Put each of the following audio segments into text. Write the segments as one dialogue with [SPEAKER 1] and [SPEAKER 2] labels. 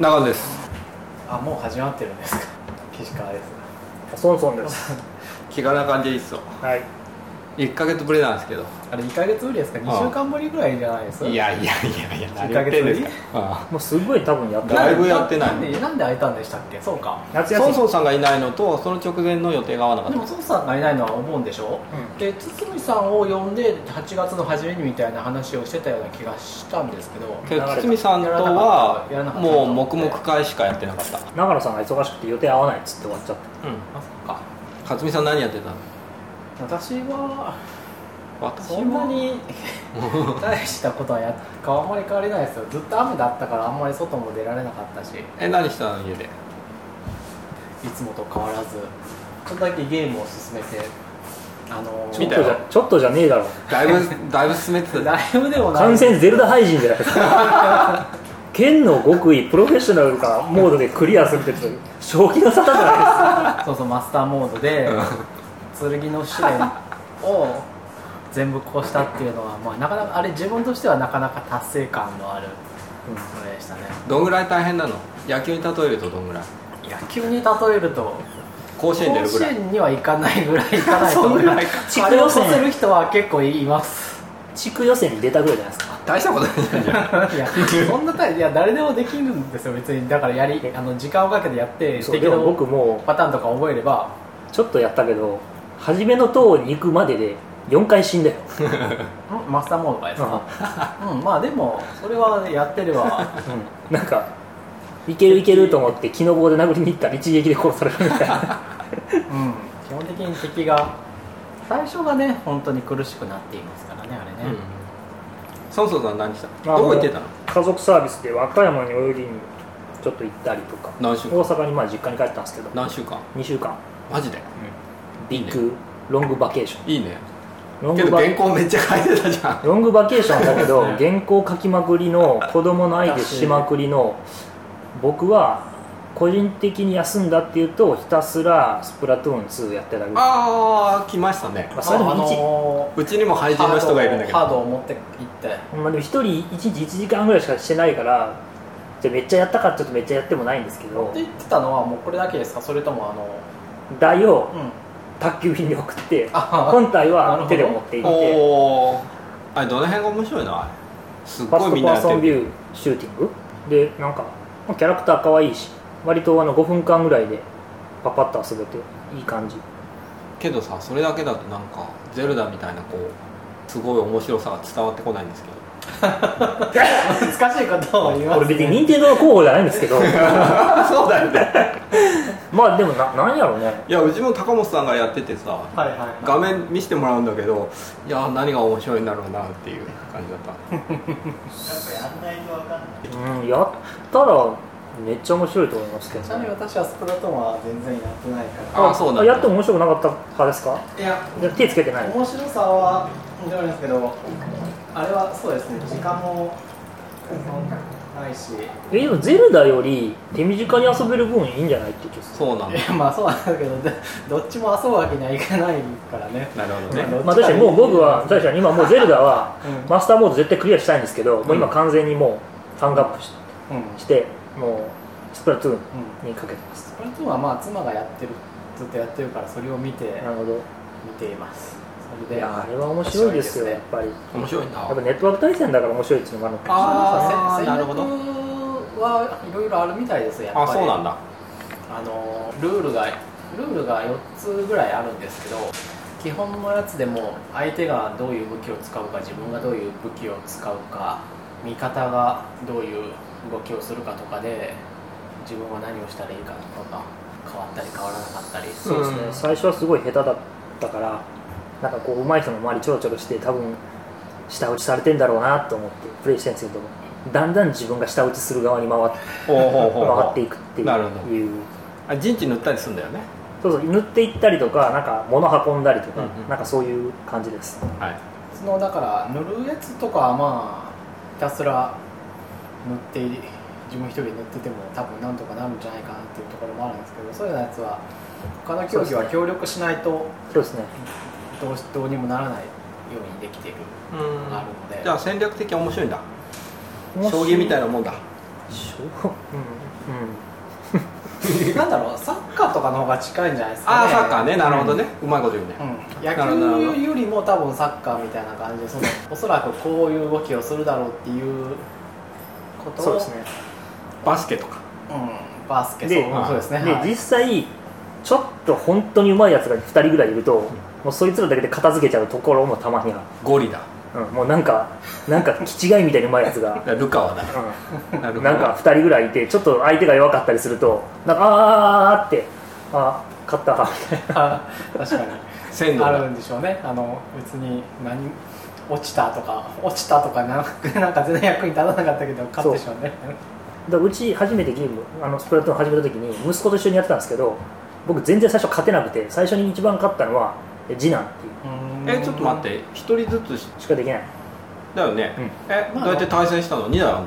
[SPEAKER 1] 中野です
[SPEAKER 2] あもう始まってるんですか岸川です
[SPEAKER 3] そうそうです。
[SPEAKER 1] 気軽な感じでいいっすよ
[SPEAKER 3] はい。
[SPEAKER 1] 1か月ぶりなんですけど
[SPEAKER 2] あれ2ヶ月ぶりですか
[SPEAKER 1] ん
[SPEAKER 2] 2週間ぶりぐらいじゃないです
[SPEAKER 1] いやいやいやいや
[SPEAKER 2] 何言ってんですか
[SPEAKER 1] か
[SPEAKER 3] もうすごい多分やっ
[SPEAKER 1] だ
[SPEAKER 3] た。
[SPEAKER 1] いぶやってない
[SPEAKER 2] んでなんで空いたんでしたっけそうか
[SPEAKER 3] 夏休
[SPEAKER 1] そ
[SPEAKER 3] み。
[SPEAKER 1] うそうさんがいないのとその直前の予定が合わなかっ
[SPEAKER 2] で
[SPEAKER 1] た
[SPEAKER 2] も孫さんがいないのは思うんでしょ、
[SPEAKER 3] う
[SPEAKER 2] で堤さんを呼んで8月の初めにみたいな話をしてたような気がしたんですけど
[SPEAKER 1] けど堤さんとはもう黙々会しかやってなかった
[SPEAKER 3] 長野さんが忙しくて予定合わないっつって終わっちゃっ
[SPEAKER 1] うん
[SPEAKER 2] あそっか
[SPEAKER 1] 勝美さん何やってたの
[SPEAKER 2] 私は
[SPEAKER 1] 私は
[SPEAKER 2] そんなに大したことはやっあんまり変わりないですよずっと雨だったからあんまり外も出られなかったし
[SPEAKER 1] え何したの家で
[SPEAKER 2] いつもと変わらずちょっとだけゲームを進めてあの
[SPEAKER 3] た。
[SPEAKER 1] 見
[SPEAKER 3] ちょ
[SPEAKER 1] た
[SPEAKER 3] っとじ
[SPEAKER 1] よ
[SPEAKER 3] ゃちょっとじゃねえだろ。
[SPEAKER 1] だいぶ だいぶ進めてた
[SPEAKER 2] ライブでもない
[SPEAKER 3] 完全ゼルダ廃人じゃないですか。剣の極意プロフェッショナルかモードでクリアするってちょっと正気の沙汰じゃ
[SPEAKER 2] そうそうマスターモードで剣の試練を全部こうしたっていうのは、まあ、なかなかあれ自分としてはなかなか達成感のある
[SPEAKER 3] ないですか。
[SPEAKER 2] のでしたね
[SPEAKER 1] どんぐらい大変なの野球に例えるとどんぐらい
[SPEAKER 2] 野球に例えると
[SPEAKER 1] 甲
[SPEAKER 2] 甲
[SPEAKER 1] 子園出るぐ
[SPEAKER 2] 子
[SPEAKER 1] らい
[SPEAKER 2] 園には行かないぐらい行かないと
[SPEAKER 3] そ
[SPEAKER 2] 思
[SPEAKER 3] ん
[SPEAKER 2] い
[SPEAKER 3] ぐ
[SPEAKER 2] ま
[SPEAKER 3] ら
[SPEAKER 2] す
[SPEAKER 3] いか
[SPEAKER 2] あれをさせる人は結構い ます
[SPEAKER 3] うん。地区予選に出たぐらいじゃないですか。
[SPEAKER 1] 大したことない じゃん
[SPEAKER 2] いやそんな大いや誰でもできるんですよ別にだからやりあの時間をかけてやって
[SPEAKER 3] そう
[SPEAKER 2] 適
[SPEAKER 3] で
[SPEAKER 2] 当
[SPEAKER 3] も僕も
[SPEAKER 2] パターンとか覚えれば
[SPEAKER 3] うちょっとやったけど初めの塔に行くまでで4回死んだよ。
[SPEAKER 2] んマスターモードかですかう
[SPEAKER 3] う
[SPEAKER 2] んまあでもそれはやってれば
[SPEAKER 3] んなんかいけるいけると思って木の棒で殴りに行ったら一撃で殺されるみたいな。
[SPEAKER 2] うん、基本的に敵が最初がね本当に苦しくなっていますからねあれね、
[SPEAKER 1] そうそうさん何した
[SPEAKER 3] あ
[SPEAKER 1] のどこ行ってたの
[SPEAKER 3] 家族サービスで和歌山に泳ぎにちょっと行ったりとか
[SPEAKER 1] 何週
[SPEAKER 3] 大
[SPEAKER 1] 間
[SPEAKER 3] 阪にまあ実家に帰ったんですけど
[SPEAKER 1] 何週間
[SPEAKER 3] 2週間
[SPEAKER 1] マジで
[SPEAKER 3] ビッグロングバケーショ
[SPEAKER 1] いいね
[SPEAKER 3] ンロン
[SPEAKER 1] け
[SPEAKER 3] グ
[SPEAKER 1] ど
[SPEAKER 3] バ
[SPEAKER 1] 原稿めっちゃ書いてたじゃん
[SPEAKER 3] ロングバケーションだけど原稿書きまくりの子供の相手しまくりの僕は個人的に休んだっていうとひたすらスプラトゥーン2やってたぐ らい
[SPEAKER 1] ああ来ましたね
[SPEAKER 3] まあそれでも一
[SPEAKER 2] の
[SPEAKER 1] うちにも配
[SPEAKER 2] ー
[SPEAKER 1] 信の人がいるんだけ
[SPEAKER 2] ハード
[SPEAKER 1] ど
[SPEAKER 2] を持って行って
[SPEAKER 3] まあでも1人1日1時間ぐらいしかしてないからじゃあめっちゃやったかって言うとめっちゃやってもないんですけど
[SPEAKER 2] って言ってたのはもうこれだけですかそれともあの
[SPEAKER 3] 台を
[SPEAKER 2] うん
[SPEAKER 3] 宅急便に送って
[SPEAKER 2] あ
[SPEAKER 3] 本体
[SPEAKER 2] なるほ
[SPEAKER 3] は
[SPEAKER 2] ど
[SPEAKER 3] 手で持っていて
[SPEAKER 1] おおあれどの辺が面白いのあれすっ
[SPEAKER 3] ファ
[SPEAKER 1] ごい
[SPEAKER 3] ー
[SPEAKER 1] み
[SPEAKER 3] ス
[SPEAKER 1] ん
[SPEAKER 3] ト
[SPEAKER 1] なや
[SPEAKER 3] パー
[SPEAKER 1] って
[SPEAKER 3] ソンビ
[SPEAKER 1] る
[SPEAKER 3] ューシューティングでなんかキャラクター可愛いし割とあの5分間ぐらいでパパッと遊べていい感じ
[SPEAKER 1] けどさそれだけだとなんかゼルダみたいなこうすごい面白さが伝わってこないんですけど
[SPEAKER 2] 難しいことを言います、ね、
[SPEAKER 3] 俺別に任天堂の候補じゃないんです けど
[SPEAKER 1] そうだよね
[SPEAKER 3] まあでもななんやろうね
[SPEAKER 1] いやうちも高本さんがやっててさ
[SPEAKER 2] はいはいはい
[SPEAKER 1] 画面見せてもらうんだけどいや何が面白いんだろうなっていう感じだった
[SPEAKER 3] うんやったらめっちゃ面白いと思いますけ
[SPEAKER 2] ちな
[SPEAKER 3] ど
[SPEAKER 2] みに
[SPEAKER 3] ね
[SPEAKER 2] 私はスプラトゥーンは全然やってないか
[SPEAKER 1] あそうなんだ
[SPEAKER 3] やっても面白くなかった派ですから
[SPEAKER 2] いや
[SPEAKER 3] じゃあ手つけてない
[SPEAKER 2] 面白さは面白いんですけどあれはそうですね時間もそんなないし
[SPEAKER 3] えでもゼルダより手短に遊べる分いいんじゃないって言ってた
[SPEAKER 1] そうなん
[SPEAKER 2] い
[SPEAKER 1] だ
[SPEAKER 2] やまあそうなんだけどでどっちも遊ぶわけにはいかないからね
[SPEAKER 1] なるほどね
[SPEAKER 3] まあ、確かにもう僕は確かに今もうゼルダは
[SPEAKER 2] うん
[SPEAKER 3] マスターモード絶対クリアしたいんですけど、もう今
[SPEAKER 1] うん
[SPEAKER 3] 完全にもうタングアップし
[SPEAKER 2] うん、うん、
[SPEAKER 3] してもうスプラトゥーンにかけてます、
[SPEAKER 2] スプラトゥーンはまあ妻がやってるずっとやってるからそれを見て
[SPEAKER 3] なるほど
[SPEAKER 2] 見ていますそ
[SPEAKER 3] い
[SPEAKER 2] れで
[SPEAKER 3] やあれは面白いですよやっぱり
[SPEAKER 1] 面白いんだ
[SPEAKER 3] やっぱネットワーク対戦だから面白いっていうのもあるのか
[SPEAKER 1] あー
[SPEAKER 2] ああ
[SPEAKER 1] なる
[SPEAKER 2] なる
[SPEAKER 1] ほ
[SPEAKER 2] ほ
[SPEAKER 1] ど
[SPEAKER 2] どはいろいろあるみたいですよやっぱ
[SPEAKER 1] あ
[SPEAKER 2] り
[SPEAKER 1] そうなんだ
[SPEAKER 2] あのルールがルールが4つぐらいあるんですけど基本のやつでも相手がどういう武器を使うか自分がどういう武器を使うか味方がどういう動きをするかとかで自分は何をしたらいいかとかが変わったり変わらなかったり
[SPEAKER 3] そうですね、
[SPEAKER 1] うん
[SPEAKER 3] 最初はすごい下手だったからなんかこう上手い人の周りちょろちょろして多分下打ちされてんだろうなと思ってプレイしてるんですけどだんだん自分が下打ちする側に回って
[SPEAKER 1] ほうほうほうほう
[SPEAKER 3] 回っていくっていう
[SPEAKER 1] なるほど
[SPEAKER 3] いう
[SPEAKER 1] あ陣地塗ったりするんだよね
[SPEAKER 3] そうそう塗っていったりとかなんか物運んだりとか、
[SPEAKER 1] うんうん
[SPEAKER 3] なんかそういう感じです
[SPEAKER 1] はい
[SPEAKER 2] そのだから塗るやつとかはまあひたすら塗って自分一人で塗ってても多分なんとかなるんじゃないかなっていうところもあるんですけどそういうようなやつは他の競技は協力しないと
[SPEAKER 3] そうですね
[SPEAKER 2] どうしどうにもならないようにできている のがあるので
[SPEAKER 1] じゃあ戦略的に面白いんだ
[SPEAKER 3] 面白
[SPEAKER 1] 将棋みたいなもんだ
[SPEAKER 3] 将棋うん
[SPEAKER 2] なんだろうサッカーとかの方が近いんじゃないですか、
[SPEAKER 1] あ
[SPEAKER 2] ね、
[SPEAKER 1] あサッカーねなるほどね、うまいこと言うね、
[SPEAKER 2] うん、
[SPEAKER 1] なるほどなるほ
[SPEAKER 2] 野
[SPEAKER 1] ど
[SPEAKER 2] 球よりも多分サッカーみたいな感じでそのおそらくこういう動きをするだろうっていうことを
[SPEAKER 3] そうですね
[SPEAKER 1] バスケとか
[SPEAKER 2] うん、バスケ
[SPEAKER 3] で
[SPEAKER 2] そうそうですね、
[SPEAKER 3] で
[SPEAKER 2] はい
[SPEAKER 3] 実際ちょっと本当にうまいやつが2人ぐらいいるともうそいつらだけで片付けちゃうところもたまには、
[SPEAKER 1] ゴリラ
[SPEAKER 3] うん、もうなんか なんか気違いみたいにうまいやつが、
[SPEAKER 1] ルカはだ
[SPEAKER 3] う
[SPEAKER 1] ル
[SPEAKER 3] ん、
[SPEAKER 1] カ
[SPEAKER 3] なんか2人ぐらいいてちょっと相手が弱かったりするとなんかあーあーあーあーってあー勝ったみたいな
[SPEAKER 2] あ確か
[SPEAKER 1] 鮮
[SPEAKER 2] に
[SPEAKER 1] 度
[SPEAKER 2] あ
[SPEAKER 1] が
[SPEAKER 2] るんでしょうねあの別に何落ちたとか落ちたとかなんか なんか全然役に立たなかったけど勝ってしまうね
[SPEAKER 3] だからうち初めてゲームあのスプラトゥーン始めた時に息子と一緒にやってたんですけど僕全然最初勝てなくて最初に一番勝ったのはえ次男っていう
[SPEAKER 2] うーん
[SPEAKER 1] えちょっと待って一人ずつし
[SPEAKER 3] しかできない
[SPEAKER 1] だよね、
[SPEAKER 3] うん
[SPEAKER 1] え
[SPEAKER 2] ま
[SPEAKER 1] ど
[SPEAKER 2] あ
[SPEAKER 1] うやって対戦したの2台あんの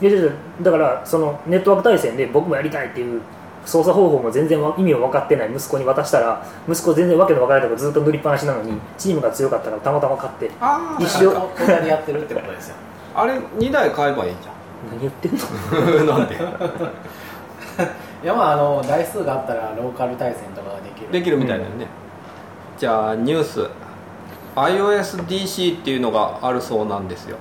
[SPEAKER 3] いやいやいやだからそのネットワーク対戦で僕もやりたいっていう操作方法も全然わ意味を分かってない息子に渡したら息子全然わけの分からないとこずっと塗りっぱなしなのにチームが強かったからたまたま勝って
[SPEAKER 1] あ
[SPEAKER 3] ー
[SPEAKER 1] あ
[SPEAKER 3] 一緒
[SPEAKER 2] お互いやってるってことですよ
[SPEAKER 1] あれ2台買えばいいじゃ
[SPEAKER 3] 何 言ってんの
[SPEAKER 1] んなんで
[SPEAKER 2] いやまああの台数があったらローカル対戦とかができる
[SPEAKER 1] できるみたいだよね、じゃあニュース iOSDC っていうのがあるそうなんですよ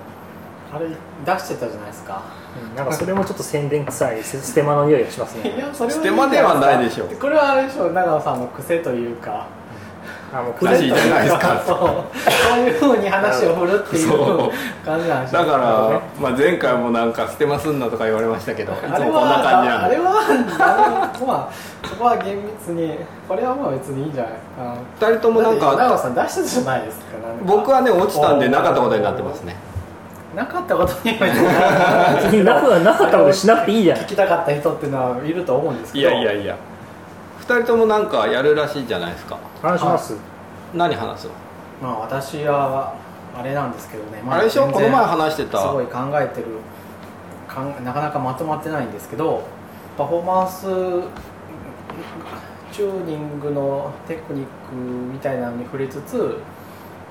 [SPEAKER 2] あれ出してたじゃないですか
[SPEAKER 3] うんなんかそれもちょっと宣伝臭いせステマの匂いがします
[SPEAKER 2] い
[SPEAKER 3] ね
[SPEAKER 2] やそれ
[SPEAKER 1] ステマではないでしょう
[SPEAKER 2] これはあれでしょ長野さんの癖というか
[SPEAKER 3] あもう
[SPEAKER 1] らしいじゃないですか
[SPEAKER 2] そうそういうふうに話を振るってい
[SPEAKER 1] そう
[SPEAKER 2] う感じなんで
[SPEAKER 1] だ
[SPEAKER 2] しょ
[SPEAKER 1] か
[SPEAKER 2] う
[SPEAKER 1] ら、まあ、前回もなんか捨てますんなとか言われましたけどいつもこん
[SPEAKER 2] あれは
[SPEAKER 1] な感じな
[SPEAKER 2] あ
[SPEAKER 1] ん
[SPEAKER 2] れ
[SPEAKER 1] で
[SPEAKER 2] はあのまあそこは厳密にこれはまあ別にいいんじゃないですか
[SPEAKER 1] 2人ともなん
[SPEAKER 2] だって長野
[SPEAKER 1] か
[SPEAKER 2] さん出してたじゃないですかなんか
[SPEAKER 1] 僕はね落ちたんでなかったことになってますね
[SPEAKER 2] なかったことには言ってない
[SPEAKER 3] 別になくはなかったことしなくていいじゃない
[SPEAKER 2] 聞きたかった人っていうのはいると思うんですけ
[SPEAKER 1] い
[SPEAKER 2] ど
[SPEAKER 1] やいやいや2人ともなんかやるらしいじゃないですか
[SPEAKER 3] 話します
[SPEAKER 1] 何話すの
[SPEAKER 2] まあ私はあれなんですけどね、ま
[SPEAKER 1] あれでしょ
[SPEAKER 2] 全
[SPEAKER 1] こ
[SPEAKER 2] 然
[SPEAKER 1] の前話してた
[SPEAKER 2] すごい考えてるかんなかなかまとまってないんですけどパフォーマンスチューニングのテクニックみたいなのに触れつつ、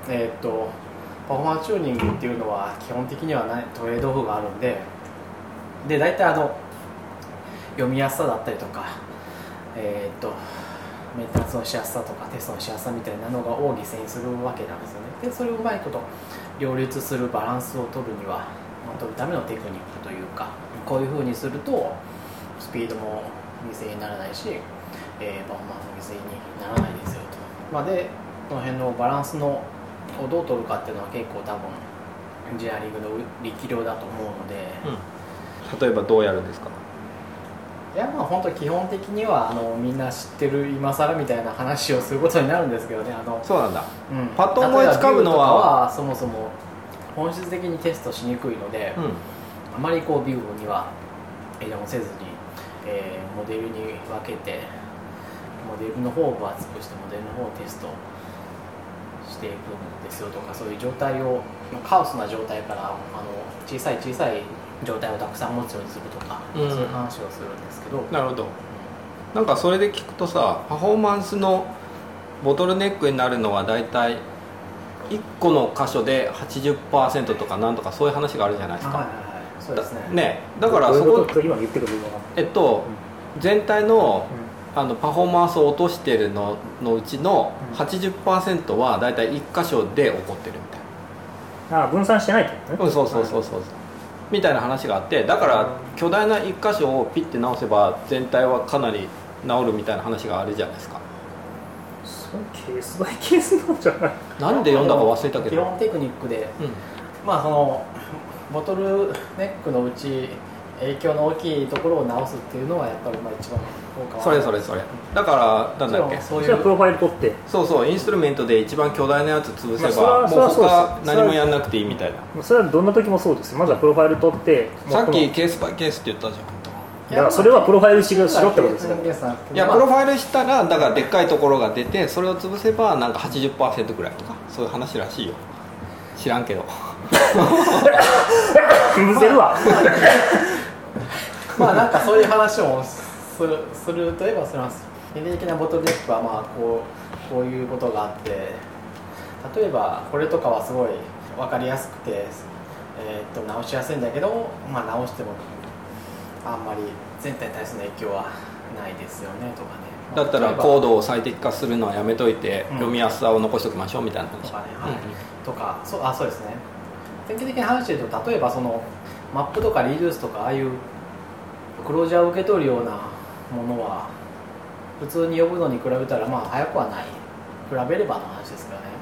[SPEAKER 2] えーっとパフォーマンスチューニングっていうのは基本的にはないトレードオフがあるんでで大体あの読みやすさだったりとか、えーっとメンテナンスのしやすさとかテストのしやすさみたいなのが大犠牲にするわけなんですよねでそれをうまいこと両立するバランスを取るには、まあ、取るためのテクニックというかこういうふうにするとスピードも犠牲にならないし、えーパフォーマンスも犠牲にならないですよと、まあ、でこの辺のバランスのをどう取るかっていうのは結構多分エンジニアリングの力量だと思うので、
[SPEAKER 1] うん例えばどうやるんですか
[SPEAKER 2] いやまあ本当基本的にはあのみんな知ってる今更みたいな話をすることになるんですけどねあの
[SPEAKER 1] そうなんだ
[SPEAKER 2] うん
[SPEAKER 1] パッと思いつかぶのは
[SPEAKER 2] 例えばビューとかはそもそも本質的にテストしにくいので、
[SPEAKER 1] うん
[SPEAKER 2] あまりこうビューにはえでもせずに、えーモデルに分けてモデルの方を分厚くしてモデルの方をテストしていくんですよとかそういう状態をまあカオスな状態からあの小さい小さい状態をたくさん持つようにするとか、
[SPEAKER 1] うん
[SPEAKER 2] そういう話をするんですけど、
[SPEAKER 1] なるほどなんかそれで聞くとさパフォーマンスのボトルネックになるのは大体1個の箇所で80%とかなんとかそういう話があるじゃないですか、
[SPEAKER 2] はいはいはいそうですね
[SPEAKER 1] だねだからそ
[SPEAKER 3] どういう
[SPEAKER 1] こ
[SPEAKER 3] と今言ってくるのか
[SPEAKER 1] えっと全体のあのパフォーマンスを落としてるののうちの
[SPEAKER 3] うん
[SPEAKER 1] 80%は大体1箇所で起こってるみたい
[SPEAKER 3] な、あ分散してないってこと
[SPEAKER 1] な、
[SPEAKER 3] ね
[SPEAKER 1] うん、そうそうそうそうそうみたいな話があってだから巨大な1箇所をピッて直せば全体はかなり治るみたいな話があるじゃないですか
[SPEAKER 3] そうケースバイケースなんじゃない
[SPEAKER 1] なんで読んだか忘れたけ
[SPEAKER 2] 基
[SPEAKER 1] ど
[SPEAKER 2] 本テクニックで
[SPEAKER 1] うん
[SPEAKER 2] まあその ボトルネックのうち影響の大きいところを直すっていうのはやっぱりまあ一番効果は
[SPEAKER 1] それそれそれだからなんだっけ
[SPEAKER 2] もちろんそう
[SPEAKER 3] そ
[SPEAKER 2] い
[SPEAKER 3] れは
[SPEAKER 2] う
[SPEAKER 3] プロファイル取って
[SPEAKER 1] そうそうインストゥルメントで一番巨大なやつ潰せば、
[SPEAKER 3] まあそれ
[SPEAKER 1] も
[SPEAKER 3] は
[SPEAKER 1] う
[SPEAKER 3] それは
[SPEAKER 1] 他
[SPEAKER 3] そうです
[SPEAKER 1] 何もやんなくていいみたいな
[SPEAKER 3] それはどんな時もそうですよまずはプロファイル取って
[SPEAKER 1] さっ
[SPEAKER 3] もう
[SPEAKER 1] き
[SPEAKER 3] こ
[SPEAKER 1] ケースバイケースって言ったじゃん本当は
[SPEAKER 3] だからそれはプロファイルしろしろってことですよ
[SPEAKER 2] いや
[SPEAKER 1] いやプロフ
[SPEAKER 2] ァ
[SPEAKER 1] ァイルしたらだからでっかいところが出てそれを潰せばなんか80%ぐらいとかそういう話らしいよ知らんけど
[SPEAKER 3] のうるせるわ
[SPEAKER 2] まあなんかそういう話もするするといえばそれなんです典型的なボトルネックはまあこうこういうことがあって例えばこれとかはすごい分かりやすくて、えーっと直しやすいんだけど、まあ、直してもあんまり全体に対する影響はないですよねとかね
[SPEAKER 1] だった
[SPEAKER 2] 例
[SPEAKER 1] ら
[SPEAKER 2] えば
[SPEAKER 1] コードを最適化するのはやめといて、
[SPEAKER 2] うん
[SPEAKER 1] 読みやすさを残しておきましょうみたいな
[SPEAKER 2] と
[SPEAKER 1] 話、
[SPEAKER 2] かね、はいとかそうあそうですね典型的な話で言うと例えばそのマップとかリデュースとかああいうクロージャーを受け取るようなものは普通に呼ぶのに比べたらまあ早くはない比べればの話ですからね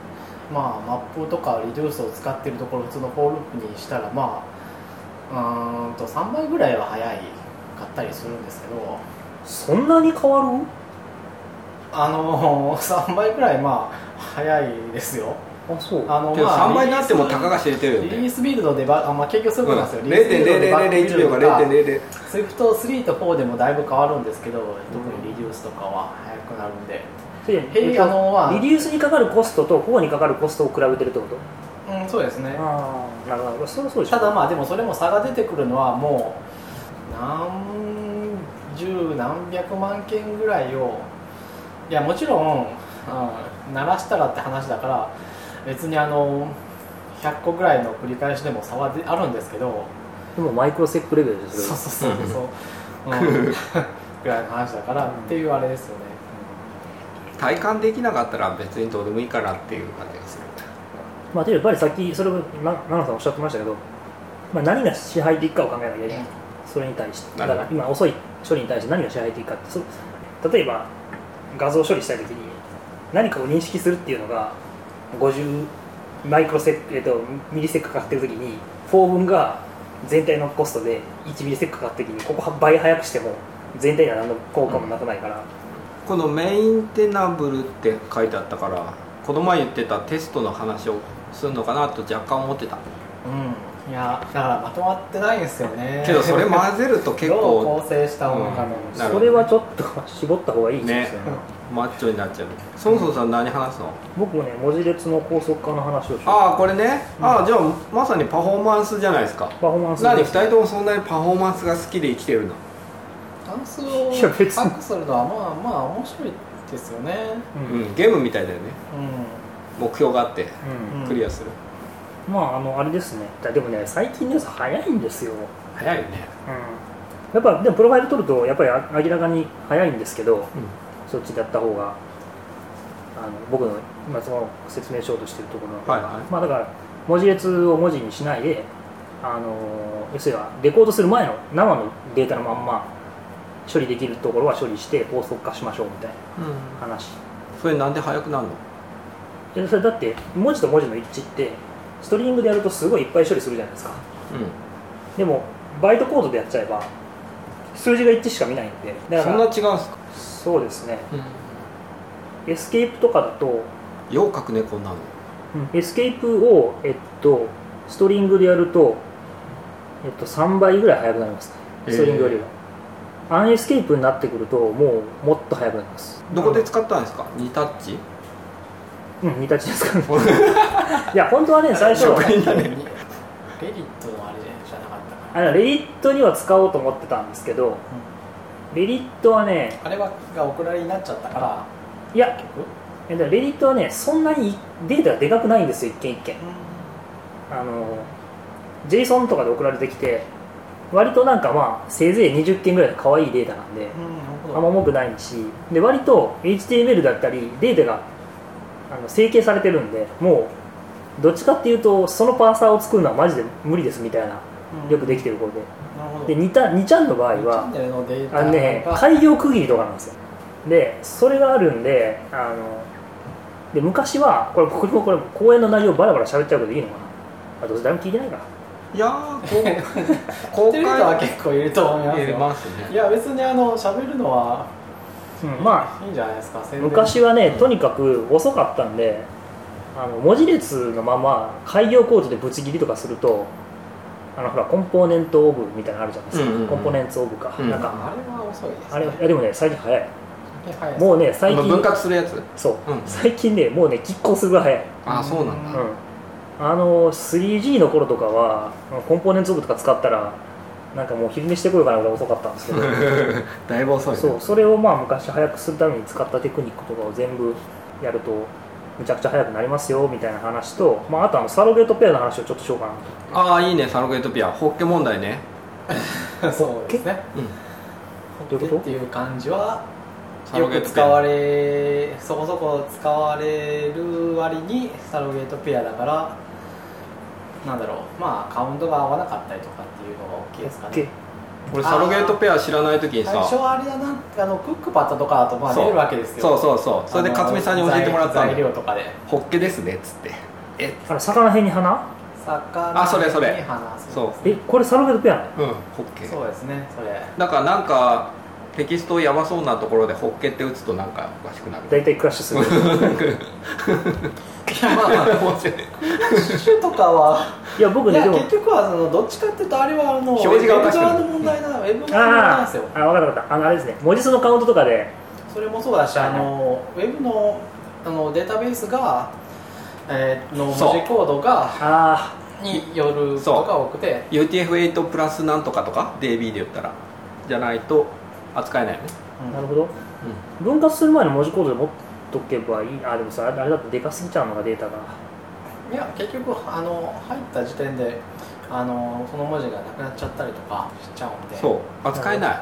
[SPEAKER 2] まあマップとかリデュースを使ってるところ普通のフォーループにしたらまあうーんと3倍ぐらいは早いかったりするんですけど
[SPEAKER 3] そんなに変わ
[SPEAKER 2] あの3倍 ぐらいまあ早いですよ
[SPEAKER 3] るあそう
[SPEAKER 2] あの
[SPEAKER 1] けど
[SPEAKER 2] まあ
[SPEAKER 1] 3倍になってもたかが知れてるよ
[SPEAKER 2] リリー
[SPEAKER 1] ね、、
[SPEAKER 2] スビルドでばあ、まあ、結局そううんいうことなんですよ、リリースビルドでバックビ
[SPEAKER 1] 0.0001
[SPEAKER 2] ル
[SPEAKER 1] 秒が
[SPEAKER 2] ドとか
[SPEAKER 1] 0.00
[SPEAKER 2] Swift3 と4でもだいぶ変わるんですけど、特にリデュースとかは速くなるんで、
[SPEAKER 3] で
[SPEAKER 2] へい
[SPEAKER 3] えっと
[SPEAKER 2] あのまあ
[SPEAKER 3] リデュースにかかるコストとフォーにかかるコストを比べてるってこと
[SPEAKER 2] うん、そうですね、
[SPEAKER 3] ああなるほどそれはそうでしょ
[SPEAKER 2] ただまあ、でもそれも差が出てくるのは、もう、何十、何百万件ぐらいを、いや、もちろん、うん、鳴らしたらって話だから、別にあの100個ぐらいの繰り返しでも差はであるんですけど、
[SPEAKER 3] でもマイクロステップレベルです
[SPEAKER 2] そう
[SPEAKER 3] よ
[SPEAKER 2] そうそうそう、うん、 ぐらいの話だからっていうあれですよね、
[SPEAKER 1] 体感できなかったら別にどうでもいいかなっていう感じがする
[SPEAKER 3] まあでもやっぱりさっきそれもな奈々さんおっしゃってましたけど、まあ、何が支配的かを考えなきゃいけないそれに対して
[SPEAKER 1] な
[SPEAKER 3] だ
[SPEAKER 1] る
[SPEAKER 3] か
[SPEAKER 1] ほど
[SPEAKER 3] ら今遅い処理に対して何が支配的かってそう例えば画像処理したい時に何かを認識するっていうのが50マイクロセック、えっと、ミリセックかかってる時に4分が全体のコストで1ミリセックかかった時にここ倍早くしても全体には何の効果もなくないから、
[SPEAKER 1] このメインテナブルって書いてあったからこの前言ってたテストの話をするのかなと若干思ってた
[SPEAKER 2] うんいやだからまとまってないんですよね
[SPEAKER 1] けどそれ混ぜると結
[SPEAKER 2] どう
[SPEAKER 1] 構
[SPEAKER 2] 構成したものかの、
[SPEAKER 1] うんなるほど
[SPEAKER 3] それはちょっと絞った方がいい
[SPEAKER 1] ね
[SPEAKER 3] ですよね
[SPEAKER 1] マッチョになっちゃうそもそもさん何話すの
[SPEAKER 3] 僕もね文字列の高速化の話をしよう
[SPEAKER 1] ああこれねああじゃあまさにパフォーマンスじゃないですか
[SPEAKER 3] パフォーマンス
[SPEAKER 1] 何2人ともそんなにパフォーマンスが好きで生きてるの
[SPEAKER 2] 関数を
[SPEAKER 3] いや別に
[SPEAKER 2] パックするのはまあまあ面白いですよね
[SPEAKER 3] うん
[SPEAKER 1] う
[SPEAKER 3] うん
[SPEAKER 1] んゲームみたいだよね
[SPEAKER 2] う
[SPEAKER 1] 目標があって
[SPEAKER 2] ん、うん、
[SPEAKER 1] クリアする
[SPEAKER 3] まああのあれですねだでもね最近のやつ早いんですよ、うん、
[SPEAKER 1] 早いよね
[SPEAKER 3] やっぱでもプロファイル取るとやっぱりあ明らかに早いんですけどそっちでやった方があの僕の今その説明しようとしてるところの、
[SPEAKER 1] はいはい
[SPEAKER 3] まあだから文字列を文字にしないであの要するにはレコードする前の生のデータのまんま処理できるところは処理して高速化しましょうみたい
[SPEAKER 1] う
[SPEAKER 3] な
[SPEAKER 1] ん
[SPEAKER 3] 話
[SPEAKER 1] それなんで早くなるの
[SPEAKER 3] でそれだって文字と文字の一致ってストリングでやるとすごいいっぱい処理するじゃないですかでもバイトコードでやっちゃえば数字が一致しか見ないんでだ
[SPEAKER 1] そ
[SPEAKER 3] か
[SPEAKER 1] んな違
[SPEAKER 3] ら
[SPEAKER 1] うんすか
[SPEAKER 3] そうですねエスケープとかだと、
[SPEAKER 1] よう書くねこんなの
[SPEAKER 3] エスケープを、えっと、ストリングでやると、えっと、3倍ぐらい速くなりますね
[SPEAKER 1] へー
[SPEAKER 3] ストリングよりは、アンエスケープになってくるともうもっと速くなります
[SPEAKER 1] どこで使ったんですか2タッチ
[SPEAKER 3] うん似たちですからね いや本当はね最初
[SPEAKER 1] 職人だね
[SPEAKER 2] レディットのあれじゃなかったかな
[SPEAKER 3] あのレディットには使おうと思ってたんですけどレディットはね
[SPEAKER 2] あれはがお蔵になっちゃったから
[SPEAKER 3] いや
[SPEAKER 2] 結局、
[SPEAKER 3] えっとレディットはねそんなにデータがでかくないんですよ一件一件あの JSON とかで送られてきて割となんかまあせいぜい20件ぐらいの可愛いデータなんで
[SPEAKER 2] うんなるほ
[SPEAKER 3] あ
[SPEAKER 2] ど
[SPEAKER 3] んま重くないしで割と HTML だったりデータがあの整形されてるんでもうどっちかっていうとそのパーサーを作るのはマジで無理ですみたいなよくできてる頃
[SPEAKER 2] なるほど
[SPEAKER 3] でで 2, た2ちゃんの場合
[SPEAKER 2] チャン
[SPEAKER 3] は
[SPEAKER 2] ネルのデータ
[SPEAKER 3] あのね
[SPEAKER 2] が
[SPEAKER 3] 開業区切りとかなんですよでそれがあるんであので昔はこれこれもこれも講演の内容バラバラ喋っちゃうけどいいのかなあどうせ誰も聞いてないから
[SPEAKER 1] いやー
[SPEAKER 2] 知
[SPEAKER 1] 公
[SPEAKER 2] ってる人は結構いると思います
[SPEAKER 1] 入れ
[SPEAKER 2] よ
[SPEAKER 1] ます
[SPEAKER 2] い
[SPEAKER 1] ね
[SPEAKER 2] や別にあの喋るのは
[SPEAKER 3] うん、まあ
[SPEAKER 2] いいんじゃないですか宣伝
[SPEAKER 3] 昔はねとにかく遅かったんであの文字列のまま開業コードでぶち切りとかするとあのほらコンポーネントオブみたいなのあるじゃないですか、
[SPEAKER 1] うんうんうん
[SPEAKER 3] コンポーネンツオブか、
[SPEAKER 1] うん
[SPEAKER 3] なんか
[SPEAKER 2] あれは遅いです
[SPEAKER 3] あれいやでもね最近早い
[SPEAKER 2] 早い
[SPEAKER 3] もうね
[SPEAKER 1] あ
[SPEAKER 3] 最
[SPEAKER 1] の分
[SPEAKER 3] 近
[SPEAKER 1] 割するやつ
[SPEAKER 3] そう、
[SPEAKER 1] うん
[SPEAKER 3] 最近ねもうね拮抗するぐらい
[SPEAKER 1] ああそう なんだ
[SPEAKER 3] 早い、うん、あの 3G の頃とかはコンポーネンツオブとか使ったらなんかもう昼寝してこようかなぐらい遅かったんです けど
[SPEAKER 1] だいぶ遅いね
[SPEAKER 3] そうそれをまあ昔早くするために使ったテクニックとかを全部やるとむちゃくちゃ早くなりますよみたいな話と、まあ、あとあのサロゲートペアの話をちょっとしようかなと
[SPEAKER 1] ああいいねサロゲートピアホッケ問題ね
[SPEAKER 2] そうですね
[SPEAKER 1] うん
[SPEAKER 3] どういう
[SPEAKER 2] 手
[SPEAKER 3] こ
[SPEAKER 2] っていう感じは
[SPEAKER 1] サロ
[SPEAKER 2] よ
[SPEAKER 1] ゲー
[SPEAKER 2] く
[SPEAKER 1] ト
[SPEAKER 2] 使われそこそこ使われる割にサロゲートペアだからなんだろうまあカウントが合わなかったりとかっていうのが大きいですか
[SPEAKER 3] と
[SPEAKER 2] ね
[SPEAKER 1] 俺サロゲートペア知らない時に
[SPEAKER 2] 最
[SPEAKER 1] さ
[SPEAKER 2] 初はあれだなあのクックパッドとかだとまあ
[SPEAKER 1] そう
[SPEAKER 2] 出るわけですよ
[SPEAKER 1] そうそうそうそれで
[SPEAKER 2] あの
[SPEAKER 1] 勝美さんに教えてもらった
[SPEAKER 2] 材
[SPEAKER 1] の
[SPEAKER 2] 料とかで
[SPEAKER 1] ホッケですねっつってえ
[SPEAKER 3] あの魚辺に花
[SPEAKER 2] 魚
[SPEAKER 1] あそれそれ
[SPEAKER 2] に話す
[SPEAKER 1] そう
[SPEAKER 3] えこれサロゲートペアなの
[SPEAKER 1] うんホッケ
[SPEAKER 2] そうですね それ
[SPEAKER 1] だからなんかテキストやばそうなところでホッケって打つとなんかおかしくなる
[SPEAKER 3] 大体クラッシュする
[SPEAKER 1] 面白い
[SPEAKER 2] まあ種とかはい
[SPEAKER 3] や 僕
[SPEAKER 2] い
[SPEAKER 3] ね
[SPEAKER 2] や
[SPEAKER 3] でも
[SPEAKER 2] 結局はそのどっちかっていうとあれはもう
[SPEAKER 1] 表示がおかしくなる
[SPEAKER 2] ウェブ側の問題なウェブ側の問題なん
[SPEAKER 3] あ
[SPEAKER 2] ですよ
[SPEAKER 3] ーあ分かった分かったあのあれですね文字数のカウントとかで
[SPEAKER 2] それもそうだしあのウェブのあのデータベースが、えーの文字
[SPEAKER 1] そう
[SPEAKER 2] コードが
[SPEAKER 3] あ
[SPEAKER 2] によることが多くて
[SPEAKER 1] UTF-8 プラスなんとかとか DB で言ったらじゃないと扱えないよね
[SPEAKER 2] う
[SPEAKER 3] あ
[SPEAKER 2] ん
[SPEAKER 3] なるほど分割する前の文字コードで持っとけばいいあでもさあれだとでかすぎちゃうのがデータが
[SPEAKER 2] いや結局あの入った時点であのその文字がなくなっちゃったりとかしちゃうんで
[SPEAKER 1] そう扱えない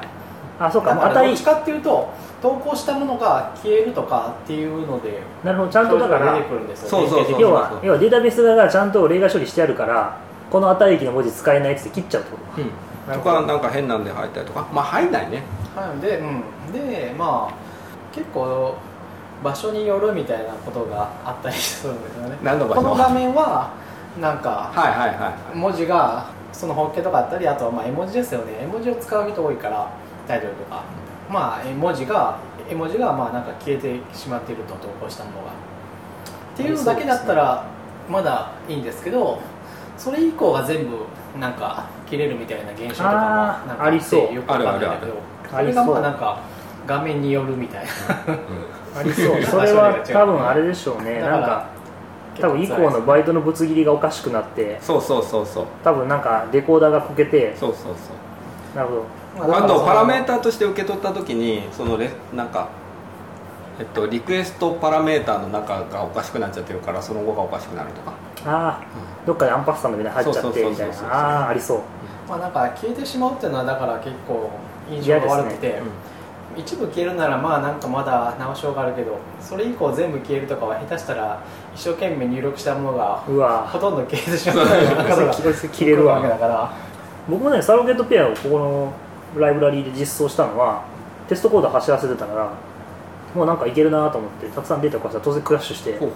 [SPEAKER 3] あそうか
[SPEAKER 2] だ
[SPEAKER 3] もう
[SPEAKER 2] か
[SPEAKER 3] 値
[SPEAKER 2] らどっちかっていうと投稿したものが消えるとかっていうので
[SPEAKER 3] なるほどちゃんとだから
[SPEAKER 2] 出てくるんですよね
[SPEAKER 1] そうそうそうそう
[SPEAKER 3] 要は要はデータベース側がちゃんと例外処理してあるからこの値域の文字使えないっつって切っちゃうってこ
[SPEAKER 1] う
[SPEAKER 3] とか
[SPEAKER 1] ん
[SPEAKER 3] なる
[SPEAKER 1] と
[SPEAKER 3] ほど
[SPEAKER 1] かなんか変なんで入ったりとかまあ入んないね
[SPEAKER 2] はい、で,、うん、でまあ結構場所によるみたいなことがあったりするんですよね
[SPEAKER 1] 何の場
[SPEAKER 2] こ
[SPEAKER 1] 所
[SPEAKER 2] の画
[SPEAKER 1] はい
[SPEAKER 2] 面はなんか
[SPEAKER 1] はいはいは
[SPEAKER 2] 文字がそのホッケとかあったりあとはまあ絵文字ですよね絵文字を使う人多いからタイトルとかまあ絵文字が絵文字がまあなんか消えてしまっていると投稿したものがっていうのだけだったらまだいいんですけどそれ以降が全部なんか切れるみたいな現象とかも
[SPEAKER 3] あー
[SPEAKER 2] なんか
[SPEAKER 3] ありそう
[SPEAKER 2] ってよくわかんないんだけど
[SPEAKER 3] あ
[SPEAKER 2] そ
[SPEAKER 3] るあるある
[SPEAKER 2] れがまあ
[SPEAKER 3] ありそう
[SPEAKER 2] なんか画面によるみたいな
[SPEAKER 1] いう
[SPEAKER 3] ありそう
[SPEAKER 2] そ
[SPEAKER 3] そ
[SPEAKER 2] れ
[SPEAKER 3] れ
[SPEAKER 2] は
[SPEAKER 3] は多分あれでしょうね
[SPEAKER 2] だから
[SPEAKER 3] なんか 多分以降のバイトのぶつ切りがおかしくなって
[SPEAKER 1] んそうそうそうそう
[SPEAKER 3] 多分なんかレコーダーがこけて
[SPEAKER 1] そうそうそう
[SPEAKER 3] なるほど
[SPEAKER 1] あとパラメー
[SPEAKER 2] ー
[SPEAKER 1] ターとして受け取った時にそのレなんか、えっと、リクエストパラメーターの中がおかしくなっちゃってるからその後がおかしくなるとか、
[SPEAKER 3] ああどっかでアンパスタンドみたいなの入っちゃって
[SPEAKER 1] そ
[SPEAKER 3] みたい
[SPEAKER 1] うそうそうそうそう
[SPEAKER 3] なああーありそう
[SPEAKER 2] まあなんか消えてしまうっていうのはだから結構印象が悪くて、
[SPEAKER 1] うん
[SPEAKER 2] 一部消えるならまあなんかまだ直しようがあるけどそれ以降全部消えるとかは下手したら一生懸命入力したものが
[SPEAKER 3] うわ
[SPEAKER 2] ほとんど消えてしまうようなことが
[SPEAKER 3] それそれ切れる
[SPEAKER 2] 起こわけだ
[SPEAKER 3] わ
[SPEAKER 2] から
[SPEAKER 3] 僕もねサロゲートペアをここのライブラリーで実装したのはテストコード走らせてたからもうなんかいけるなと思ってたくさんデータを壊したら当然クラッシュして
[SPEAKER 1] ほうほ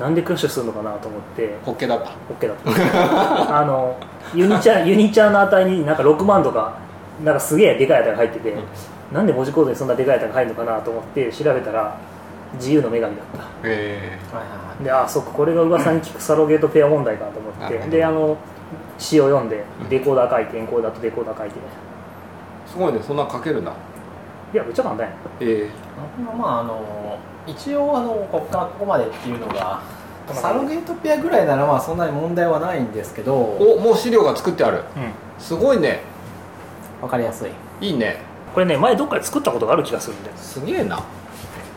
[SPEAKER 3] なんでクラッシュするのかなと思って
[SPEAKER 1] うホッケだった
[SPEAKER 3] OK だった あのユニチャユニチャの値になんか6万とかなんかすげえでかい値が入ってて、
[SPEAKER 1] うん
[SPEAKER 3] なんで文字コードにそんなでかい値が入るのかなと思って調べたら自由の女神だった
[SPEAKER 1] へ
[SPEAKER 3] であそっかこれが噂に聞くサロゲートペア問題かと思
[SPEAKER 1] な
[SPEAKER 3] っ
[SPEAKER 1] る
[SPEAKER 3] て
[SPEAKER 1] ほど
[SPEAKER 3] であの詩を読んで
[SPEAKER 1] うん
[SPEAKER 3] レコーダー書いてエンコーダーとレコーダー書いて
[SPEAKER 1] えすごいねそんな書けるんだ
[SPEAKER 3] いやめっちゃ簡単や
[SPEAKER 1] え
[SPEAKER 2] まああの一応あのここからここまでっていうのがサロゲートペアぐらいならまあそんなに問題はないんですけ
[SPEAKER 1] え
[SPEAKER 2] ど
[SPEAKER 1] おもう資料が作ってあるすごいね
[SPEAKER 2] わかりやすい
[SPEAKER 1] いいね
[SPEAKER 3] これね前どっかで作ったことがある気がするんです
[SPEAKER 1] げえな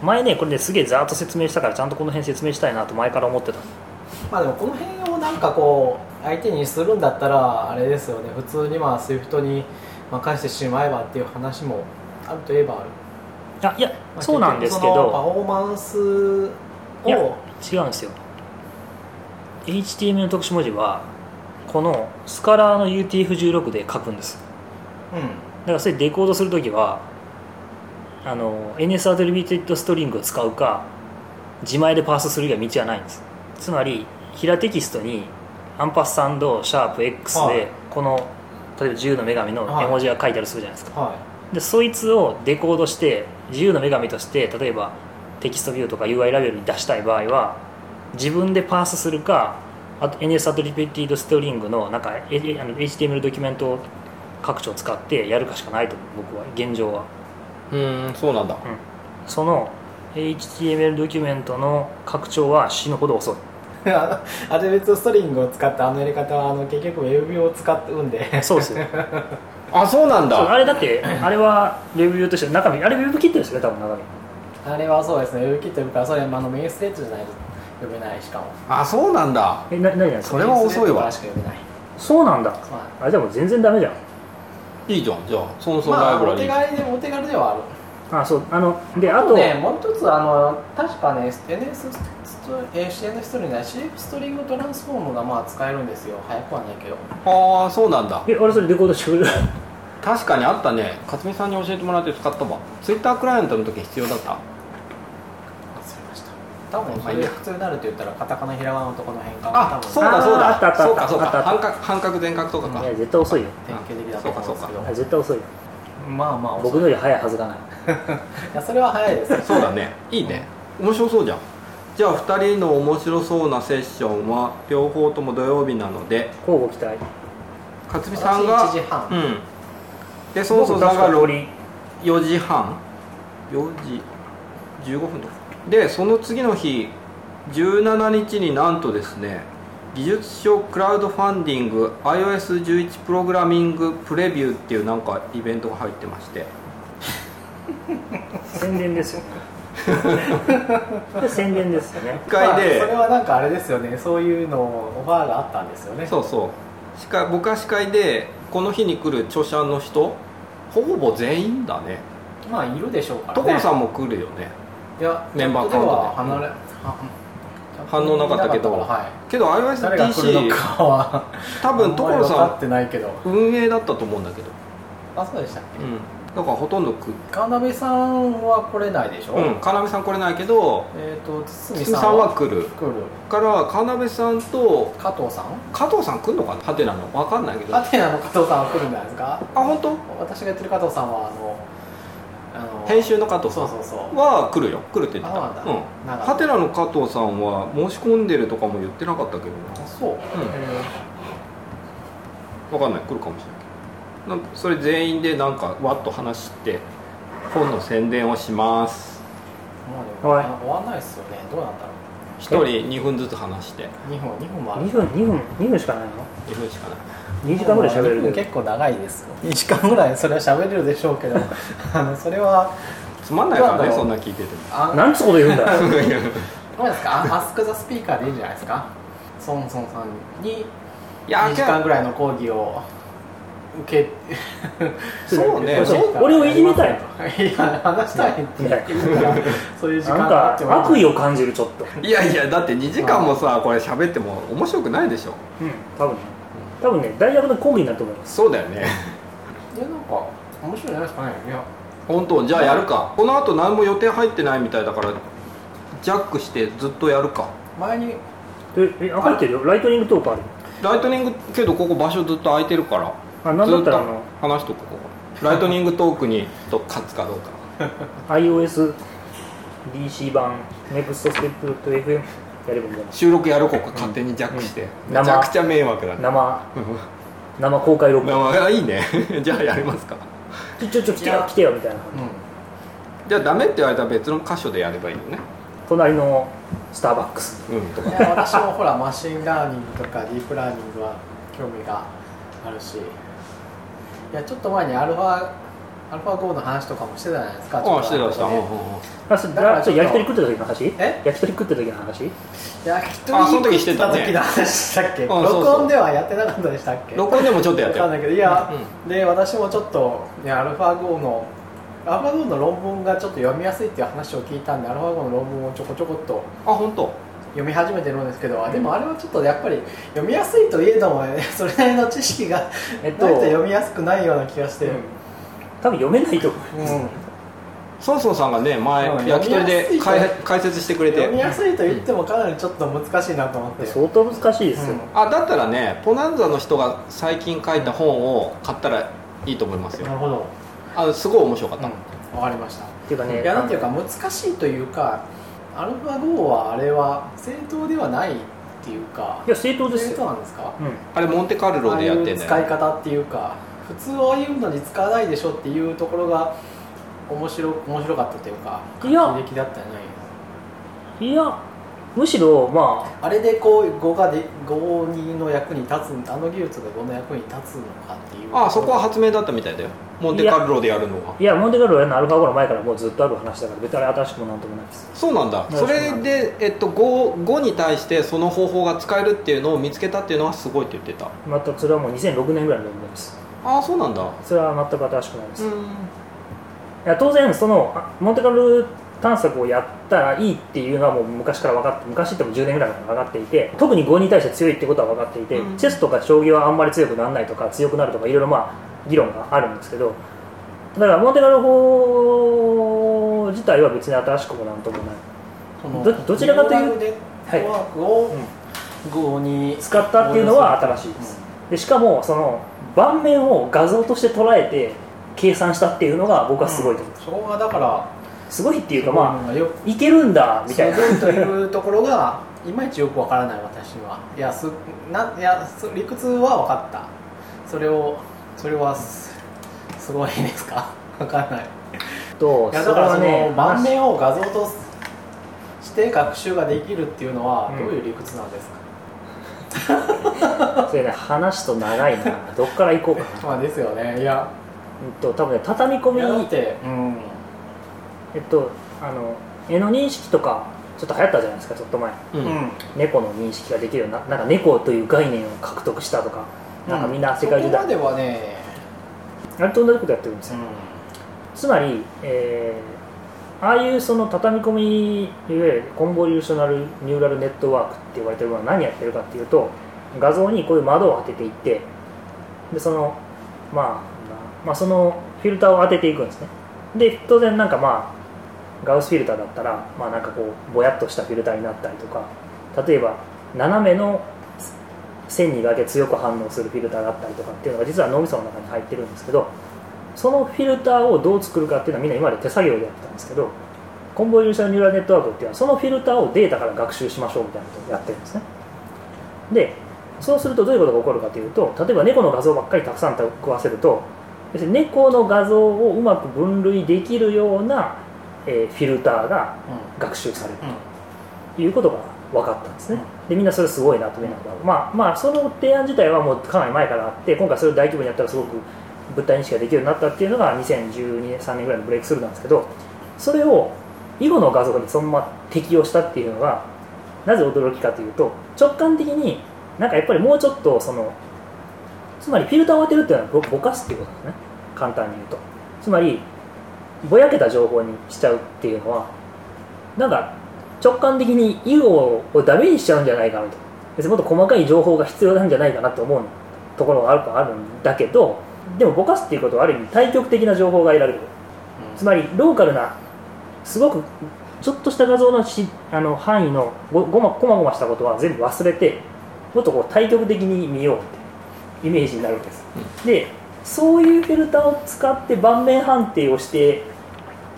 [SPEAKER 3] 前ねこれねすげえざーっと説明したからちゃんとこの辺説明したいなと前から思ってた
[SPEAKER 2] まあでもこの辺をなんかこう相手にするんだったらあれですよね普通にまあ SWIFT に任せてしまえばっていう話もあるといえばある、
[SPEAKER 3] あいや
[SPEAKER 2] まあ
[SPEAKER 3] そうなんですけ
[SPEAKER 2] 結局そ
[SPEAKER 3] ど
[SPEAKER 2] のパフォーマンス
[SPEAKER 3] いや
[SPEAKER 2] を
[SPEAKER 3] 違うんですよ HTML の特殊文字はこのスカラーの UTF-16 で書くんですだからそれデコードするときはあの NS アトリビューテッドストリングを使うか自前でパースする以外道はないんですつまり平テキストにアンパスサンドシャープ X
[SPEAKER 2] は
[SPEAKER 3] で
[SPEAKER 2] い
[SPEAKER 3] この例えば自由の女神の絵文字が書いてあるとするじゃないですか
[SPEAKER 2] うんは
[SPEAKER 3] でそいつをデコードして自由の女神として例えばテキストビューとか UI ラベルに出したい場合は自分でパースするかあと NS アトリビュティドストリングのなんかええあの HTML ドキュメント拡張を使ってやるかしかないと思う僕は現状は
[SPEAKER 1] うーんそうなんだ
[SPEAKER 3] その HTML ドキュメントの拡張は死ぬほど遅い
[SPEAKER 2] いあ のアルファベットストリングを使ったあのやり方はあの結局ウェブを使うんで
[SPEAKER 3] そうですよ
[SPEAKER 1] あそうなん
[SPEAKER 3] そうあ
[SPEAKER 1] だ
[SPEAKER 3] れだってあれはレビューとして中身あれウェブ切ってるんですよね多分中 身
[SPEAKER 2] あれはそうですねウェブキット呼ぶからそれあのメインスレッドじゃないと呼べないしかも
[SPEAKER 1] あそうなんだ
[SPEAKER 3] えな何なんです
[SPEAKER 1] そ
[SPEAKER 3] か
[SPEAKER 1] れは遅いわ
[SPEAKER 2] メインスレッドからしか呼べない
[SPEAKER 3] そうなんだ
[SPEAKER 2] まあ
[SPEAKER 3] あれでも全然ダメじゃん
[SPEAKER 1] いいじゃんじゃあソンソン
[SPEAKER 2] ま
[SPEAKER 1] ライ
[SPEAKER 2] あ
[SPEAKER 1] ブラ
[SPEAKER 2] お
[SPEAKER 1] リ
[SPEAKER 2] 手
[SPEAKER 1] ー、
[SPEAKER 2] 軽でお手軽ではある
[SPEAKER 3] あそうあのであ
[SPEAKER 2] あ
[SPEAKER 3] と
[SPEAKER 2] とねもう一つあの確かね SNS ストえー CN ストリングじゃない CF ストリングトランスフォームがまあ使えるんですよ早くはないけど
[SPEAKER 1] ああそうなんだ
[SPEAKER 3] え俺それレコードしてくれる
[SPEAKER 1] 確かにあったね勝美さんに教えてもらって使ったわツイッタークライアントの時必要だった
[SPEAKER 2] 忘れました多分それで普通になるって言ったらカタカナひらがなのとこの変換が
[SPEAKER 1] あ
[SPEAKER 2] 多
[SPEAKER 1] そう
[SPEAKER 2] 分
[SPEAKER 1] だそう
[SPEAKER 3] あーあった
[SPEAKER 1] だ
[SPEAKER 3] あったあった
[SPEAKER 1] そうかそうか
[SPEAKER 3] あったあ
[SPEAKER 1] 半
[SPEAKER 3] った
[SPEAKER 1] 角半角全角とかか
[SPEAKER 3] いや絶対遅いよ
[SPEAKER 2] 典型的だと思うんですけ
[SPEAKER 1] そう
[SPEAKER 3] あ
[SPEAKER 2] ど
[SPEAKER 3] 絶対遅いよ
[SPEAKER 2] まあまあ遅
[SPEAKER 3] 僕
[SPEAKER 2] い
[SPEAKER 3] のより早いはずがない
[SPEAKER 2] いやそれは早いです
[SPEAKER 1] そうだねいいね面白そうじゃんじゃあ2人の面白そうなセッションは両方とも土曜日なので
[SPEAKER 3] 交互期待
[SPEAKER 1] 勝美さんが
[SPEAKER 2] 私1時半
[SPEAKER 1] うんでソンソンさんが
[SPEAKER 3] 僕確か
[SPEAKER 1] ロリ4時半4時15分とかでその次の日17日になんとですね技術書クラウドファンディング iOS11 プログラミングプレビューっていうなんかイベントが入ってまして
[SPEAKER 3] 宣伝ですよ これ宣伝ですよね
[SPEAKER 1] 1回
[SPEAKER 2] ま
[SPEAKER 1] で
[SPEAKER 2] あそれはなんかあれですよねそういうのオファーがあったんですよね
[SPEAKER 1] そうそう司会僕は司会でこの日に来る著者の人ほぼ全員だね
[SPEAKER 2] まあいるでしょうからね
[SPEAKER 1] 所さんも来るよね
[SPEAKER 2] いや
[SPEAKER 1] メンバーカウントで
[SPEAKER 2] では離れ、は
[SPEAKER 1] 反応なかったけど
[SPEAKER 2] はい
[SPEAKER 1] けど
[SPEAKER 2] 誰が来るの
[SPEAKER 1] iOSDC
[SPEAKER 2] かは
[SPEAKER 1] 多分
[SPEAKER 2] あんま
[SPEAKER 1] 所
[SPEAKER 2] り分
[SPEAKER 1] さ
[SPEAKER 2] かっ
[SPEAKER 1] ん
[SPEAKER 2] てないけど
[SPEAKER 1] 運営だったと思うんだけど
[SPEAKER 2] あそうでしたっけ
[SPEAKER 1] うんだからほとんど来る
[SPEAKER 2] 神鍋さんは来れないでしょ、
[SPEAKER 1] うん要さん来れないけど
[SPEAKER 2] えっ、と堤
[SPEAKER 1] 堤
[SPEAKER 2] さ
[SPEAKER 1] さ
[SPEAKER 2] ん
[SPEAKER 1] んは
[SPEAKER 2] は
[SPEAKER 1] 来る
[SPEAKER 2] 来る
[SPEAKER 1] から要さんと
[SPEAKER 2] 加藤さん
[SPEAKER 1] 加藤さん来るのかなハテナの分かんないけど
[SPEAKER 2] ア
[SPEAKER 1] あ
[SPEAKER 2] テナの加藤さんは来るんじゃないですか
[SPEAKER 1] 本当
[SPEAKER 2] 私がやってる加藤さんはあのあの
[SPEAKER 1] 編集の加藤さ
[SPEAKER 2] そうんそうそう
[SPEAKER 1] は来るよ来るって言ってた
[SPEAKER 2] あそう
[SPEAKER 1] うん
[SPEAKER 2] なんだなん
[SPEAKER 1] ハ
[SPEAKER 2] か
[SPEAKER 1] テナの加藤さんは申し込んでるとかも言ってなかったけどな
[SPEAKER 2] あそう、え
[SPEAKER 1] 分かんない来るかもしれないけどなんかそれ全員でなんかわっと話して本の宣伝をします
[SPEAKER 2] ーまあでも、
[SPEAKER 3] はい
[SPEAKER 2] 終わんないですよねどうなんだろ
[SPEAKER 1] 1人2分ずつ話して
[SPEAKER 2] う2分2分もある
[SPEAKER 3] 2分2分2分しかないの
[SPEAKER 1] 2分しかない
[SPEAKER 3] 2時間ぐらい喋れるけ
[SPEAKER 2] 結構長いですよ2時間ぐらいそれは喋れるでしょうけ どあのそれは
[SPEAKER 1] つまんないから
[SPEAKER 2] なんだ
[SPEAKER 1] ね
[SPEAKER 2] ろう
[SPEAKER 1] そんな聞いてても
[SPEAKER 3] ど
[SPEAKER 2] あ
[SPEAKER 3] なんつうこと言うんだ よ
[SPEAKER 2] どうですかあアスク・ザ・スピーカーでいいんじゃないですかソンソンさんに
[SPEAKER 1] い
[SPEAKER 2] 2時間
[SPEAKER 1] や
[SPEAKER 2] ぐらいの講義を受け
[SPEAKER 1] そうね
[SPEAKER 3] そう俺をいじめたい
[SPEAKER 2] いや話したいって言ったらそういう時間
[SPEAKER 3] なん
[SPEAKER 2] になっても
[SPEAKER 3] か悪意を感じるちょっと
[SPEAKER 1] いやいやだって2時間もさこれ喋っても面白くないでしょ
[SPEAKER 3] うん多分ね多分ね大学の講義になると思います
[SPEAKER 1] そうだよね
[SPEAKER 2] いやなんか面白いじゃないですかねいや
[SPEAKER 1] 本当じゃあやるかこの後何も予定入ってないみたいだからジャックしてずっとやるか
[SPEAKER 2] 前に
[SPEAKER 3] ええあ入ってるよライトニングトークあるよ
[SPEAKER 1] ライトニングけどここ場所ずっと空いてるから
[SPEAKER 3] あなんだったらあの
[SPEAKER 1] ずっと話しとくここライトニングトークにと勝つかどうか
[SPEAKER 3] iOSDC 版 NEXTSTEP.FM やればいいんじゃない
[SPEAKER 1] 収録やるここ勝手にジャックして、
[SPEAKER 3] うん
[SPEAKER 1] めちゃくちゃ迷惑だね
[SPEAKER 3] 生生公開録
[SPEAKER 1] まあ
[SPEAKER 3] 音
[SPEAKER 1] まあいいね じゃあやりますか
[SPEAKER 3] ちょちょちょ来
[SPEAKER 2] い
[SPEAKER 3] てよ
[SPEAKER 2] や
[SPEAKER 3] 来てよみたいな
[SPEAKER 2] う
[SPEAKER 1] じゃあダメって言われたら別の箇所でやればいいよね
[SPEAKER 3] 隣のスターバックス
[SPEAKER 1] うんと
[SPEAKER 2] ん
[SPEAKER 1] か
[SPEAKER 2] いや 私もほらマシンラーニングとかディープラーニングは興味があるしいやちょっと前にアルファアルファ GO の話とかもしてたじゃないですか
[SPEAKER 1] ああしてたしてた、
[SPEAKER 2] ち
[SPEAKER 1] うん
[SPEAKER 2] ょっと
[SPEAKER 1] うんうん
[SPEAKER 3] あそれ
[SPEAKER 2] だから
[SPEAKER 3] あそれ
[SPEAKER 2] ちょ
[SPEAKER 3] 焼
[SPEAKER 2] っ
[SPEAKER 3] き
[SPEAKER 2] と
[SPEAKER 3] 鳥食ってた時の話
[SPEAKER 2] え
[SPEAKER 3] 焼き鳥食ってた時の話
[SPEAKER 2] 焼き
[SPEAKER 1] あそ
[SPEAKER 2] 鳥
[SPEAKER 1] の時してたね
[SPEAKER 2] 食時の話したっけ、
[SPEAKER 1] そうそう
[SPEAKER 2] 録音ではやってなかったでしたっけ
[SPEAKER 1] 録音でもちょっとやっ
[SPEAKER 2] わ
[SPEAKER 1] て
[SPEAKER 2] かんないけどいや、
[SPEAKER 1] う
[SPEAKER 2] で私もちょっと、ね、アルファ GO のアルファ GO の論文がちょっと読みやすいっていう話を聞いたんでアルファ GO の論文をちょこちょこっと
[SPEAKER 1] あ本当。
[SPEAKER 2] 読み始めてるんですけど、でもあれはちょっとやっぱり読みやすいといえども、 ね、それなりの知識がな
[SPEAKER 3] え
[SPEAKER 2] い
[SPEAKER 3] っ
[SPEAKER 2] と
[SPEAKER 3] と
[SPEAKER 2] 読みやすくないような気がして、
[SPEAKER 3] うん多分読めないと思う
[SPEAKER 2] うん
[SPEAKER 1] ソンソンさんがね
[SPEAKER 2] うん
[SPEAKER 1] 前焼き鳥で
[SPEAKER 2] 読みや
[SPEAKER 1] 解
[SPEAKER 2] すい
[SPEAKER 1] 解説してくれて
[SPEAKER 2] 読みやすいと言ってもかなりちょっと難しいなと思って、
[SPEAKER 3] 相当難しいですよ、
[SPEAKER 2] う
[SPEAKER 1] あだったらねポナンザの人が最近書いた本を買ったらいいと思います
[SPEAKER 2] なる
[SPEAKER 1] よ
[SPEAKER 2] ほど、
[SPEAKER 1] あのすごい面白かっ
[SPEAKER 2] う
[SPEAKER 1] た、
[SPEAKER 2] ん、わかりました
[SPEAKER 3] っていうかね
[SPEAKER 2] いやなんていうか難しいというかアルファ GO はあれは正当ではないっていうか
[SPEAKER 3] いや正当です
[SPEAKER 2] 正当な
[SPEAKER 3] よ、
[SPEAKER 2] んですか
[SPEAKER 3] うん、
[SPEAKER 1] あれモンテカルロ
[SPEAKER 2] ああ
[SPEAKER 1] で
[SPEAKER 2] い
[SPEAKER 1] やって
[SPEAKER 2] うん
[SPEAKER 1] だ
[SPEAKER 2] 使い
[SPEAKER 1] よ
[SPEAKER 2] 方っていうか普通ああいうのに使わないでしょっていうところが面白面白かったというか
[SPEAKER 3] いや
[SPEAKER 2] 刺激だったよね
[SPEAKER 3] いやむしろまあ
[SPEAKER 2] あれでこう語がで語にの役に立つあの技術が語の役に立つのかっていう
[SPEAKER 1] あそこは発明だったみたいだよモンテカルロでやるのはい
[SPEAKER 3] やモンテカルロやるのアルファゴの前からもうずっとある話だから別にあれ新しくもなんともないです
[SPEAKER 1] そうなんだ
[SPEAKER 3] うん
[SPEAKER 1] それで、えっと、5, 5に対してその方法が使えるっていうのを見つけたっていうのはすごいって言ってた
[SPEAKER 3] またそれはもう2006年ぐらいの論文です
[SPEAKER 1] ああそうなんだ
[SPEAKER 3] それは全く新しくないです、
[SPEAKER 1] う
[SPEAKER 3] い
[SPEAKER 1] ん
[SPEAKER 3] や当然そのあモンテカルロ探索をやったらいいっていうのはもう昔から分かって昔ってもう10年ぐらい前から分かっていて特に5に対して強いってことは分かっていて、
[SPEAKER 1] うん
[SPEAKER 3] チェスとか将棋はあんまり強くならないとか強くなるとかいろいろまあ議論があるんですけどだからモンテカルロ法自体は別に新しくもなんともない
[SPEAKER 2] その
[SPEAKER 3] どどちらかという
[SPEAKER 2] グローバルネットワーク
[SPEAKER 1] は
[SPEAKER 2] を
[SPEAKER 1] い
[SPEAKER 2] 合に
[SPEAKER 3] 使ったっていうのは新しいです、でしかもその盤面を画像として捉えて計算したっていうのが僕はすごいと思う、
[SPEAKER 2] そこがだから
[SPEAKER 3] すごいっていうかま
[SPEAKER 2] あよ
[SPEAKER 3] あいけるんだみ
[SPEAKER 2] す
[SPEAKER 3] たいな
[SPEAKER 2] ごいというところがいまいちよくわからない私にはいやすないやす理屈は分かったそれをそれはすすごいですかわかんない
[SPEAKER 3] と
[SPEAKER 2] いや
[SPEAKER 3] そ
[SPEAKER 2] だ
[SPEAKER 3] れ
[SPEAKER 2] から
[SPEAKER 3] は
[SPEAKER 2] その
[SPEAKER 3] ね
[SPEAKER 2] 盤面を画像として学習ができるっていうのは
[SPEAKER 3] うん
[SPEAKER 2] どういう理屈なんですか、
[SPEAKER 3] 話それね話と長い などっから行こうかな
[SPEAKER 2] まあですよねいや
[SPEAKER 3] うんと多分ね畳み込
[SPEAKER 2] いやだっ
[SPEAKER 3] み
[SPEAKER 2] てうん
[SPEAKER 3] えっとあの絵の認識とかちょっと流行ったじゃないですかちょっと前
[SPEAKER 1] う
[SPEAKER 2] うんん
[SPEAKER 3] 猫の認識ができるようにななんか猫という概念を獲得したとかなんかみんな世界中
[SPEAKER 2] そこ
[SPEAKER 3] だ、
[SPEAKER 2] まではね、
[SPEAKER 3] あれと同じことやってるんですよ、
[SPEAKER 2] う
[SPEAKER 3] つまり、えーああいうその畳み込みいわゆるコンボリューショナルニューラルネットワークって言われてるものは何やってるかっていうと画像にこういう窓を当てていってでそのまあ、まあ、そのフィルターを当てていくんですねで当然なんかまあガウスフィルターだったらまあなんかこうぼやっとしたフィルターになったりとか例えば斜めの線にだけ強く反応するフィルターだったりとかっていうのが実は脳みその中に入ってるんですけどそのフィルターをどう作るかっていうのはみんな今まで手作業でやってたんですけどコンボリューションニューラルネットワークっていうのはそのフィルターをデータから学習しましょうみたいなことをやってるんですねでそうするとどういうことが起こるかというと例えば猫の画像ばっかりたくさん食わせると要するに猫の画像をうまく分類できるような、えーフィルターが
[SPEAKER 2] ん
[SPEAKER 3] 学習される
[SPEAKER 2] うん
[SPEAKER 3] ということが分かったんですねでみんなそれすごいなとみんながまあまあその提案自体はもうかなり前からあって今回それを大規模にやったらすごく物体認識ができるようになったっていうのが2012年3年ぐらいのブレイクスルーなんですけどそれを囲碁の画像にそのまま適用したっていうのがなぜ驚きかというと直感的になんかやっぱりもうちょっとそのつまりフィルターを当てるっていうのはぼぼかすっていうことなんですね簡単に言うとつまりぼやけた情報にしちゃうっていうのはなんか直感的に囲碁をダメにしちゃうんじゃないかなと別にもっと細かい情報が必要なんじゃないかなと思うところがあるかあるんだけどでもぼかすっていうことはある意味対極的な情報が得られるつまりローカルなすごくちょっとした画像のしあの範囲のごごまごまごましたことは全部忘れてもっとこう対極的に見ようっていうイメージになるんですでそういうフィルターを使って盤面判定をして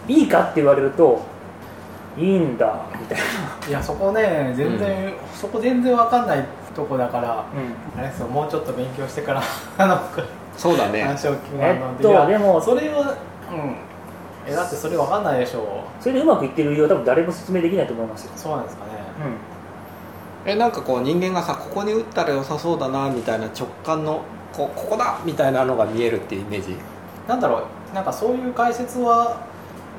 [SPEAKER 3] いいかって言われるといいんだみたい
[SPEAKER 2] いやそこね全然、そこ全然わかんないとこだから
[SPEAKER 3] な、
[SPEAKER 2] あれですよもうちょっと勉強してから あの
[SPEAKER 1] そうだね
[SPEAKER 2] 話を聞く
[SPEAKER 3] え
[SPEAKER 2] の
[SPEAKER 3] っとでも
[SPEAKER 2] それはうんえだってそれわかんないでしょ
[SPEAKER 3] それでうまくいってる理由は多分誰も説明できないと思いますよ、
[SPEAKER 2] うそうなんですかね
[SPEAKER 1] えなんかこう人間がさここに打ったら良さそうだなみたいな直感のこうここだみたいなのが見えるっていうイメージ
[SPEAKER 2] なんだろうなんかそういう解説は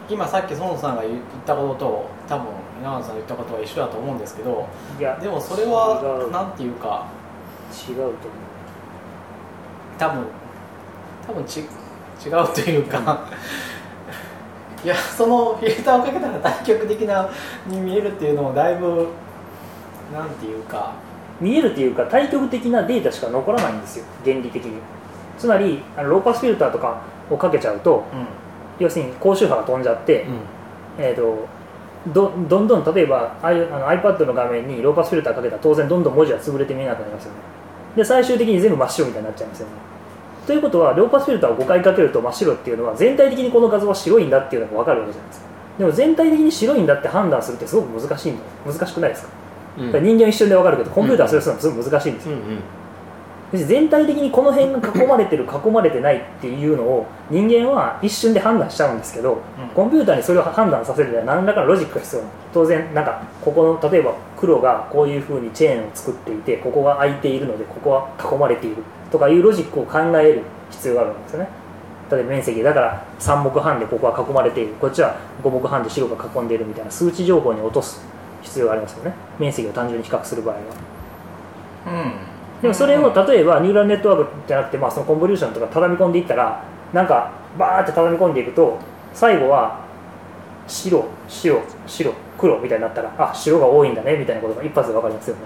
[SPEAKER 2] 今さっき孫さんが言ったことと多分稲野さんが言ったことは一緒だと思うんですけど
[SPEAKER 3] いや
[SPEAKER 2] でもそれ
[SPEAKER 3] 違
[SPEAKER 2] は
[SPEAKER 3] う
[SPEAKER 2] なんていうか
[SPEAKER 3] 違うと思う
[SPEAKER 2] 多分多分ち違うというか、いやそのフィルターをかけたら対極的なに見えるっていうのもだいぶなんていうか
[SPEAKER 3] 見えるというか対極的なデータしか残らないんですよ原理的につまりあのローパスフィルターとかをかけちゃうと要するに高周波が飛んじゃって、えー、とどどんどん例えばああいうあの iPad の画面にローパスフィルターかけたら当然どんどん文字が潰れて見えなくなりますよねで最終的に全部真っ白みたいになっちゃいますよねということはローパスフィルターを5回かけると真っ白っていうのは全体的にこの画像は白いんだっていうのが分かるわけじゃないですかでも全体的に白いんだって判断するってすごく難しいんだ難しくないですか,、
[SPEAKER 1] うんうん
[SPEAKER 3] 人間一瞬で分かるけどコンピューターはそれするのはすごく難しいんです
[SPEAKER 1] う
[SPEAKER 3] よ
[SPEAKER 1] ん
[SPEAKER 3] 別に全体的にこの辺が囲まれてる囲まれてないっていうのを人間は一瞬で判断しちゃうんですけど、コンピューターにそれを判断させるには何らかのロジックが必要なの当然なんかここの例えば黒がこういうふうにチェーンを作っていてここが空いているのでここは囲まれているとかいうロジックを考える必要があるんですよね例えば面積だから3目半でここは囲まれているこっちは5目半で白が囲んでいるみたいな数値情報に落とす必要がありますよね面積を単純に比較する場合は
[SPEAKER 2] うん、うん
[SPEAKER 3] でもそれを例えばニューラルネットワークじゃなくて、まあ、そのコンボリューションとか畳み込んでいったらなんかバーって畳み込んでいくと最後は白白白黒みたいになったらあ白が多いんだねみたいなことが一発で分かりますよね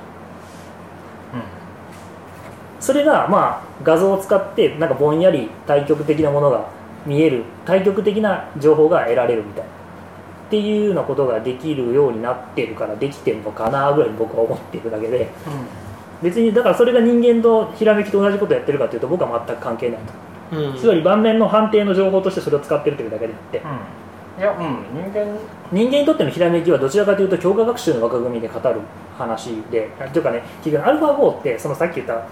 [SPEAKER 3] それがまあ画像を使ってなんかぼんやり対極的なものが見える対極的な情報が得られるみたいなっていうようなことができるようになってるからできてるのかなぐらいに僕は思っているだけで別にだからそれが人間とひらめきと同じことをやってるかというと僕は全く関係ないと
[SPEAKER 1] うん
[SPEAKER 3] つまり盤面の判定の情報としてそれを使ってるというだけであって
[SPEAKER 2] いやうん人間
[SPEAKER 3] 人間にとってのひらめきはどちらかというと強化学習の枠組みで語る話であというかね結局アルファ4ってそのさっき言った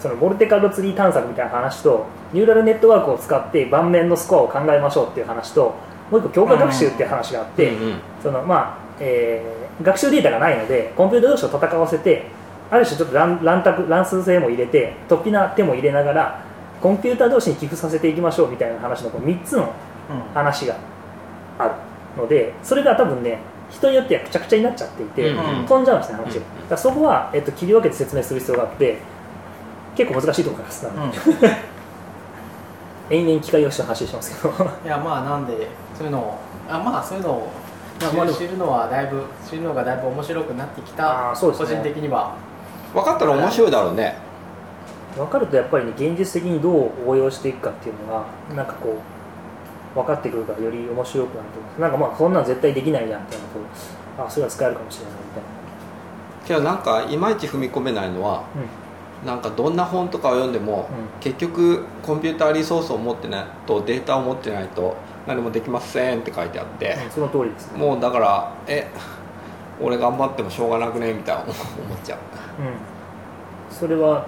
[SPEAKER 3] そのボルテカルツリー探索みたいな話とニューラルネットワークを使って盤面のスコアを考えましょうっていう話ともう一個強化学習っていう話があって、
[SPEAKER 1] うんうん
[SPEAKER 3] そのまあえー学習データがないのでコンピュータ同士を戦わせてある種ちょっと乱乱卓乱数性も入れて突飛な手も入れながらコンピュータ同士に寄付させていきましょうみたいな話のこう3つの話があるのでそれが多分ね人によってはくちゃくちゃになっちゃっていて、
[SPEAKER 1] うん
[SPEAKER 2] うん
[SPEAKER 3] 飛んじゃうんですね話が、
[SPEAKER 1] うん
[SPEAKER 3] だからそこは、えっと、切り分けて説明する必要があって結構難しいと思います、
[SPEAKER 2] うん
[SPEAKER 3] 延々機械学習の話してますけど
[SPEAKER 2] いやまあなんでそういうのをあまあそういうのを
[SPEAKER 3] まあまあでも
[SPEAKER 2] 知るのはだいぶ知るのがだいぶ面白くなってき た
[SPEAKER 3] あーそうです
[SPEAKER 2] 個
[SPEAKER 3] ね
[SPEAKER 2] 人的には
[SPEAKER 1] 分かったら面白いだろうね
[SPEAKER 3] 分かるとやっぱりね現実的にどう応用していくかっていうのがなんかこう分かってくるからより面白くなると思うなんかまあそんなん絶対できないやんみたいなこうあそれは使えるかもしれないみたい
[SPEAKER 1] けどなんかいまいち踏み込めないのは
[SPEAKER 3] な、う
[SPEAKER 1] なん
[SPEAKER 3] ん
[SPEAKER 1] かどんな本とかを読んでも、
[SPEAKER 3] う
[SPEAKER 1] 結局コンピューターリソースを持ってないとデータを持ってないと何もできませんって書いてあって、
[SPEAKER 3] うんその通りですね、
[SPEAKER 1] もうだからえ俺頑張ってもしょうがなくねみたいな思っちゃ
[SPEAKER 3] うん、それは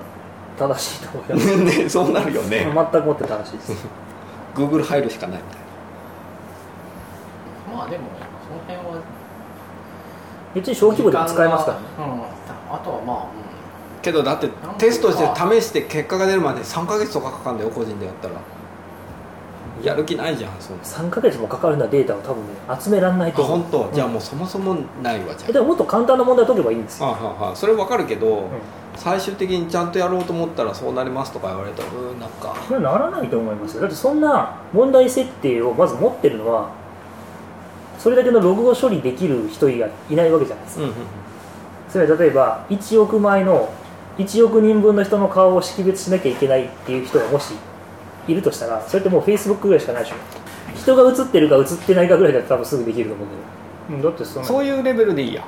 [SPEAKER 3] 正しいと思います
[SPEAKER 1] う ねそうなるよね
[SPEAKER 3] 全くもって正しいです
[SPEAKER 1] Google 入るしかないみたいな
[SPEAKER 2] まあでもその辺は
[SPEAKER 3] 別に小規模でも使えますからね
[SPEAKER 2] 時間がうん、あとはまあ、
[SPEAKER 1] けどだってテストして試して結果が出るまで3ヶ月とかかかるんだよ個人でやったらやる気ないじゃんそんな
[SPEAKER 3] 3ヶ月もかかるようなデータを多分ね集められない
[SPEAKER 1] あ
[SPEAKER 3] と思う
[SPEAKER 1] 本当じゃあもうそもそもないわじゃ
[SPEAKER 3] えでももっと簡単な問題を解けばいいんです
[SPEAKER 1] あ
[SPEAKER 3] よ、
[SPEAKER 1] はあはあそれわかるけど、
[SPEAKER 3] うん
[SPEAKER 1] 最終的にちゃんとやろうと思ったらそうなりますとか言われたらうーんなんか
[SPEAKER 3] いやならないと思いますよだってそんな問題設定をまず持ってるのはそれだけのログを処理できる人がいないわけじゃないですか、
[SPEAKER 1] うんうん
[SPEAKER 3] つまり例えば1億枚の1億人分の人の顔を識別しなきゃいけないっていう人がもしいるとしたらそれってもう Facebook ぐらいしかないでしょ人が映ってるか映ってないかぐらいだったら多分すぐできると思うけどうんだってそんな
[SPEAKER 1] そういうレベルでいいや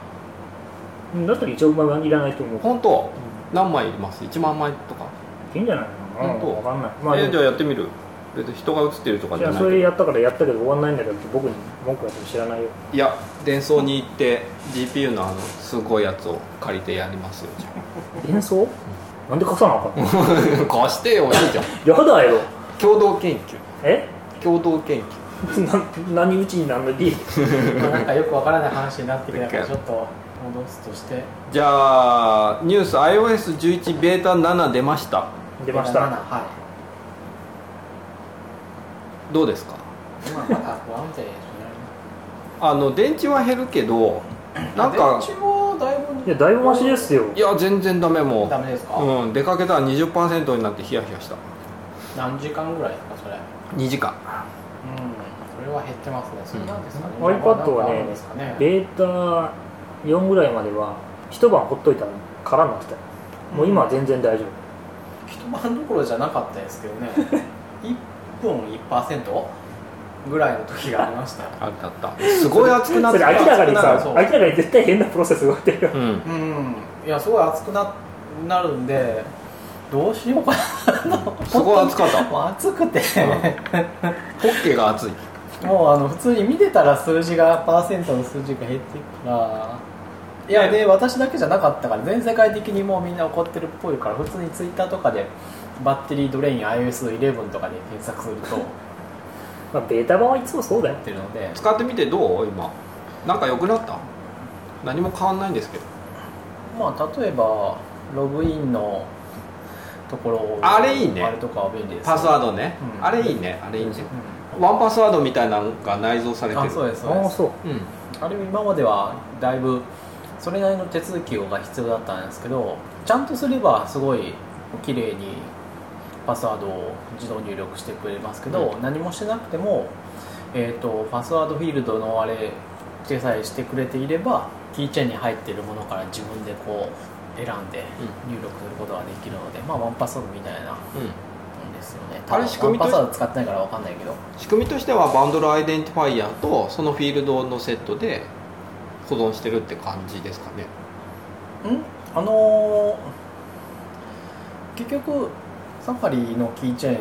[SPEAKER 3] うんだったら1億枚はいらないと思う
[SPEAKER 1] 本当何枚いります1万枚とか
[SPEAKER 3] いいんじゃないのかな
[SPEAKER 1] 本当
[SPEAKER 3] 分かんないまあ
[SPEAKER 1] え
[SPEAKER 3] で
[SPEAKER 1] ー
[SPEAKER 3] も
[SPEAKER 1] じゃあやってみる別に人が映ってるとか
[SPEAKER 3] い
[SPEAKER 1] じゃ
[SPEAKER 3] や
[SPEAKER 1] ない
[SPEAKER 3] それ
[SPEAKER 1] けど
[SPEAKER 3] やったからやったけど終わんないんだけどって僕に文句やっても知らないよ
[SPEAKER 1] いや伝送に行って GPU のあのすごいやつを借りてやりますよじ
[SPEAKER 3] 演奏なんで貸さなあか んの
[SPEAKER 1] ゃあ貸してよいいじゃん
[SPEAKER 3] やだよ
[SPEAKER 1] 共同研究
[SPEAKER 3] え
[SPEAKER 1] 共同研究
[SPEAKER 3] な何うちに何の利益
[SPEAKER 2] うんまあなんかよくわからない話になってき たから
[SPEAKER 1] 一
[SPEAKER 2] ち
[SPEAKER 1] 回
[SPEAKER 2] ょっと戻すとして
[SPEAKER 1] じゃあニュース iOS11 ベータ7出ました
[SPEAKER 3] 出まし
[SPEAKER 2] 7
[SPEAKER 3] た
[SPEAKER 2] は
[SPEAKER 1] どうですか
[SPEAKER 2] い今まだ不安定ですね
[SPEAKER 1] あの電池は減るけどなんか
[SPEAKER 2] 電池もだいぶ
[SPEAKER 3] いやだいぶマシですよ
[SPEAKER 1] いや全然ダメも
[SPEAKER 2] ダメですか、
[SPEAKER 1] う、うん、出かけたら20%になってヒヤヒヤした
[SPEAKER 2] 何時間ぐらいですかそれうん
[SPEAKER 1] 2時間
[SPEAKER 2] それは減ってますねそれなんですかね、
[SPEAKER 3] うん iPad はね
[SPEAKER 2] なんかあるんですかね
[SPEAKER 3] ベータ4ぐらいまでは一晩ほっといたら空になってたよもう今は全然大丈夫
[SPEAKER 2] 一晩どころじゃなかったですけど ね1分1%ぐらいの時がありましたよ
[SPEAKER 1] あったあったすごい熱くなっ
[SPEAKER 3] そ
[SPEAKER 1] て
[SPEAKER 3] れ
[SPEAKER 1] た
[SPEAKER 3] 明らかにさ
[SPEAKER 2] そ
[SPEAKER 3] 明
[SPEAKER 2] う
[SPEAKER 3] らかに絶対変なプロセス動いてるよ
[SPEAKER 1] うん
[SPEAKER 2] うんいやすごい熱くななるんでどうしようかな
[SPEAKER 1] すごい熱かった
[SPEAKER 2] もう熱くて
[SPEAKER 1] ホッケが熱い
[SPEAKER 2] もうあの普通に見てたら数字がパーセントの数字が減っていくからいやで私だけじゃなかったから全世界的にもうみんな怒ってるっぽいから普通にツイッターとかでバッテリードレイン iOS11 とかで検索する と
[SPEAKER 3] まあベータ版はいつもそうだよ
[SPEAKER 2] 出るので
[SPEAKER 1] 使ってみてどう今なんか良くなった何も変わんないんですけど
[SPEAKER 2] まあ例えばログインのところを
[SPEAKER 1] あれいいね
[SPEAKER 2] あれとかは便利です
[SPEAKER 1] パスワードね、
[SPEAKER 2] うん
[SPEAKER 1] あれいいねあれいいね
[SPEAKER 2] う
[SPEAKER 1] ワンパスワードみたいなのが内蔵され
[SPEAKER 2] ん
[SPEAKER 1] てる
[SPEAKER 2] あそうですそう
[SPEAKER 3] あ
[SPEAKER 2] で
[SPEAKER 3] あ
[SPEAKER 2] す
[SPEAKER 3] そう
[SPEAKER 1] うん
[SPEAKER 2] あれ今まではだいぶそれなりの手続きが必要だったんですけどちゃんとすればすごい綺麗にパスワードを自動入力してくれますけど、何もしてなくても、えー、とパスワードフィールドのあれでさえしてくれていればキーチェーンに入っているものから自分でこう選んで入力することができるので、まあワンパスワードみたいなも
[SPEAKER 1] うん
[SPEAKER 2] んですよね
[SPEAKER 1] あれ仕組みと
[SPEAKER 2] ワン
[SPEAKER 1] し
[SPEAKER 2] パスワード使ってないからわかんないけど
[SPEAKER 1] 仕組みとしてはバンドルアイデンティファイヤーとそのフィールドのセットで保存してるって感じですかね
[SPEAKER 2] んあのー結局サファリのキーチェーン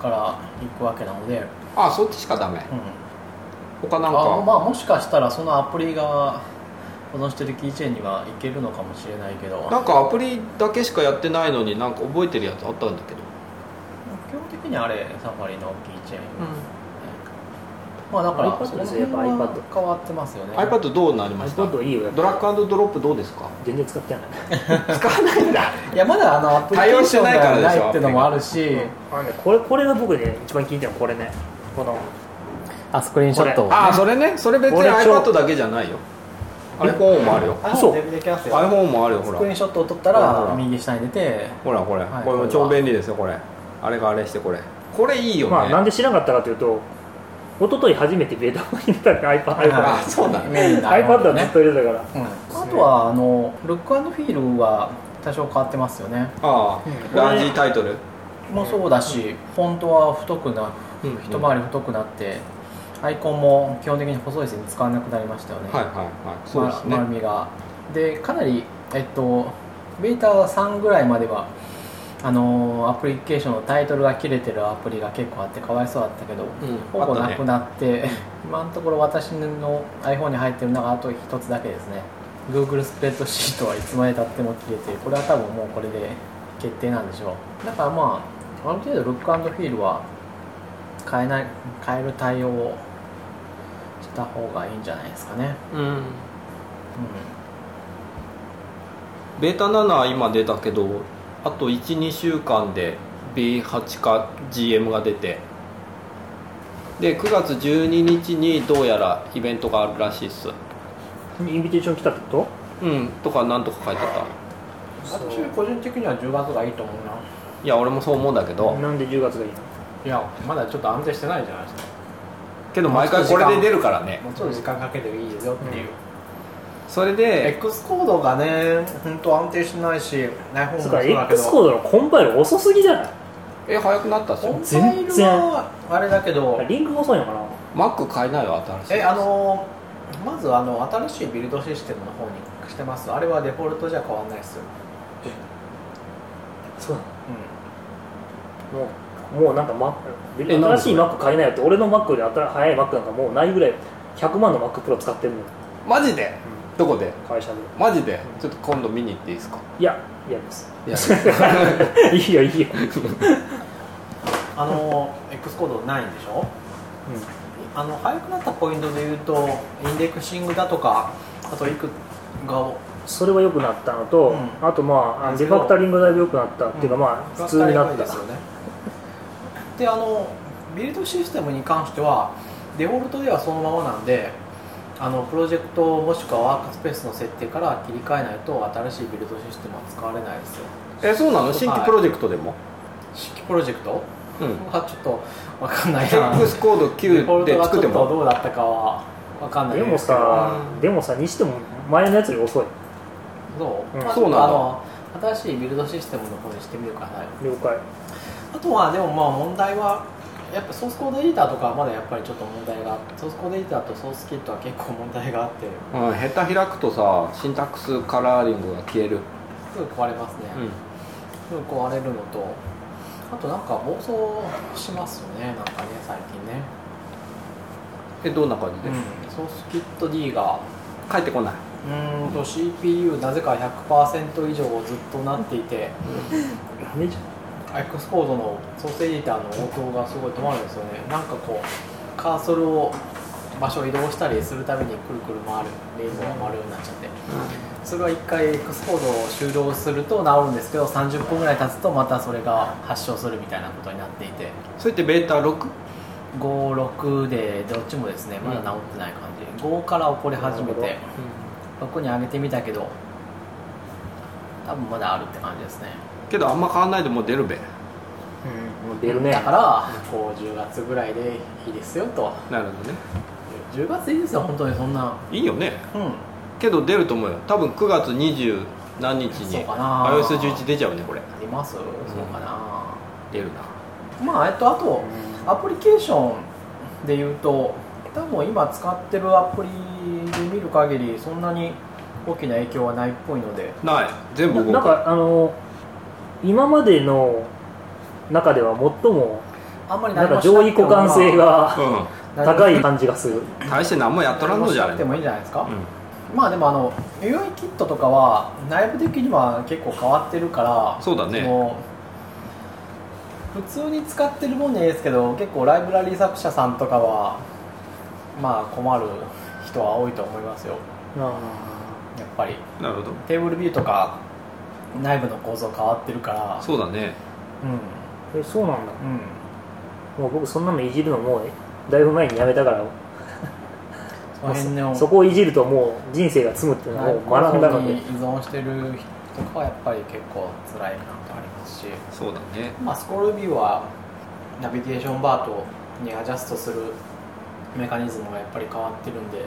[SPEAKER 2] から行くわけなので、
[SPEAKER 1] あそっちしかダメ
[SPEAKER 2] うん、
[SPEAKER 1] 他なん
[SPEAKER 2] あ
[SPEAKER 1] か
[SPEAKER 2] まあもしかしたらそのアプリが保存してるキーチェーンには行けるのかもしれないけど
[SPEAKER 1] なんかアプリだけしかやってないのになんか覚えてるやつあったんだけど
[SPEAKER 2] 基本的にあれサファリのキーチェーン、
[SPEAKER 1] う
[SPEAKER 2] まあだから
[SPEAKER 3] iPad
[SPEAKER 2] そこら
[SPEAKER 3] ですよ
[SPEAKER 2] 辺は
[SPEAKER 3] やっぱ iPad
[SPEAKER 2] 変わってますよね
[SPEAKER 1] ん iPad どうなりました
[SPEAKER 3] iPad いいよやっ
[SPEAKER 1] ド
[SPEAKER 3] ぱ
[SPEAKER 1] ラッグドロップどうですか
[SPEAKER 3] 全然使ってない
[SPEAKER 1] 使わないんだ
[SPEAKER 2] いやまだあのアプリケ
[SPEAKER 1] 対応
[SPEAKER 2] ー
[SPEAKER 1] し
[SPEAKER 2] シ
[SPEAKER 1] て
[SPEAKER 2] ョン
[SPEAKER 1] ないから
[SPEAKER 2] が
[SPEAKER 1] でしょ
[SPEAKER 2] ないっていうのもあるし
[SPEAKER 3] あのねこれこれが僕ね一番気に入ってるのこれねこの
[SPEAKER 2] あスクリーン
[SPEAKER 3] ショットを
[SPEAKER 1] ああそれねそれ別に
[SPEAKER 3] 俺ちょ
[SPEAKER 1] iPad だけじゃないよ iPhone もあるよ
[SPEAKER 3] あそう
[SPEAKER 2] でできますよ
[SPEAKER 1] iPhone もあるよほ
[SPEAKER 2] ス
[SPEAKER 1] ら
[SPEAKER 2] クリーンショットを撮った
[SPEAKER 1] ほ
[SPEAKER 2] ら
[SPEAKER 1] ら
[SPEAKER 2] 右下に出て
[SPEAKER 1] ほらほら、
[SPEAKER 2] はい
[SPEAKER 1] これも超便利ですよこれあれがあれしてこれこれいいよね、
[SPEAKER 3] まあなんで知らなかったかというと一昨日初めてベータ版に出たから iPad,
[SPEAKER 1] あそうだね
[SPEAKER 3] iPad, iPad はずっと入れてたから、
[SPEAKER 2] うんあとはあのルックフィールは多少変わってますよね
[SPEAKER 1] あ
[SPEAKER 3] うん
[SPEAKER 1] あランジタイトル、
[SPEAKER 2] もそうだし、フォントは太くな
[SPEAKER 1] うんうん
[SPEAKER 2] 一回り太くなって、アイコンも基本的に細い線使わなくなりましたよね、
[SPEAKER 1] はいはいはいそうですね、
[SPEAKER 2] ま丸みがでかなりえっとベータ3ぐらいまではあのーアプリケーションのタイトルが切れてるアプリが結構あってかわいそうだったけど、
[SPEAKER 1] うん
[SPEAKER 2] ほぼ
[SPEAKER 1] あった
[SPEAKER 2] な
[SPEAKER 1] ね
[SPEAKER 2] くなって、 今のところ私の iPhone に入ってるのがあと1つだけですね Google スプレッドシートはいつまでたっても切れてこれは多分もうこれで決定なんでしょうだからまあある程度ルックフィールは変えない変える対応をした方がいいんじゃないですかね、
[SPEAKER 1] うん
[SPEAKER 2] う
[SPEAKER 1] ベータ7は今出たけどあと12週間で B8 か GM が出てで9月12日にどうやらイベントがあるらしいっす
[SPEAKER 3] インビテーション来たってこ
[SPEAKER 1] うんとかなんとか書いてた
[SPEAKER 2] ん、
[SPEAKER 3] そう
[SPEAKER 2] 私個人的には10月がいいと思うない
[SPEAKER 1] や俺もそう思うんだけ
[SPEAKER 3] と
[SPEAKER 1] ど
[SPEAKER 3] なんで10月がいいの
[SPEAKER 2] いやまだちょっと安定してないじゃないですか
[SPEAKER 1] けど毎回これで出るからね
[SPEAKER 2] もうちょっと時間かけていいですよ
[SPEAKER 3] っていう
[SPEAKER 1] それで
[SPEAKER 2] X コードがね本当安定しないし iPhone も
[SPEAKER 3] つ
[SPEAKER 2] そう
[SPEAKER 3] うか
[SPEAKER 2] だけど
[SPEAKER 3] X コードのコンパイル遅すぎじゃない
[SPEAKER 1] え早くなったっし
[SPEAKER 2] コン
[SPEAKER 1] ょ
[SPEAKER 2] パイ
[SPEAKER 3] 全
[SPEAKER 2] ル
[SPEAKER 3] 然
[SPEAKER 2] はあれだけど
[SPEAKER 3] リンクが遅いのかな
[SPEAKER 1] Mac 買えないわ新しい
[SPEAKER 2] えあのまずあの新しいビルドシステムの方にしてますあれはデフォルトじゃ変わんないですよ、
[SPEAKER 3] そう
[SPEAKER 2] う
[SPEAKER 3] なのもうもうなんかマック
[SPEAKER 1] えなん
[SPEAKER 3] 新
[SPEAKER 1] で
[SPEAKER 3] しい Mac 買えないよって俺の Mac より新早い Mac なんかもうないぐらい100万の MacPro 使ってるのよ
[SPEAKER 1] マジでどこで
[SPEAKER 3] 会社で
[SPEAKER 1] マジでちょっと今度見に行っていいですか
[SPEAKER 3] いやいやで
[SPEAKER 1] い
[SPEAKER 3] す
[SPEAKER 1] や
[SPEAKER 3] いいよいいよ、
[SPEAKER 2] ん、あの X コードないんでしょあの早くなったポイントで言うとインデクシングだとかあといくがを
[SPEAKER 3] それは良くなったのと、
[SPEAKER 2] うん
[SPEAKER 3] あとまあデファクタリングだいぶ良くなったっていうかまあ普通になった、
[SPEAKER 2] ですよねであのビルドシステムに関してはデフォルトではそのままなんであのプロジェクトもしくはワークスペースの設定から切り替えないと新しいビルドシステムは使われないですよ
[SPEAKER 1] えそうなの新規プロジェクトでも、
[SPEAKER 2] 新規プロジェクト
[SPEAKER 1] うん
[SPEAKER 2] はちょっと分かんないな
[SPEAKER 1] X コード
[SPEAKER 2] デフ
[SPEAKER 1] 9
[SPEAKER 2] ォルト
[SPEAKER 1] で
[SPEAKER 2] がち
[SPEAKER 1] 作
[SPEAKER 2] ょっ
[SPEAKER 1] って
[SPEAKER 2] と
[SPEAKER 1] も
[SPEAKER 2] どうだったかは分かんない
[SPEAKER 3] でも
[SPEAKER 2] ですけど
[SPEAKER 3] さ
[SPEAKER 1] うん
[SPEAKER 3] でもさにしても前のやつより遅い
[SPEAKER 2] そう、
[SPEAKER 3] うん
[SPEAKER 2] まあ
[SPEAKER 1] そうなんだ
[SPEAKER 2] あの新しいビルドシステムの方にしてみるかな
[SPEAKER 3] 了解
[SPEAKER 2] あとはでもまあ問題はやっぱソースコードエディターとかはまだやっぱりちょっと問題があってソースコードエディターとソースキットは結構問題があって
[SPEAKER 1] うん、下手開くとさシンタックスカラーリングが消える、
[SPEAKER 2] すぐ壊れますね、すぐ壊れるのとあとなんか暴走しますよねなんかね最近ね、
[SPEAKER 1] えどんな感じです、
[SPEAKER 2] ソースキット D が
[SPEAKER 1] 帰ってこないう
[SPEAKER 2] ーんと CPU なぜか100%以上ずっとなっていて
[SPEAKER 3] ダメじゃん
[SPEAKER 2] X コードのソースエディターの応答がすごい止まるんですよねなんかこうカーソルを場所を移動したりするためにくるくる回るレーズンが回るようになっちゃってそれは1回 X コードを終了すると治るんですけど30分ぐらい経つとまたそれが発症するみたいなことになっていて
[SPEAKER 1] それってベータ 6?
[SPEAKER 2] 56でどっちもですねまだ治ってない感じ、5から起こり始め
[SPEAKER 3] な
[SPEAKER 2] て
[SPEAKER 3] る
[SPEAKER 2] 6に上げてみたけど多分まだあるって感じですね
[SPEAKER 1] けどあんま変わんないでもう出るべ
[SPEAKER 3] うん、もう出るね
[SPEAKER 2] だからこう10月ぐらいでいいですよと
[SPEAKER 1] なるほどね
[SPEAKER 2] 10月いいですよ本当にそんない
[SPEAKER 1] いよね
[SPEAKER 2] うん
[SPEAKER 1] けど出ると思うよ多分9月20何日
[SPEAKER 2] そう
[SPEAKER 1] に
[SPEAKER 2] かな
[SPEAKER 1] iOS11 出ちゃうねこれ
[SPEAKER 2] ありますそうかな、
[SPEAKER 1] 出るな
[SPEAKER 2] まあえっとあと
[SPEAKER 3] うん
[SPEAKER 2] アプリケーションで言うと多分今使ってるアプリで見る限りそんなに大きな影響はないっぽいので
[SPEAKER 1] ない全部動く
[SPEAKER 3] なんかあの今までの中では最も
[SPEAKER 2] あんまり
[SPEAKER 3] なん
[SPEAKER 2] 何
[SPEAKER 3] か
[SPEAKER 2] もしな
[SPEAKER 3] 上
[SPEAKER 2] く
[SPEAKER 3] 位
[SPEAKER 2] て
[SPEAKER 3] 互
[SPEAKER 2] も
[SPEAKER 3] 換性が
[SPEAKER 1] う
[SPEAKER 2] まあ
[SPEAKER 3] 高い感じがする
[SPEAKER 1] ん大して何もやっとらんのじゃ
[SPEAKER 2] 何
[SPEAKER 1] ね
[SPEAKER 2] もしなくてもいいんじゃないですか、
[SPEAKER 1] うん
[SPEAKER 2] まあでもあの UI キットとかは内部的には結構変わってるから
[SPEAKER 1] そうだね
[SPEAKER 2] の普通に使ってるもんじゃないですけど結構ライブラリー作者さんとかはまあ困る人は多いと思いますよ
[SPEAKER 3] あ
[SPEAKER 2] やっぱり
[SPEAKER 1] なるほど
[SPEAKER 2] テーブルビューとか内部の構造変わってるから
[SPEAKER 1] そうだね
[SPEAKER 2] う
[SPEAKER 3] ーえそうなんだ
[SPEAKER 2] んうん
[SPEAKER 3] もう僕そんなのいじるのもうだいぶ前にやめたから
[SPEAKER 2] その辺の
[SPEAKER 3] そこをいじるともう人生が積むっていうのを学んだので
[SPEAKER 2] に依存してる人とかはやっぱり結構辛いなとありますし
[SPEAKER 1] そうだね
[SPEAKER 2] まあ、スクロールビューはナビゲーションバーとにアジャストするメカニズムがやっぱり変わってるんで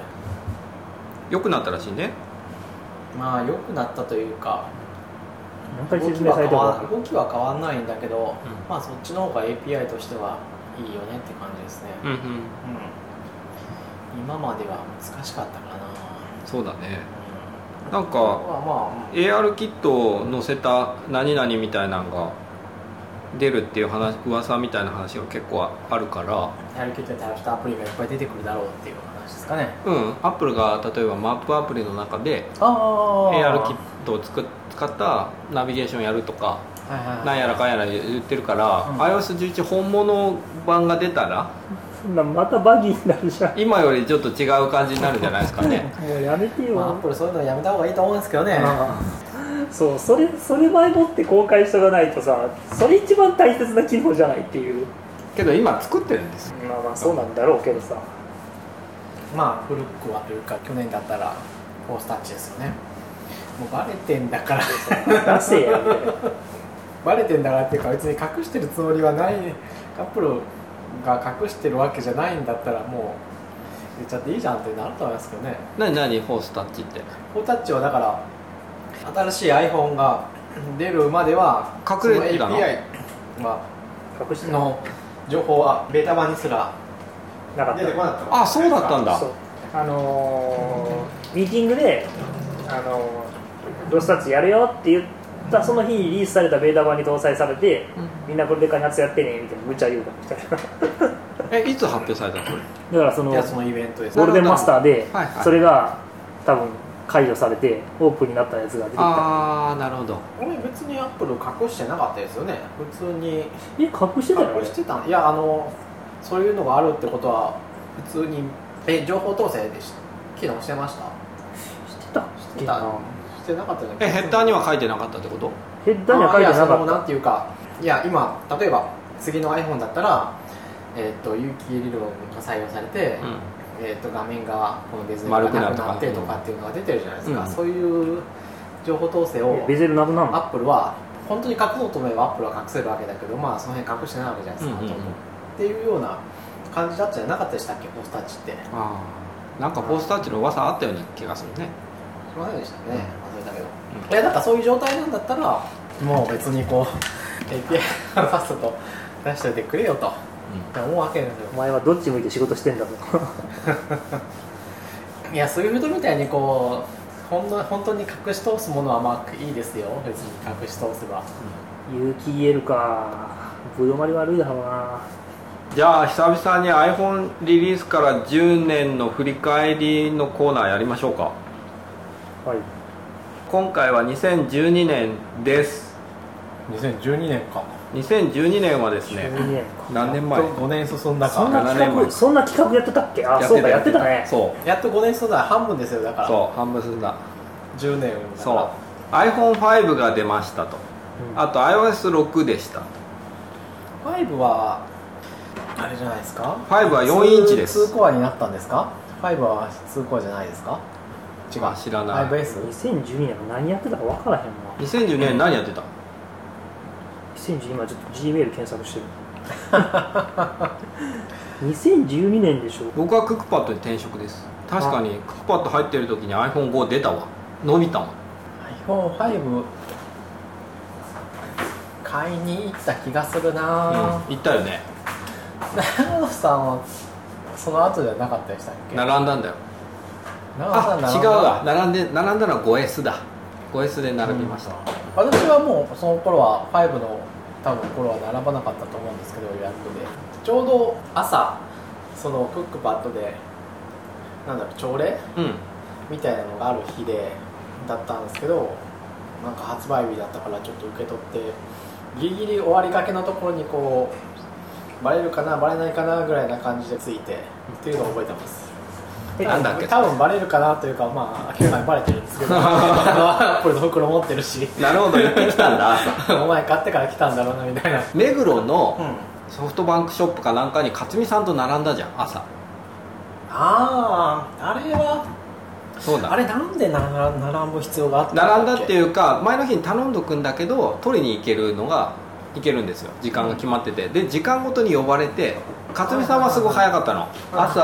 [SPEAKER 1] 良くなったらしいね
[SPEAKER 2] まあ良くなったというか
[SPEAKER 3] 何
[SPEAKER 2] 動
[SPEAKER 3] 回説
[SPEAKER 2] き
[SPEAKER 3] 明
[SPEAKER 2] は
[SPEAKER 3] され
[SPEAKER 2] 変
[SPEAKER 3] ても
[SPEAKER 2] わ動きは変わんないんだけど、
[SPEAKER 1] うん
[SPEAKER 2] まあそっちの方が API としてはいいよねって感じですね、
[SPEAKER 1] うんうん
[SPEAKER 2] うん今までは難しかったからな、
[SPEAKER 1] そうだね
[SPEAKER 2] う
[SPEAKER 1] なん
[SPEAKER 2] ん、
[SPEAKER 1] か
[SPEAKER 2] まあまあ
[SPEAKER 1] AR キットを載せた何々みたいなのが出るっていう話噂みたいな話が結構あるから
[SPEAKER 2] やる気と対応したアプリがいっぱい出てくるだろうっていう話ですかね
[SPEAKER 1] うんアップルが例えばマップアプリの中で
[SPEAKER 2] ああ
[SPEAKER 1] AR キットを作っ使ったナビゲーションやるとか
[SPEAKER 2] はいはいはい
[SPEAKER 1] なんやらかんやら言ってるから、
[SPEAKER 2] うん
[SPEAKER 1] iOS11 本物版が出たら
[SPEAKER 3] なまたバギーになるじゃん
[SPEAKER 1] 今よりちょっと違う感じになるんじゃないですかね
[SPEAKER 3] もうやめてよ、
[SPEAKER 2] まあアップルそういうのやめた方がいいと思うんですけどね
[SPEAKER 3] そうそれそれ前もって公開しとかないとさそれ一番大切な機能じゃないっていう
[SPEAKER 1] けど今作ってるんですよ
[SPEAKER 3] まあまあそうなんだろうけどさ
[SPEAKER 2] まあ古くはというか去年だったらフォースタッチですよねもうバレてんだから
[SPEAKER 3] 出せやみたいな
[SPEAKER 2] バレてんだからっていうか別に隠してるつもりはないカップルが隠してるわけじゃないんだったらもう言っちゃっていいじゃんってなると思いますけどね
[SPEAKER 1] 何何フォースタッチって
[SPEAKER 2] フォータッチはだから新しい iPhone が出るまでは
[SPEAKER 1] 隠れてた
[SPEAKER 2] そ
[SPEAKER 1] の
[SPEAKER 2] の API は
[SPEAKER 3] 隠してな
[SPEAKER 2] の情報はベータ版にすら
[SPEAKER 3] かっ
[SPEAKER 2] 出てこ
[SPEAKER 3] た
[SPEAKER 2] なかった
[SPEAKER 1] あそうだったんだ
[SPEAKER 3] そうあのーミーティングで、あのードスタッチやるよって言ったその日にリリースされたベータ版に搭載されて、みんなこれで開発やってねみたいな無茶言うかみたいな だか
[SPEAKER 1] えいつ発表されたのこれ
[SPEAKER 3] らその
[SPEAKER 2] いやそのイベントです
[SPEAKER 3] ゴールデンマスターで
[SPEAKER 1] はいはい
[SPEAKER 3] それが多分解除されてオープンになったやつが出てきた
[SPEAKER 1] ああなるほど
[SPEAKER 2] これ別にアップル隠してなかったですよね普通に
[SPEAKER 3] え隠してたよ
[SPEAKER 2] 隠してたんいやあのそういうのがあるってことは普通にえ情報統制でし機能してました
[SPEAKER 3] してたっけ
[SPEAKER 2] して
[SPEAKER 3] な
[SPEAKER 2] してなかったじゃ
[SPEAKER 1] えヘッダーには書いてなかったってこと
[SPEAKER 3] ヘッダーには書いてな
[SPEAKER 2] あやその
[SPEAKER 3] か
[SPEAKER 2] な
[SPEAKER 3] っ
[SPEAKER 2] んていうかいや今例えば次の iPhone だったらえっ、と有機理論が採用されて、
[SPEAKER 1] う
[SPEAKER 2] えー、と画面がこのベゼルが
[SPEAKER 1] 丸
[SPEAKER 2] な
[SPEAKER 1] く
[SPEAKER 2] く
[SPEAKER 1] なるとか
[SPEAKER 2] なってとかっていうのが出てるじゃないですか、
[SPEAKER 1] うん
[SPEAKER 2] そういう情報統制
[SPEAKER 3] た
[SPEAKER 2] を
[SPEAKER 3] えベゼルなくなる
[SPEAKER 2] ア
[SPEAKER 3] の
[SPEAKER 2] ップルは本当に隠そうと思えばアップルは隠せるわけだけどまあその辺隠してないわけじゃないですか、
[SPEAKER 1] うんうんうん
[SPEAKER 2] ほとんどっていうような感じだったじゃなかったでしたっけポスタッチって
[SPEAKER 1] ああなんかフォースタッチの噂あったような気がするね
[SPEAKER 2] すいませんでしたね忘れたけど、
[SPEAKER 1] うん
[SPEAKER 2] いやなんかそういう状態なんだったらもう別にこう API からさっさと出しておいてくれよと思うわけですよ
[SPEAKER 3] お前はどっち向いて仕事してんだと
[SPEAKER 2] いやそういう人みたいにこうほんの本当に隠し通すものはまあいいですよ別に隠し通せば
[SPEAKER 3] 有機 EL かぶどまり悪いだろうな
[SPEAKER 1] じゃあ久々に iPhone リリースから10年の振り返りのコーナーやりましょうか
[SPEAKER 3] はい
[SPEAKER 1] 今回は2012年です
[SPEAKER 2] 2012年か
[SPEAKER 1] 2012年はですね
[SPEAKER 3] 12年
[SPEAKER 1] 何年前
[SPEAKER 2] やっと5年進んだ
[SPEAKER 3] そんな
[SPEAKER 1] 7年
[SPEAKER 3] 企
[SPEAKER 1] 前
[SPEAKER 3] 画そんな企画やってたっけあそうかやってたね
[SPEAKER 1] そう
[SPEAKER 2] やっと5年進んだ半分ですよだから
[SPEAKER 1] そう半分進んだ
[SPEAKER 2] 10年だから
[SPEAKER 1] そう iPhone5 が出ましたと
[SPEAKER 3] うん
[SPEAKER 1] あと iOS6 でした
[SPEAKER 2] 5はあれじゃないですか
[SPEAKER 1] 5は4インチです
[SPEAKER 2] 2コアになったんですか5は2コアじゃないですか違
[SPEAKER 1] あ
[SPEAKER 2] う
[SPEAKER 1] 知らない
[SPEAKER 2] 5S
[SPEAKER 3] 2012年は何やってたか分からへんな
[SPEAKER 1] 2010年何やってた
[SPEAKER 3] 2010今ちょっと Gmail 検索してる 2012年でしょ
[SPEAKER 1] 僕はクックパッドに転職です確かにクックパッド入ってる時に iPhone5 出たわ伸びたわ
[SPEAKER 2] iPhone5 買いに行った気がするな
[SPEAKER 1] うん、行ったよね
[SPEAKER 2] 長野さんはその後じゃなかったでしたっけ長
[SPEAKER 1] 並んだんだよ
[SPEAKER 2] 野さ
[SPEAKER 1] あ
[SPEAKER 2] ん
[SPEAKER 1] 違うわ並んで並んだのは 5S だ 5S で並びました、
[SPEAKER 2] 私はもうその頃は5の多分頃は並ばなかったと思うんですけど予約でちょうど朝そのクックパッドでなんだろう朝礼
[SPEAKER 1] うん
[SPEAKER 2] みたいなのがある日でだったんですけどなんか発売日だったからちょっと受け取ってギリギリ終わりかけのところにこうバレるかなバレないかなぐらいな感じでついてっていうのを覚えてます
[SPEAKER 3] え
[SPEAKER 1] なんだっけ
[SPEAKER 2] 多分バレるかなというかまあ明らかにバレてるんです けどあのアップルの袋持ってるし
[SPEAKER 1] なるほど行ってきたんだ朝
[SPEAKER 2] お前買ってから来たんだろうなみたいな
[SPEAKER 1] 目黒
[SPEAKER 2] う
[SPEAKER 1] の
[SPEAKER 2] ん
[SPEAKER 1] ソフトバンクショップかなんかに勝美さんと並んだじゃん朝
[SPEAKER 2] あああれは
[SPEAKER 1] そうだ
[SPEAKER 2] あれなんでな並ぶ必要があった
[SPEAKER 1] 並んだっていううか前の日に頼んどくんだけど取りに行けるのが行けるんですよ時間が決まっててで時間ごとに呼ばれて克美さんはすごい早かったの
[SPEAKER 2] あ
[SPEAKER 1] 朝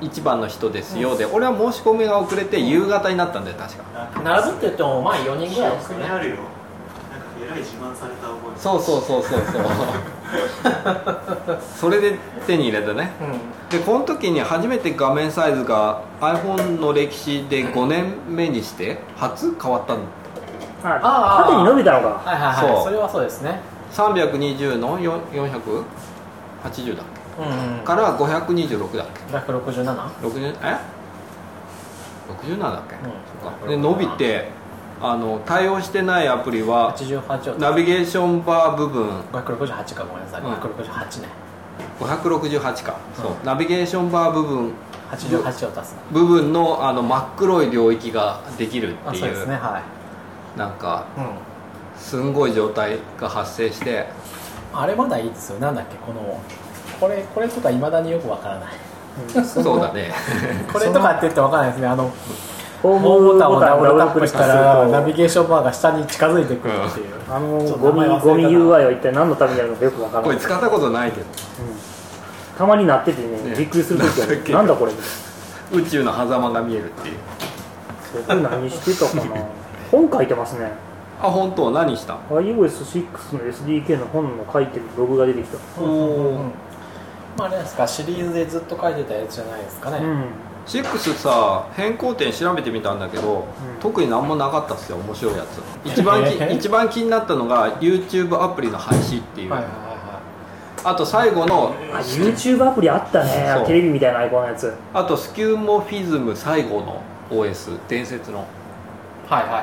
[SPEAKER 1] 11番の人ですよで俺は申し込みが遅れて夕方になったんだよ確か
[SPEAKER 2] 並ぶって言ってもまあ4人ぐらいです
[SPEAKER 4] 記憶
[SPEAKER 2] ね
[SPEAKER 4] にあるよなんかえらい自慢された覚え
[SPEAKER 1] そうそうそうそうそう それで手に入れたね
[SPEAKER 2] う
[SPEAKER 1] でこの時に初めて画面サイズが iPhone の歴史で5年目にして初変わったの
[SPEAKER 3] あ
[SPEAKER 2] あー
[SPEAKER 3] 縦に伸びたのか
[SPEAKER 2] はいはいはい
[SPEAKER 1] そ
[SPEAKER 2] そうれはそうですね
[SPEAKER 1] 320の480だっ
[SPEAKER 2] うん、
[SPEAKER 1] け
[SPEAKER 2] か
[SPEAKER 1] から526だっけ
[SPEAKER 2] ら167
[SPEAKER 1] 60え67だっけ、
[SPEAKER 2] ん
[SPEAKER 1] そっかで伸びてあの対応してないアプリは
[SPEAKER 2] 88を
[SPEAKER 1] ナビゲーションバー部分
[SPEAKER 2] 568かごめんなさい
[SPEAKER 1] うん
[SPEAKER 2] 568ね
[SPEAKER 1] 568か、そう
[SPEAKER 2] う
[SPEAKER 1] ナビゲーションバー部分
[SPEAKER 2] 88を足すな
[SPEAKER 1] 部分のあの真っ黒い領域ができるっ
[SPEAKER 2] あ
[SPEAKER 1] て
[SPEAKER 2] そう
[SPEAKER 1] い
[SPEAKER 2] で
[SPEAKER 1] う
[SPEAKER 2] すねはい
[SPEAKER 1] なんか
[SPEAKER 2] うん
[SPEAKER 1] すんごい状態が発生して
[SPEAKER 2] あれまだいいですよなんだっけこのこれこれとかいまだによくわ からない
[SPEAKER 3] うん
[SPEAKER 1] そうだね
[SPEAKER 2] これとかって言ってわからないですねあの
[SPEAKER 3] ホー
[SPEAKER 2] ホーム
[SPEAKER 3] ム
[SPEAKER 2] ボ
[SPEAKER 3] ボ
[SPEAKER 2] タ
[SPEAKER 3] タ
[SPEAKER 2] ンを
[SPEAKER 3] ンを
[SPEAKER 2] ダ
[SPEAKER 3] ダ
[SPEAKER 2] ブルタップ
[SPEAKER 3] ブルタップ
[SPEAKER 2] し
[SPEAKER 3] したた
[SPEAKER 2] ら
[SPEAKER 3] ら
[SPEAKER 2] ナビゲーションバーが下に近づいてくるっていう、ち
[SPEAKER 3] あ
[SPEAKER 2] ょ
[SPEAKER 3] の
[SPEAKER 2] っと
[SPEAKER 3] ゴ
[SPEAKER 2] 名
[SPEAKER 3] ミ
[SPEAKER 2] 前忘れたな
[SPEAKER 3] ゴミ UI を一体何のためにやるのかよくわから
[SPEAKER 1] こ
[SPEAKER 3] な
[SPEAKER 1] れ
[SPEAKER 3] い、
[SPEAKER 1] 使ったことないけど
[SPEAKER 3] たまになっててね
[SPEAKER 1] ね
[SPEAKER 3] びっくりする時あ
[SPEAKER 1] なんだっ
[SPEAKER 3] る
[SPEAKER 1] け
[SPEAKER 3] なんだこれ
[SPEAKER 1] 宇宙の狭間が見えるっていう
[SPEAKER 3] 僕何してたかな 本書いてますね
[SPEAKER 1] あ本当何した
[SPEAKER 3] iOS6 の SDK の本の書いてるログが出てきた
[SPEAKER 1] おお
[SPEAKER 2] うんまああれですかシリーズでずっと書いてたやつじゃないですかね、
[SPEAKER 3] うん
[SPEAKER 1] 6さ変更点調べてみたんだけど、
[SPEAKER 3] うん
[SPEAKER 1] 特に何もなかったっすよ面白いやつ一番 き一番気になったのが YouTube アプリの廃止っていう、
[SPEAKER 2] はいはいは
[SPEAKER 1] あと最後の
[SPEAKER 3] あ YouTube アプリあった
[SPEAKER 1] そう
[SPEAKER 3] ねテレビみたいなアイコンのやつ
[SPEAKER 1] あとスキューモフィズム最後の OS 伝説の
[SPEAKER 2] いはいはいはい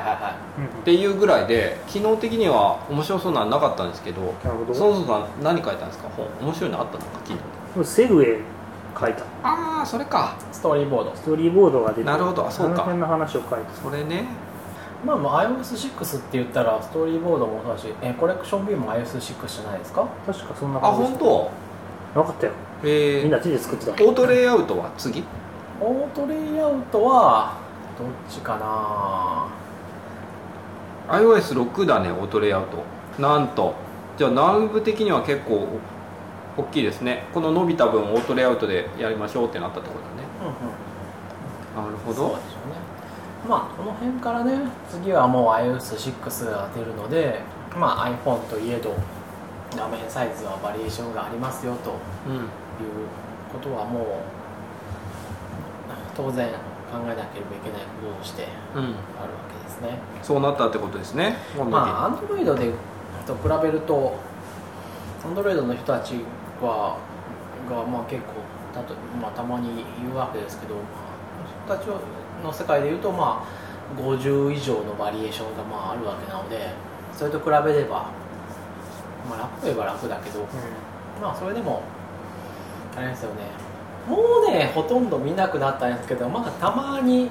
[SPEAKER 2] はい
[SPEAKER 1] っていうぐらいで機能的には面白そうなのなかったんですけど
[SPEAKER 3] なるほど
[SPEAKER 1] そもそも何書いたんですか本面白いのあったのか機能
[SPEAKER 3] セグウェイ書いた
[SPEAKER 1] ああそれか
[SPEAKER 2] ストーリーボード
[SPEAKER 3] ストーリーボードが出て
[SPEAKER 1] なるほどあそうか
[SPEAKER 3] の辺の話を書いた
[SPEAKER 1] それね
[SPEAKER 2] まあまあ iOS6 って言ったらストーリーボードもそうだしえコレクションビューも iOS6 じゃないですか
[SPEAKER 3] 確かそんな
[SPEAKER 1] あ
[SPEAKER 3] 感じ
[SPEAKER 1] 本当
[SPEAKER 3] 当なかったよ
[SPEAKER 1] え
[SPEAKER 3] みん
[SPEAKER 1] ー
[SPEAKER 3] な手で作ってた
[SPEAKER 1] オートレイアウトは次
[SPEAKER 2] オートレイアウトはどっちかな
[SPEAKER 1] iOS6 だねオートレイアウトなんとじゃあ南部的には結構大きいですねこの伸びた分オートレイアウトでやりましょうってなったところだね
[SPEAKER 2] うん
[SPEAKER 1] な
[SPEAKER 2] うん
[SPEAKER 1] るほ
[SPEAKER 2] そうで
[SPEAKER 1] ど
[SPEAKER 2] しょうねまあこの辺からね次はもう iOS6 が出るので、まあ、iPhone といえど画面サイズはバリエーションがありますよという
[SPEAKER 1] うん
[SPEAKER 2] ことはもう当然考えなければいけないこととして
[SPEAKER 1] うん
[SPEAKER 2] あるわけですね
[SPEAKER 1] そうなったってことですね今度に
[SPEAKER 2] まあ Android でと比べると Android の人たちはがまあ結構たと、まあ、たまに言うわけですけど人たちの世界でいうとまあ50以上のバリエーションがまああるわけなのでそれと比べれば、まあ、楽といえば楽だけどまあそれでもあれですよねもうねほとんど見なくなったんですけどまだたまに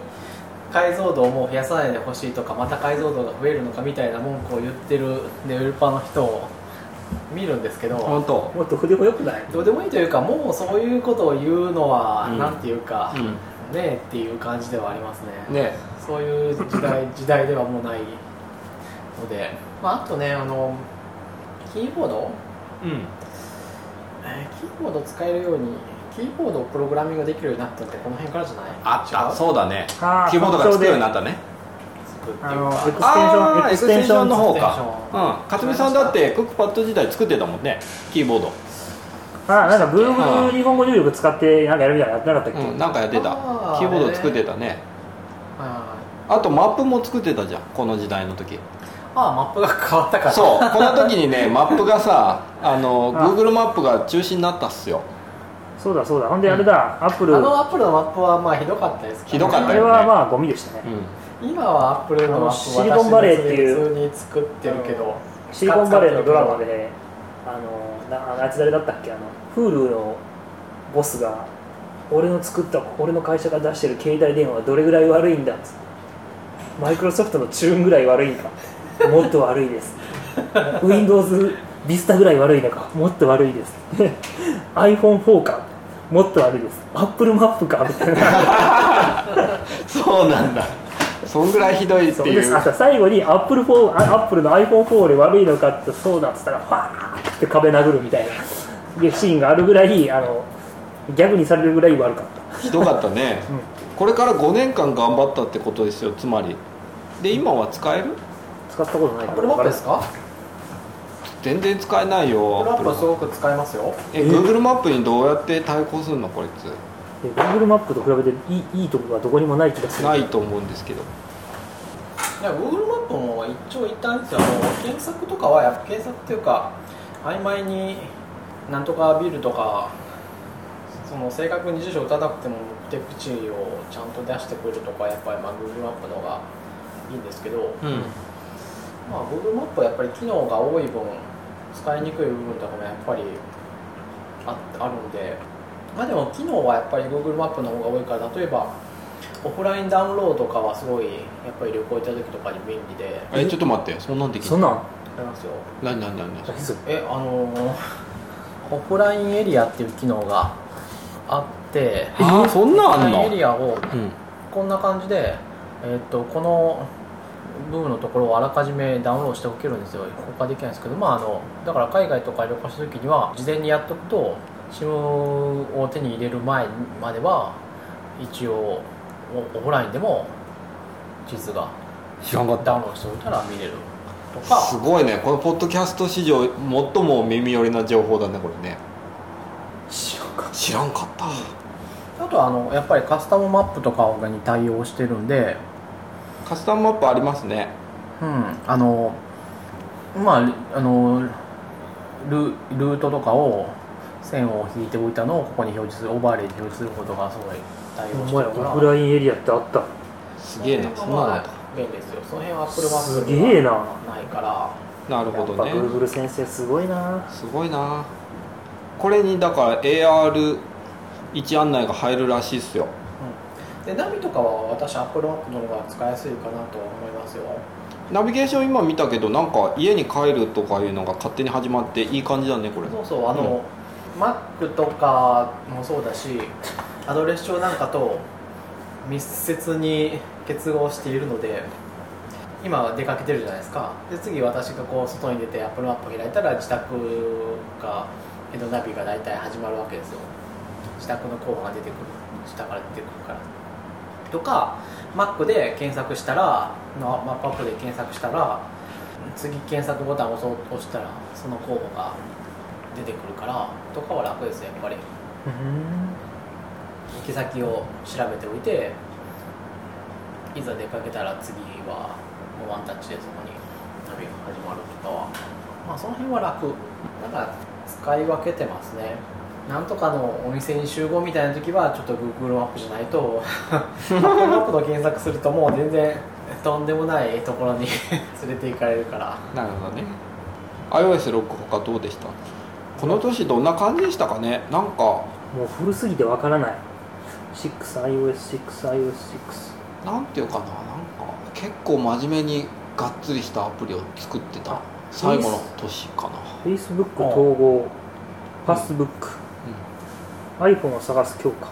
[SPEAKER 2] 解像度をもう増やさないでほしいとかまた解像度が増えるのかみたいな文句を言ってるデベルパーの人を 見るんですけど
[SPEAKER 1] 本当
[SPEAKER 3] うんもっと筆もよくない
[SPEAKER 2] どうでもいいというかもうそういうことを言うのは、
[SPEAKER 1] うん
[SPEAKER 2] なんていうか、ね
[SPEAKER 1] う
[SPEAKER 2] えっていう感じではありますね
[SPEAKER 1] んね
[SPEAKER 2] そういう時代時代ではもうないので、まあ、あとねあのキーボード、
[SPEAKER 1] うん
[SPEAKER 2] えーキーボード使えるようにキーボードをプログラミングできるようになったってこの辺からじゃない
[SPEAKER 1] あった
[SPEAKER 2] 違う
[SPEAKER 1] そうだね
[SPEAKER 3] あー
[SPEAKER 1] キーボードがつくようになったね
[SPEAKER 2] 作っていう
[SPEAKER 3] あのエクステンシ
[SPEAKER 2] か
[SPEAKER 3] ョ
[SPEAKER 1] あ
[SPEAKER 3] ン
[SPEAKER 1] ー
[SPEAKER 3] エクステンション
[SPEAKER 1] の方
[SPEAKER 2] エクステンシ
[SPEAKER 1] かうん克美さんだってクックパッド時代作ってたもんねキーボード、
[SPEAKER 3] あなんか Google 日本語入力使ってなんかやるみたいなのやってなかったっけ、
[SPEAKER 1] うん、なんかやってた
[SPEAKER 2] あー
[SPEAKER 1] キーボード作ってたね
[SPEAKER 2] あ
[SPEAKER 1] あとマップも作ってたじゃんこの時代の時
[SPEAKER 2] ーあーマップが変わったから
[SPEAKER 1] そうこの時にねマップがさあの
[SPEAKER 3] あ
[SPEAKER 1] Google マップが中止になったっすよ
[SPEAKER 3] そうだそうだほんであれだ、アップル
[SPEAKER 2] あのアップルのマップはまあひどかったですけど
[SPEAKER 1] ひどかっ
[SPEAKER 3] あ
[SPEAKER 1] た
[SPEAKER 3] れ
[SPEAKER 1] よね
[SPEAKER 3] はまあゴミでしたね、
[SPEAKER 2] 今はアップルのマップ
[SPEAKER 3] あのシリコンバレーっていう
[SPEAKER 2] 私のやつで普通に作ってるけど
[SPEAKER 3] シリコンバレーのドラマでねあのなあいつ誰だったっけあの Hulu のボスが俺の作った俺の会社が出してる携帯電話はどれぐらい悪いんだっつってマイクロソフトのチューンぐらい悪いんかもっと悪いです Windows ビスタぐらい悪いのかもっと悪いです iPhone4 かもっと悪いです Apple マップかみたいな
[SPEAKER 1] そうなんだそんぐらいひどいって
[SPEAKER 3] そう
[SPEAKER 1] い
[SPEAKER 3] で
[SPEAKER 1] う
[SPEAKER 3] あ最後にアップル4アップルの iPhone4 で悪いのかってそうだっつったらファーって壁殴るみたいなでシーンがあるぐらいあのギャグにされるぐらい悪かった
[SPEAKER 1] ひどかったね、
[SPEAKER 3] うん
[SPEAKER 1] これから5年間頑張ったってことですよつまりで今は使える
[SPEAKER 3] 使ったことな
[SPEAKER 2] ア
[SPEAKER 3] いか
[SPEAKER 2] ッ
[SPEAKER 3] ら
[SPEAKER 2] プルマップですか
[SPEAKER 1] 全然使えないよ
[SPEAKER 2] アップルマップ
[SPEAKER 1] Apple
[SPEAKER 2] はすごく使えますよ
[SPEAKER 1] え Google マップにどうやって対抗するのこいつ
[SPEAKER 3] で Google マップと比べていいいいとこがどこにもない気がする
[SPEAKER 1] ないと思うんですけど
[SPEAKER 2] いや Google マップも一長一短ですよあの検索とかはやっぱ検索っていうか曖昧になんとかビルとかその正確に住所打たなくても目的地をちゃんと出してくれるとかやっぱりまあ Google マップの方がいいんですけど、
[SPEAKER 1] うん
[SPEAKER 2] まあ、Google マップはやっぱり機能が多い分使いにくい部分とかもやっぱりああるんで、まあ、でも機能はやっぱり Google マップの方が多いから例えばオフラインダウンロードとかはすごいやっぱり旅行行った時とかに便利で
[SPEAKER 1] えちょっと待ってそんなんでき
[SPEAKER 3] そんなん
[SPEAKER 2] ありますよ
[SPEAKER 1] 何何何何
[SPEAKER 3] 何それ
[SPEAKER 2] えあのーオフラインエリアっていう機能があって
[SPEAKER 1] あーそんなんあん
[SPEAKER 2] オフライ
[SPEAKER 1] の
[SPEAKER 2] ンエリアを
[SPEAKER 1] うん
[SPEAKER 2] こんな感じで、えー、とこの部分のところをあらかじめダウンロードしておけるんですよ他できないんですけど、まあ、あのだから海外とか旅行した時には事前にやっとくと SIM を手に入れる前までは一応オオフラインでも地図が
[SPEAKER 1] 知らんか
[SPEAKER 2] ダウンロードしておいたら見れるとか
[SPEAKER 1] すごいねこのポッドキャスト史上最も耳寄りな情報だねこれね
[SPEAKER 3] 知らんか
[SPEAKER 1] 知らんかった
[SPEAKER 2] あとはあのやっぱりカスタムマップとかに対応してるんで
[SPEAKER 1] カスタムマップありますね
[SPEAKER 2] うん、あのまああのルルートとかを線を引いておいたのをここに表示するオーバーレイで表示することがすごい対
[SPEAKER 3] お
[SPEAKER 2] 応して
[SPEAKER 3] 前
[SPEAKER 2] るから
[SPEAKER 3] オフラインエリアってあった
[SPEAKER 1] すげえなそ
[SPEAKER 2] そ
[SPEAKER 1] ん
[SPEAKER 2] ん
[SPEAKER 1] なの
[SPEAKER 2] なの
[SPEAKER 1] あっ
[SPEAKER 2] が便利ですよその辺はアップルマ
[SPEAKER 3] す
[SPEAKER 2] ップ
[SPEAKER 3] げえな
[SPEAKER 2] ないから
[SPEAKER 1] たなる
[SPEAKER 3] やっ
[SPEAKER 1] ほ
[SPEAKER 3] ぱ
[SPEAKER 1] どね
[SPEAKER 3] Google 先生すごいな
[SPEAKER 1] すごいなこれにだから AR 一案内が入るらしいっすよ
[SPEAKER 2] でナビとかは私アップルマップの方が使いやすいかなとは思いますよ
[SPEAKER 1] ナビゲーション今見たけどなんか家に帰るとかいうのが勝手に始まっていい感じだねこれ
[SPEAKER 2] そうそうあの、Mac とかもそうだしアドレス帳なんかと密接に結合しているので今出かけてるじゃないですかで次私がこう外に出て Apple マップ開いたら自宅がヘドナビが大体始まるわけですよ自宅の候補が出てくる下から出てくるからとか Mac で検索したらのマップアプリで検索したら次検索ボタンを押そう押したらその候補が出てくるからとかは楽ですよやっぱり行き先を調べておいていざ出かけたら次はもうワンタッチでそこに旅が始まるとかはまあその辺は楽だから使い分けてますねなんとかのお店に集合みたいな時はちょっと Google マップじゃないと Apple マップの検索するともう全然とんでもないところに 連れて行かれるから
[SPEAKER 1] なるほどね iOS6 他どうでしたこの年どんな感じでしたかねなんか
[SPEAKER 3] もう古すぎてわからない 6iOS6iOS6
[SPEAKER 1] なんていうかななんか結構真面目にがっつりしたアプリを作ってた最後の年かな
[SPEAKER 3] Facebook 統合 Facebook、iPhone を探す強化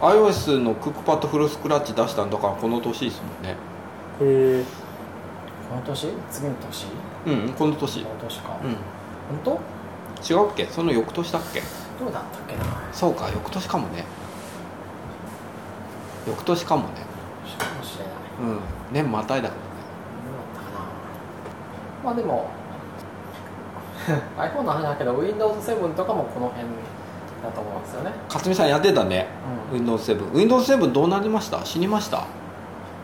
[SPEAKER 1] iOS のクックパッドフルスクラッチ出したんだからこの年ですもんね
[SPEAKER 3] えー
[SPEAKER 2] この年次の年
[SPEAKER 1] うんこの年
[SPEAKER 2] この年か、
[SPEAKER 1] うん
[SPEAKER 2] 本
[SPEAKER 1] 違うっけその翌年だっけ
[SPEAKER 2] 当どうだったっけな
[SPEAKER 1] そうか翌年かもね翌年かもね
[SPEAKER 2] かもしれない
[SPEAKER 1] うん年またいだからね
[SPEAKER 2] どうだったかなまあでも iPhone の話だけど Windows7 とかもこの辺だと思うんですよね、
[SPEAKER 1] 勝美さんやってたね
[SPEAKER 2] うん
[SPEAKER 1] Windows7Windows7 どうなりました死にました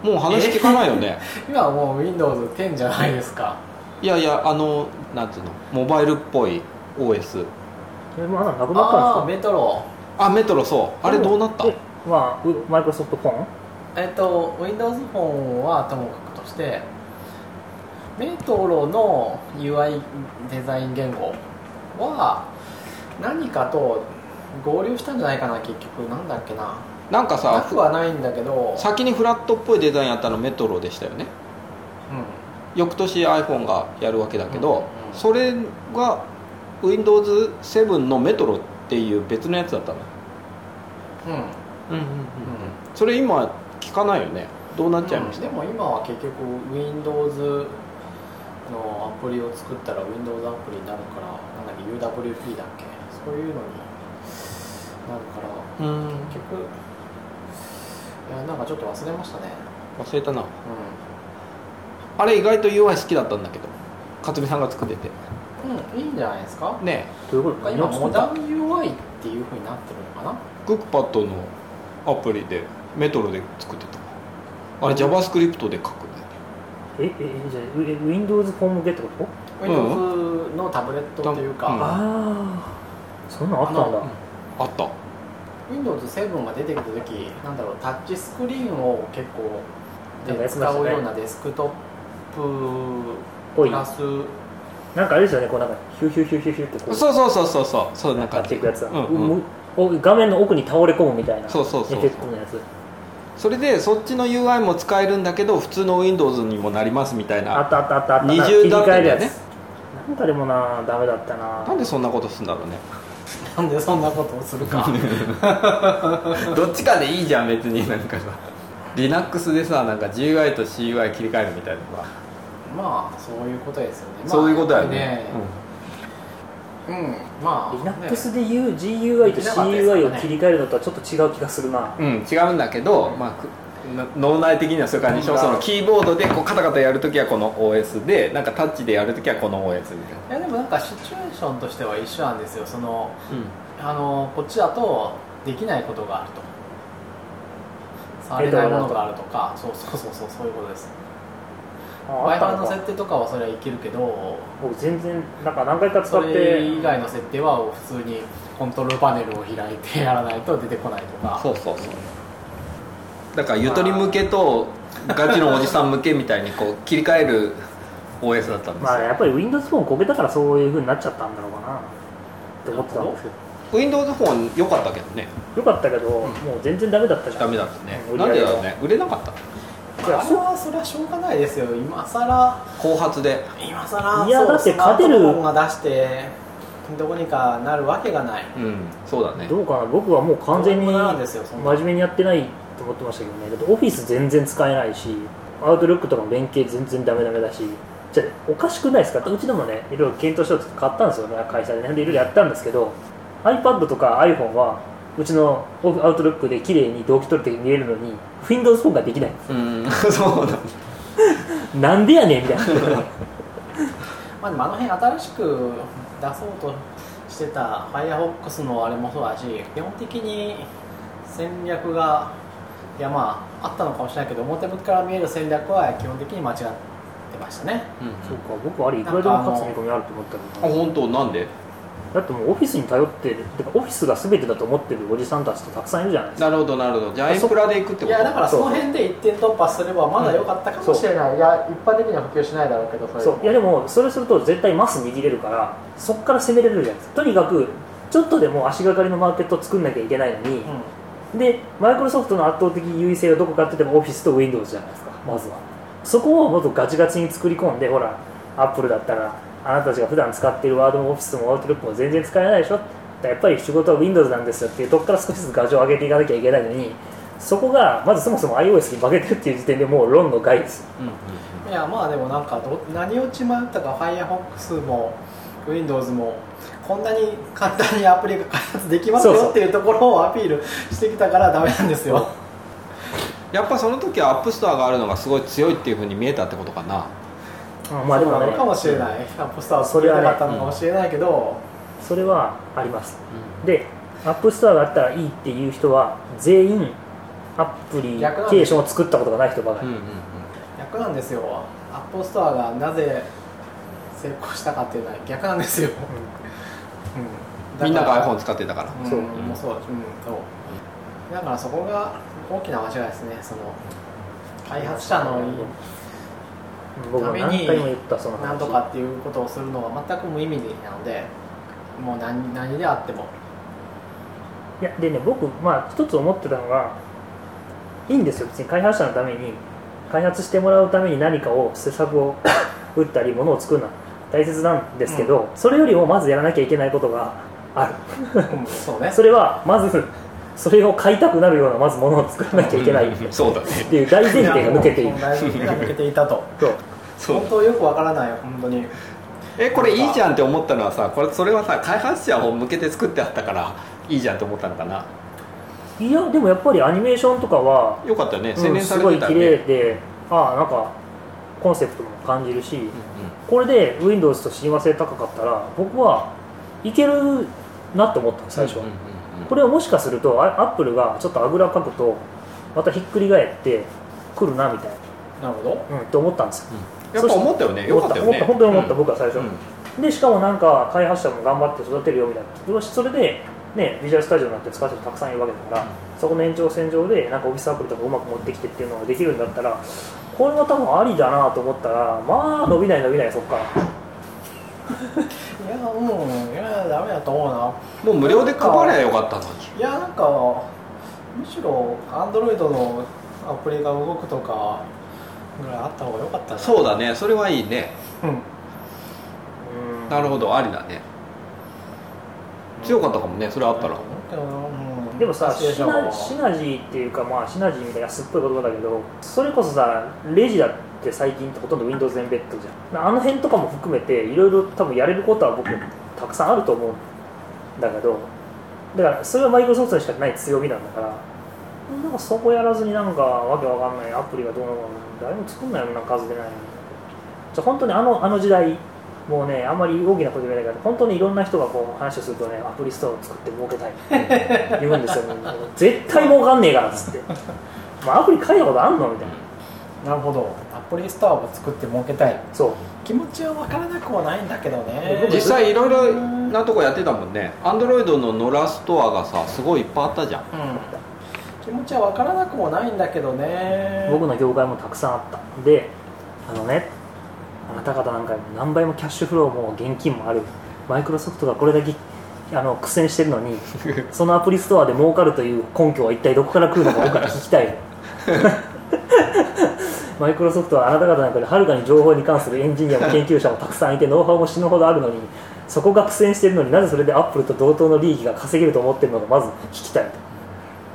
[SPEAKER 1] もう話聞かないよね
[SPEAKER 2] 今はもう Windows10 じゃないですか
[SPEAKER 1] いやいやあのなんつうのモバイルっぽい OS
[SPEAKER 3] えもうあんなのなくなった
[SPEAKER 2] ああ
[SPEAKER 3] ん
[SPEAKER 2] ー
[SPEAKER 3] です
[SPEAKER 2] メトロ
[SPEAKER 1] あメトロそう
[SPEAKER 3] か
[SPEAKER 1] あれどうなった
[SPEAKER 3] えまあうマイクロソフトフォン
[SPEAKER 2] えっと Windows フォンはともかくとしてメトロの UI デザイン言語は何かと合流したんじゃないかな結局なんだっけな
[SPEAKER 1] なんか
[SPEAKER 2] な
[SPEAKER 1] さ
[SPEAKER 2] くはないんだけど
[SPEAKER 1] 先にフラットっぽいデザインやったのメトロでしたよね
[SPEAKER 2] う
[SPEAKER 1] 翌年 iPhone がやるわけだけど、
[SPEAKER 2] うんうん
[SPEAKER 1] それが Windows7 のメトロっていう別のやつだったの、
[SPEAKER 2] んうんうん
[SPEAKER 1] うんうんうん、それ今聞かないよねどうなっちゃいました、
[SPEAKER 2] でも今は結局 Windows のアプリを作ったら Windows アプリになるからなんだっけ UWP だっけそういうのになるから
[SPEAKER 1] うん
[SPEAKER 2] 結局いやなんかちょっと忘れましたね
[SPEAKER 1] 忘れたな
[SPEAKER 2] う
[SPEAKER 1] あれ意外と UI 好きだったんだけど勝美さんが作ってて
[SPEAKER 2] ん、うん、いいんじゃないですか
[SPEAKER 1] ね
[SPEAKER 3] ということで
[SPEAKER 2] 今
[SPEAKER 3] 何を作
[SPEAKER 2] モ
[SPEAKER 3] っ
[SPEAKER 2] ダ
[SPEAKER 3] た
[SPEAKER 2] ン UI っていうふうになってるのかな
[SPEAKER 1] えクックパッドのアプリでメトロで作ってたあれ JavaScript で書くね
[SPEAKER 3] えええじゃあウえ Windows フォン向けってこと
[SPEAKER 1] うん
[SPEAKER 2] Windows のタブレットっていうか、
[SPEAKER 3] ああそんなんあったんだ
[SPEAKER 2] あの
[SPEAKER 1] あった
[SPEAKER 2] Windows7 が出てきた時なんだろうタッチスクリーンを結構
[SPEAKER 3] なんかや
[SPEAKER 2] で
[SPEAKER 3] ってまし
[SPEAKER 2] 使
[SPEAKER 3] たね
[SPEAKER 2] うようなデスクトップ
[SPEAKER 3] ぽい
[SPEAKER 2] プラス
[SPEAKER 3] なんかあれですよねこうなんかヒューヒューヒューヒューヒューってこう
[SPEAKER 1] そうそうそうそうそうそうなん
[SPEAKER 3] 買
[SPEAKER 1] か
[SPEAKER 3] っていくやつだ、
[SPEAKER 1] うんうん
[SPEAKER 3] むお画面の奥に倒れ込むみたいな
[SPEAKER 1] そうそうそう
[SPEAKER 3] エフェクトのやつ
[SPEAKER 1] それでそっちの UI も使えるんだけど普通の Windows にもなりますみたい
[SPEAKER 3] あ
[SPEAKER 1] な
[SPEAKER 3] ったあったあったあった
[SPEAKER 1] 二
[SPEAKER 3] なんか
[SPEAKER 1] 重だったんだよ
[SPEAKER 3] 切り替える
[SPEAKER 1] ね
[SPEAKER 3] やつなんかでもなダメだったな
[SPEAKER 1] なんでそんなことするんだろうね
[SPEAKER 2] なんでそんなことをするか
[SPEAKER 1] どっちかでいいじゃん別になんかさ Linux でさなんか GUI と CUI 切り替えるみたいなのが
[SPEAKER 2] まあそういうことですよねまあ
[SPEAKER 1] そういうことだよね
[SPEAKER 2] うん、まあ、ね
[SPEAKER 3] Linux で言う GUI と
[SPEAKER 2] できなかったですからね
[SPEAKER 3] CUI を切り替えるのとはちょっと違う気がするな
[SPEAKER 1] うん、うん違うんだけど、まあくな脳内的にはそういう感じでしょ
[SPEAKER 2] なん
[SPEAKER 1] そ
[SPEAKER 2] だ
[SPEAKER 1] のキーボードでこうカタカタやるときはこの OS でなんかタッチでやるときはこの OS みたい
[SPEAKER 2] いやでもなんかシチュエーションとしては一緒なんですよその
[SPEAKER 1] な、
[SPEAKER 2] あのこっちだとできないことがあると触れないものがあるとかそうそうそうそうそういうことです
[SPEAKER 3] あ
[SPEAKER 2] w
[SPEAKER 3] あ
[SPEAKER 2] i
[SPEAKER 3] っ
[SPEAKER 2] f
[SPEAKER 3] た
[SPEAKER 2] i
[SPEAKER 3] の
[SPEAKER 2] の
[SPEAKER 3] か
[SPEAKER 2] 設定とかはそれはいけるけど
[SPEAKER 3] 僕全然なんか何回か使
[SPEAKER 2] そ
[SPEAKER 3] って
[SPEAKER 2] れ以外の設定は普通にコントロールパネルを開いてやらないと出てこないと
[SPEAKER 1] うん、
[SPEAKER 2] か
[SPEAKER 1] そうそうそうだからゆとり向けとガチのおじさん向けみたいにこう切り替える OS だったんですよ、
[SPEAKER 3] まあやっぱり Windows フォンこけたからそういう風になっちゃったんだろうかなって思ってたんですけど
[SPEAKER 1] Windows フォン良かったけどね
[SPEAKER 3] よかったけど、もう全然ダメだったじゃん
[SPEAKER 1] ダメだったね
[SPEAKER 3] うん
[SPEAKER 1] なんでだろうね売れなかった
[SPEAKER 3] いや
[SPEAKER 2] あれはそれはしょうがないですよ今さら
[SPEAKER 1] 後発で
[SPEAKER 2] 今さら
[SPEAKER 3] いやだって勝てる
[SPEAKER 2] が出してどこにかなるわけがない
[SPEAKER 1] うんそうだね
[SPEAKER 3] どうかな僕はもう完全に
[SPEAKER 2] どうもならんですよそんな
[SPEAKER 3] 真面目にやってないと思ってましたけどねだってオフィス全然使えないしアウトルックとかも連携全然ダメダメだしじゃあおかしくないですかってうちでもねいろいろ検討しようって買ったんですよね会社でねでいろいろやったんですけど iPad とか iPhone はうちのオフアウトルックで綺麗に同期取る時に見えるのに Windows フォンができない
[SPEAKER 1] うん そうだね
[SPEAKER 3] なんでやねんみ たいな
[SPEAKER 2] まあ、でもあの辺新しく出そうとしてた Firefox のあれもそうだし基本的に戦略がいやまああったのかもしれないけど表向きから見える戦略は基本的に間違ってましたね
[SPEAKER 1] うん
[SPEAKER 3] そうか僕あれいくらでも勝つ見込みあると思ったけ
[SPEAKER 1] あ
[SPEAKER 3] どな
[SPEAKER 1] 本当なんで
[SPEAKER 3] だってもうオフィスに頼ってるてかオフィスが全てだと思ってるおじさんたちってたくさんいるじゃないですか
[SPEAKER 1] なるほどなるほどじゃあエンプラで行くってこと
[SPEAKER 2] いやだから
[SPEAKER 3] そ
[SPEAKER 2] そうの辺で1点突破すればまだ良かったかもしれない、いや一般的には普及しないだろうけどそれで
[SPEAKER 3] そ
[SPEAKER 2] も
[SPEAKER 3] ういやでもそれすると絶対マス握れるからそこから攻めれるじゃないですかとにかくちょっとでも足がかりのマーケットを作んなきゃいけないのに、でマイクロソフトの圧倒的優位性はどこかって言ってもオフィスと Windows じゃないですかまずはそこをもっとガチガチに作り込んでほらアップルだったらあなたたちが普段使ってるワードもオフィスもアウトルックも全然使えないでしょだからやっぱり仕事は Windows なんですよっていうとこから少しずつガジを上げていかなきゃいけないのにそこがまずそもそも iOS に化けてるっていう時点でもう論の外です
[SPEAKER 2] いやまあでもなんかど何をちまったか Firefox も Windows もこんなに簡単にアプリが開発できます
[SPEAKER 3] そうそう
[SPEAKER 2] よっていうところをアピールしてきたからダメなんですよ
[SPEAKER 1] やっぱその時はアップストアがあるのがすごい強いっていうふうに見えたってことかな
[SPEAKER 3] あまあでも
[SPEAKER 2] そうなのか
[SPEAKER 3] ね
[SPEAKER 2] もしれないアップスターを作れなかったのかもしれないけど、
[SPEAKER 3] それはありますでアップストアがあったらいいっていう人は全員アプリケーションを作ったことがない人ばかり、
[SPEAKER 1] うんうん
[SPEAKER 2] 逆なんですよアップストアがなぜ成功したかっていうのは逆なんですよ、うん
[SPEAKER 1] みんな
[SPEAKER 2] だか
[SPEAKER 1] が
[SPEAKER 2] ら
[SPEAKER 1] iPhone 使ってたから
[SPEAKER 3] そう
[SPEAKER 2] うん、もうそううんそうだからそこが大きな間違いですねその開発者の
[SPEAKER 3] うん僕も何回も言ったその
[SPEAKER 2] 何
[SPEAKER 3] 話
[SPEAKER 2] とかっていうことをするのは全く無意味なのでもう何何であって も
[SPEAKER 3] いやでね僕まあ一つ思ってたのがいいんですよ別に開発者のために開発してもらうために何かを施 策を打ったり物を作るのは大切なんですけど、それよりもまずやらなきゃいけないことがある
[SPEAKER 2] うんそうね
[SPEAKER 3] それはまずそれを買いたくなるようなまず物を作らなきゃいけないって
[SPEAKER 1] うんそうだね
[SPEAKER 3] いう大前提が抜けている
[SPEAKER 2] やもう大前提が抜けていたと
[SPEAKER 3] そう
[SPEAKER 1] そう
[SPEAKER 2] 本当よくわからない本当に
[SPEAKER 1] えこれいいじゃんって思ったのはさこれそれはさ開発者を向けて作ってあったからいいじゃんって思ったのかない
[SPEAKER 3] やでもやっぱりアニメーションとかは、
[SPEAKER 1] よかったよね
[SPEAKER 3] うん
[SPEAKER 1] 洗練さ
[SPEAKER 3] す
[SPEAKER 1] れ
[SPEAKER 3] ご
[SPEAKER 1] て
[SPEAKER 3] い
[SPEAKER 1] た
[SPEAKER 3] 綺
[SPEAKER 1] よ
[SPEAKER 3] 麗
[SPEAKER 1] ね
[SPEAKER 3] でああなんかコンセプトも感じるし、これで Windows と親和性高かったら僕はいけるなって思ったの最初は、これをもしかするとあ Apple がちょっとあぐらかくとまたひっくり返ってくるなみたい
[SPEAKER 2] なるほど
[SPEAKER 3] な、うん、と思ったんです
[SPEAKER 1] や
[SPEAKER 3] よ
[SPEAKER 1] っぱ思ったよねよかったよ
[SPEAKER 3] 思っ
[SPEAKER 1] ね
[SPEAKER 3] た本当に思った、僕は最初、
[SPEAKER 1] うん
[SPEAKER 3] でしかもなんか開発者も頑張って育てるよみたいなよしそれでねビジュアルスタジオなんて使う人たくさんいるわけだから、そこの延長線上でなんかオフィスアプリとかうまく持ってきてっていうのができるんだったらこれも多分ありだなと思ったらまあ伸びない伸びないそっから
[SPEAKER 2] いやうんいやダメだと思うな
[SPEAKER 1] もう無料で配りゃよかったのに
[SPEAKER 2] いやなんかむしろアンドロイドのアプリが動くとかぐらいあった方が良かったな
[SPEAKER 1] そうだねそれはいいね
[SPEAKER 2] うん
[SPEAKER 3] うん
[SPEAKER 1] なるほどありだね強かったかもねそれあったら
[SPEAKER 2] うん
[SPEAKER 3] でもさ
[SPEAKER 2] 難しい
[SPEAKER 3] シ
[SPEAKER 2] しょ
[SPEAKER 3] ナシナジーっていうかまあシナジーみたいな安っぽい言葉だけどそれこそさレジだって最近ほとんど Windows エンベッドじゃんあの辺とかも含めていろいろ多分やれることは僕たくさんあると思うんだけどだからそれはマイクロソフトにしかない強みなんだからなんかそこやらずになんかわけわかんないアプリがどうのこうの誰も作んないような数出ないのにじゃあ本当にあのあの時代もうねあんまり大きなこと言えないけど本当にいろんな人がこう話をするとねアプリストアを作って儲けたい言うんですよ、みんな絶対儲かんねえからっつって、まあ、アプリ書いたことあんのみたいな、
[SPEAKER 2] なるほどアプリストアを作って儲けたい
[SPEAKER 3] そう、
[SPEAKER 2] 気持ちは分からなくはないんだけどね
[SPEAKER 1] 実際いろいろなとこやってたもんねアンドロイドのノラストアがさすごいいっぱいあったじゃん
[SPEAKER 2] うん気持ちは分からなくもないんだけどね
[SPEAKER 3] 僕の業界もたくさんあった、で、あのね、あなた方なんかより何倍もキャッシュフローも現金もある、マイクロソフトがこれだけあの苦戦してるのに、そのアプリストアで儲かるという根拠は一体どこから来るのか、僕は聞きたい。マイクロソフトはあなた方なんかよりはるかに情報に関するエンジニアも研究者もたくさんいてノウハウも死ぬほどあるのにそこが苦戦しているのになぜそれでアップルと同等の利益が稼げると思っているのかまず聞きたいと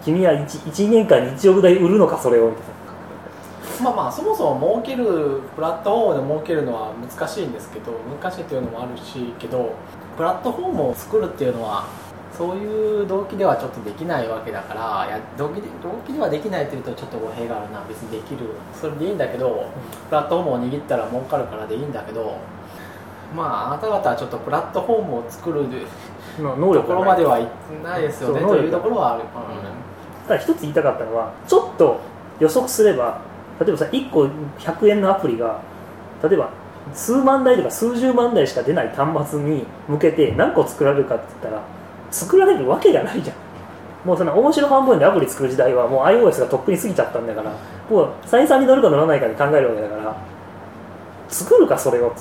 [SPEAKER 3] 君は 1, 1年間に1億台売るのかそれをみたいな
[SPEAKER 2] まあまあそもそも儲けるプラットフォームで儲けるのは難しいんですけど難しいというのもあるしけどプラットフォームを作るっていうのはそういう動機ではちょっとできないわけだからいや動機で動機ではできないというとちょっと語弊があるな別にできるそれでいいんだけどプラットフォームを握ったら儲かるからでいいんだけどまああなた方はちょっとプラットフォームを作る
[SPEAKER 3] まあ能
[SPEAKER 2] と
[SPEAKER 3] 力
[SPEAKER 2] こ
[SPEAKER 3] が
[SPEAKER 2] ろ
[SPEAKER 3] な
[SPEAKER 2] ま
[SPEAKER 3] い
[SPEAKER 2] ではいってないですよね
[SPEAKER 3] そう
[SPEAKER 2] というところはある、
[SPEAKER 3] ただ一つ言いたかったのはちょっと予測すれば例えばさ1個100円のアプリが例えば数万台とか数十万台しか出ない端末に向けて何個作られるかって言ったら作られるわけがないじゃんもうその面白半分でアプリ作る時代はもう iOS がとっくに過ぎちゃったんだからもう採算に乗るか乗らないかで考えるわけだから作るかそれを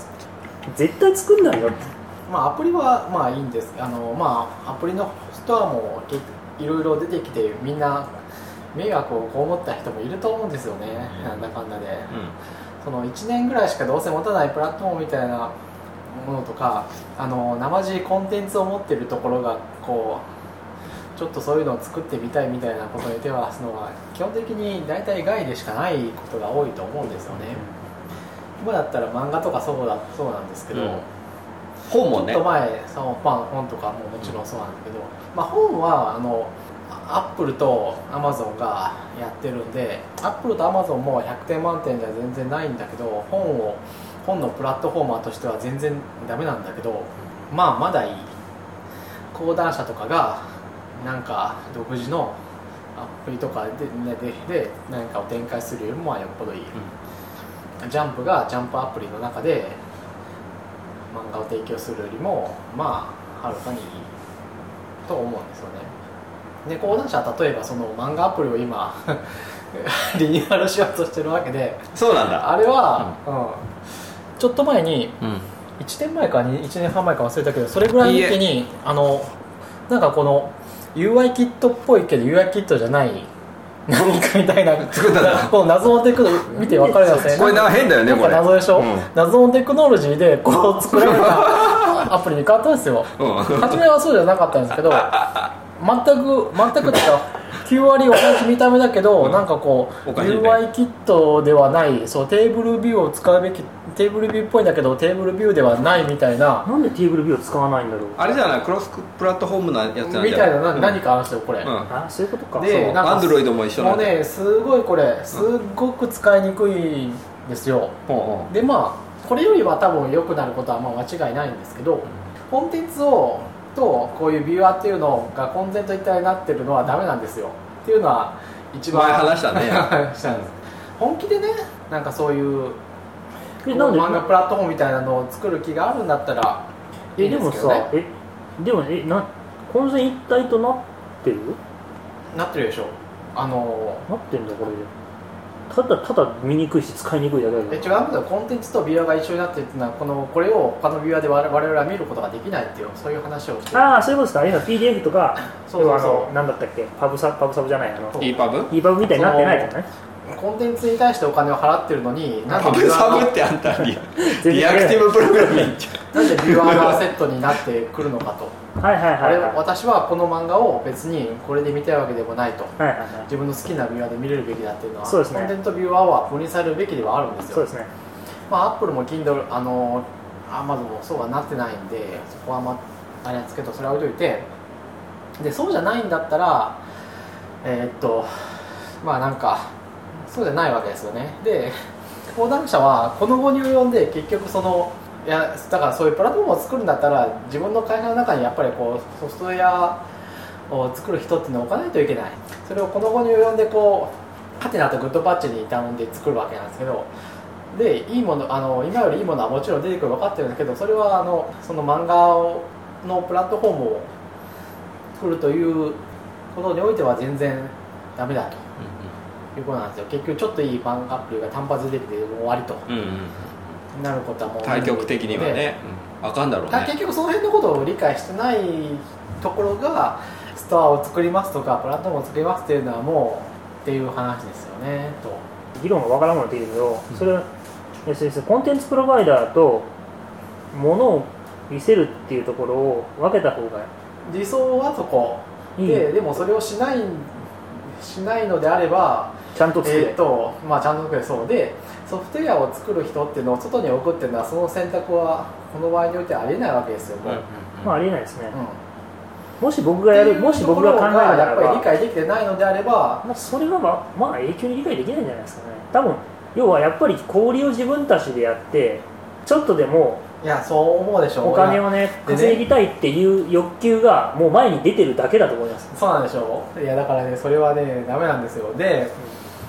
[SPEAKER 3] 絶対作んないよって
[SPEAKER 2] まあ、アプリはまあいいんですあの、まあ、アプリのストアもけいろいろ出てきてみんな迷惑を被った人もいると思うんですよね、
[SPEAKER 1] うん
[SPEAKER 2] なんだかんだでその1年ぐらいしかどうせ持たないプラットフォームみたいなものとかあの生地コンテンツを持ってるところがこうちょっとそういうのを作ってみたいみたいなことに手を出すのは基本的に大体外でしかないことが多いと思うんですよね、今だったら漫画とかそうだそうなんですけど、
[SPEAKER 1] うん本も
[SPEAKER 2] ち
[SPEAKER 1] ね
[SPEAKER 2] ょっと前そのパン本とかももちろんそうなんだけど、まあ、本はあのアップルとアマゾンがやってるんでアップルとアマゾンも100点満点では全然ないんだけど本を本のプラットフォーマーとしては全然ダメなんだけどまあまだいい講談社とかがなんか独自のアプリとかででで何かを展開するよりもまあよっぽどいい、ジャンプがジャンプアプリの中で漫画を提供するよりもまあはるかにいいと思うんですよねで講談社は例えばその漫画アプリを今 リニューアルしようとしてるわけで
[SPEAKER 1] そうなんだ
[SPEAKER 2] あれは、うんちょっと前に
[SPEAKER 1] うん
[SPEAKER 2] 1年前か1年半前か忘れたけどそれぐらいの時にあのなんかこの UI キットっぽいけど UI キットじゃない何かみたいな
[SPEAKER 1] 作ったんだ
[SPEAKER 2] この謎のテクノ見て分かるやつね
[SPEAKER 1] これな変だよね
[SPEAKER 2] なん
[SPEAKER 1] こ
[SPEAKER 2] か
[SPEAKER 1] れ
[SPEAKER 2] 謎でしょ、
[SPEAKER 1] うん
[SPEAKER 2] 謎のテクノロジーでこれを作られ たアプリに変わったんですよ
[SPEAKER 1] うん
[SPEAKER 2] 初めはそうじゃなかったんですけど全く全くっていうか9割同じ見た目だけど、
[SPEAKER 1] うん
[SPEAKER 2] なんかこう
[SPEAKER 1] おかしいね
[SPEAKER 2] UI キットではないそうテーブルビューを使うべきテーブルビューっぽいんだけどテーブルビューではないみたいな
[SPEAKER 3] なんでテーブルビューを使わないんだろう
[SPEAKER 1] あれじゃないクロスプラットフォームなやつなんじゃ
[SPEAKER 2] みたいなな
[SPEAKER 1] うん
[SPEAKER 2] 何かあるんですよこれ、
[SPEAKER 1] うん
[SPEAKER 3] あそういうことか
[SPEAKER 2] で
[SPEAKER 1] そう
[SPEAKER 2] なんか
[SPEAKER 1] アンドロイドも一緒
[SPEAKER 2] も
[SPEAKER 1] な
[SPEAKER 2] うん
[SPEAKER 1] だよ
[SPEAKER 2] ねすごいこれすっごく使いにくいんですよ、
[SPEAKER 1] ほ
[SPEAKER 2] でまあこれよりは多分良くなることはまあ間違いないんですけどコンテンツをとこういうビューアーっていうのがコンテンツと一体になってるのはダメなんですよっていうのは一
[SPEAKER 1] う
[SPEAKER 2] 番
[SPEAKER 1] 前話したね
[SPEAKER 2] 話したんです 本気でねなんかそういう
[SPEAKER 3] えなんで
[SPEAKER 2] こう漫画プラットフォームみたいなのを作る気があるんだったらい
[SPEAKER 3] え
[SPEAKER 2] いん
[SPEAKER 3] で
[SPEAKER 2] で
[SPEAKER 3] も
[SPEAKER 2] すけ
[SPEAKER 3] さ
[SPEAKER 2] どね
[SPEAKER 3] えでもえな混然一体となってる
[SPEAKER 2] なってるでしょあの
[SPEAKER 3] なってんだこれでただただ見にくいし使いにくいだけだ
[SPEAKER 2] え違うん
[SPEAKER 3] け
[SPEAKER 2] だ
[SPEAKER 3] ど
[SPEAKER 2] よコンテンツとビューアーが一緒になってるっていうのはこのこれを他のビューアーで我々我々は見ることができないっていうそういう話をしてる
[SPEAKER 3] ああそういうことですかあれの PDF とか
[SPEAKER 2] そうそうそう
[SPEAKER 3] 要はあのなんだったっけパブサパブサブじゃないあの
[SPEAKER 2] そう
[SPEAKER 1] e パブ
[SPEAKER 3] EPUB みたいになってないじゃない
[SPEAKER 2] コンテンツに対してお金を払ってるのになん
[SPEAKER 1] パ
[SPEAKER 2] でビ
[SPEAKER 1] ブ
[SPEAKER 2] ュー
[SPEAKER 1] サ
[SPEAKER 2] ア
[SPEAKER 1] ブ
[SPEAKER 2] ー
[SPEAKER 1] ってあんたに
[SPEAKER 3] 全
[SPEAKER 1] リアクティブプログラミングじゃん
[SPEAKER 2] がなんでビューアーがセットになってくるのかと
[SPEAKER 3] はいはい
[SPEAKER 2] あ
[SPEAKER 3] はい
[SPEAKER 2] れ
[SPEAKER 3] はいは
[SPEAKER 2] 私はこの漫画を別にこれで見たいわけでもないと
[SPEAKER 3] いはいは
[SPEAKER 2] 自分の好きなビューアーで見れるべきだっていうのは
[SPEAKER 3] そうですね
[SPEAKER 2] コンテンツとビューアーは分離されるべきではあるんで
[SPEAKER 3] い
[SPEAKER 2] す
[SPEAKER 3] そう
[SPEAKER 2] よ
[SPEAKER 3] ですね
[SPEAKER 2] まあアップルも Kindle あの Amazon もそうはなってないんでそこはまああれなんですけどそれは置いといてでそうじゃないんだったらえーっとまあなんかそうじゃないわけですよねで講談社はこの後に及んで結局そのいやだからそういうプラットフォームを作るんだったら自分の会社の中にやっぱりこうソフトウェアを作る人っていうのを置かないといけないそれをこの後に及んでこうハテナとグッドパッチに頼んで作るわけなんですけどでいいものあの今よりいいものはもちろん出てくるの分かってるんだけどそれはあのその漫画をのプラットフォームを作るということにおいては全然ダメだということなんですよ結局ちょっといい漫画アプリが単発でできて終わりと
[SPEAKER 1] うんうん
[SPEAKER 2] なることはもう
[SPEAKER 1] 対局的にはねうんあかんだろう
[SPEAKER 2] だから結
[SPEAKER 1] ね
[SPEAKER 2] 局その辺のことを理解してないところがストアを作りますとかプラットフォームを作りますっていうのはもうっていう話ですよねと
[SPEAKER 3] 議論がわからんものっていうけどそれは要するにコンテンツプロバイダーとものを見せるっていうところを分けた方が
[SPEAKER 2] 理想はそこ
[SPEAKER 3] いい
[SPEAKER 2] ででもそれをしないしないのであれば、
[SPEAKER 3] ちゃんと作れ、
[SPEAKER 2] えーとまあ、ちゃんと作れそうでソフトウェアを作る人っていうのを外に置くっていうのはその選択はこの場合においてありえないわけですよ、もう
[SPEAKER 3] まあありえないですね、
[SPEAKER 2] うん
[SPEAKER 3] もし僕がや
[SPEAKER 2] って
[SPEAKER 3] る
[SPEAKER 2] いう
[SPEAKER 3] もし僕が考えるな
[SPEAKER 2] ところ
[SPEAKER 3] ら
[SPEAKER 2] がやっぱり
[SPEAKER 3] ば
[SPEAKER 2] 理解できてないのであれば
[SPEAKER 3] まあ、それはまあ、まあ、永久に理解できないんじゃないですかね多分要はやっぱり氷を自分たちでやってちょっとでも
[SPEAKER 2] いやそう思うでしょう
[SPEAKER 3] お金をね
[SPEAKER 2] でね
[SPEAKER 3] 稼ぎたいっていう欲求がもう前に出てるだけだと思います
[SPEAKER 2] そうなんでしょういやだからねそれはねダメなんですよで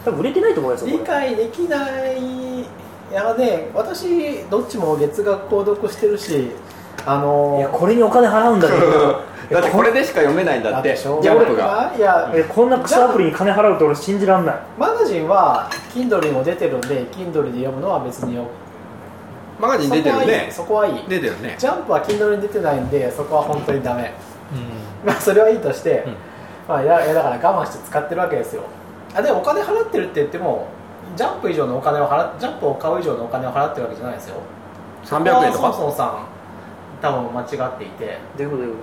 [SPEAKER 3] 多分売れてないと思いますよ
[SPEAKER 2] 理
[SPEAKER 3] これ
[SPEAKER 2] 解できないやで私どっちも月額購読してるしあの
[SPEAKER 3] いやこれにお金払うんだけ ど
[SPEAKER 1] だってこれでしか読めないんだって
[SPEAKER 2] で
[SPEAKER 1] ジ
[SPEAKER 2] しょ
[SPEAKER 1] ャンプが
[SPEAKER 2] いや
[SPEAKER 3] えこんなクソアプリに金払うと俺信じらんない
[SPEAKER 2] マガジンは Kindle にも出てるんで Kindle で読むのは別によ
[SPEAKER 1] マガジン出てるね
[SPEAKER 2] そこはいいそこはいい
[SPEAKER 1] 出てるね
[SPEAKER 2] ジャンプは Kindle に出てないんでそこは本当にダメ、 まあそれはいいとして、
[SPEAKER 1] うん
[SPEAKER 2] まあ、いやいやだから我慢して使ってるわけですよあでもお金払ってるって言ってもジャンプ以上のお金を払っジャンプを買う以上のお金を払ってるわけじゃないですよ
[SPEAKER 1] 300円と
[SPEAKER 2] そもそ
[SPEAKER 1] か
[SPEAKER 2] もさん多分間違っていて
[SPEAKER 3] どういうことどういうこ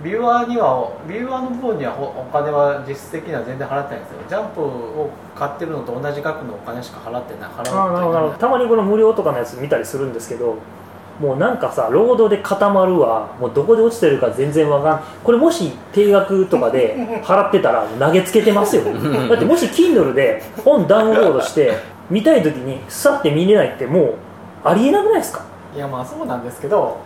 [SPEAKER 2] ビューアーにはビューアーの部分にはほお金は実質的には全然払ってないんですよジャンプを買ってるのと同じ額のお金しか払ってない払う
[SPEAKER 3] ああなるほどなるほどたまにこの無料とかのやつ見たりするんですけどもうなんかさロードで固まるわもうどこで落ちてるか全然わかんこれもし定額と かで払ってたら投げつけてますよだってもし Kindle で本ダウンロードして見たい時にさって見れないってもうありえなくないですか
[SPEAKER 2] いやまあそうなんですけど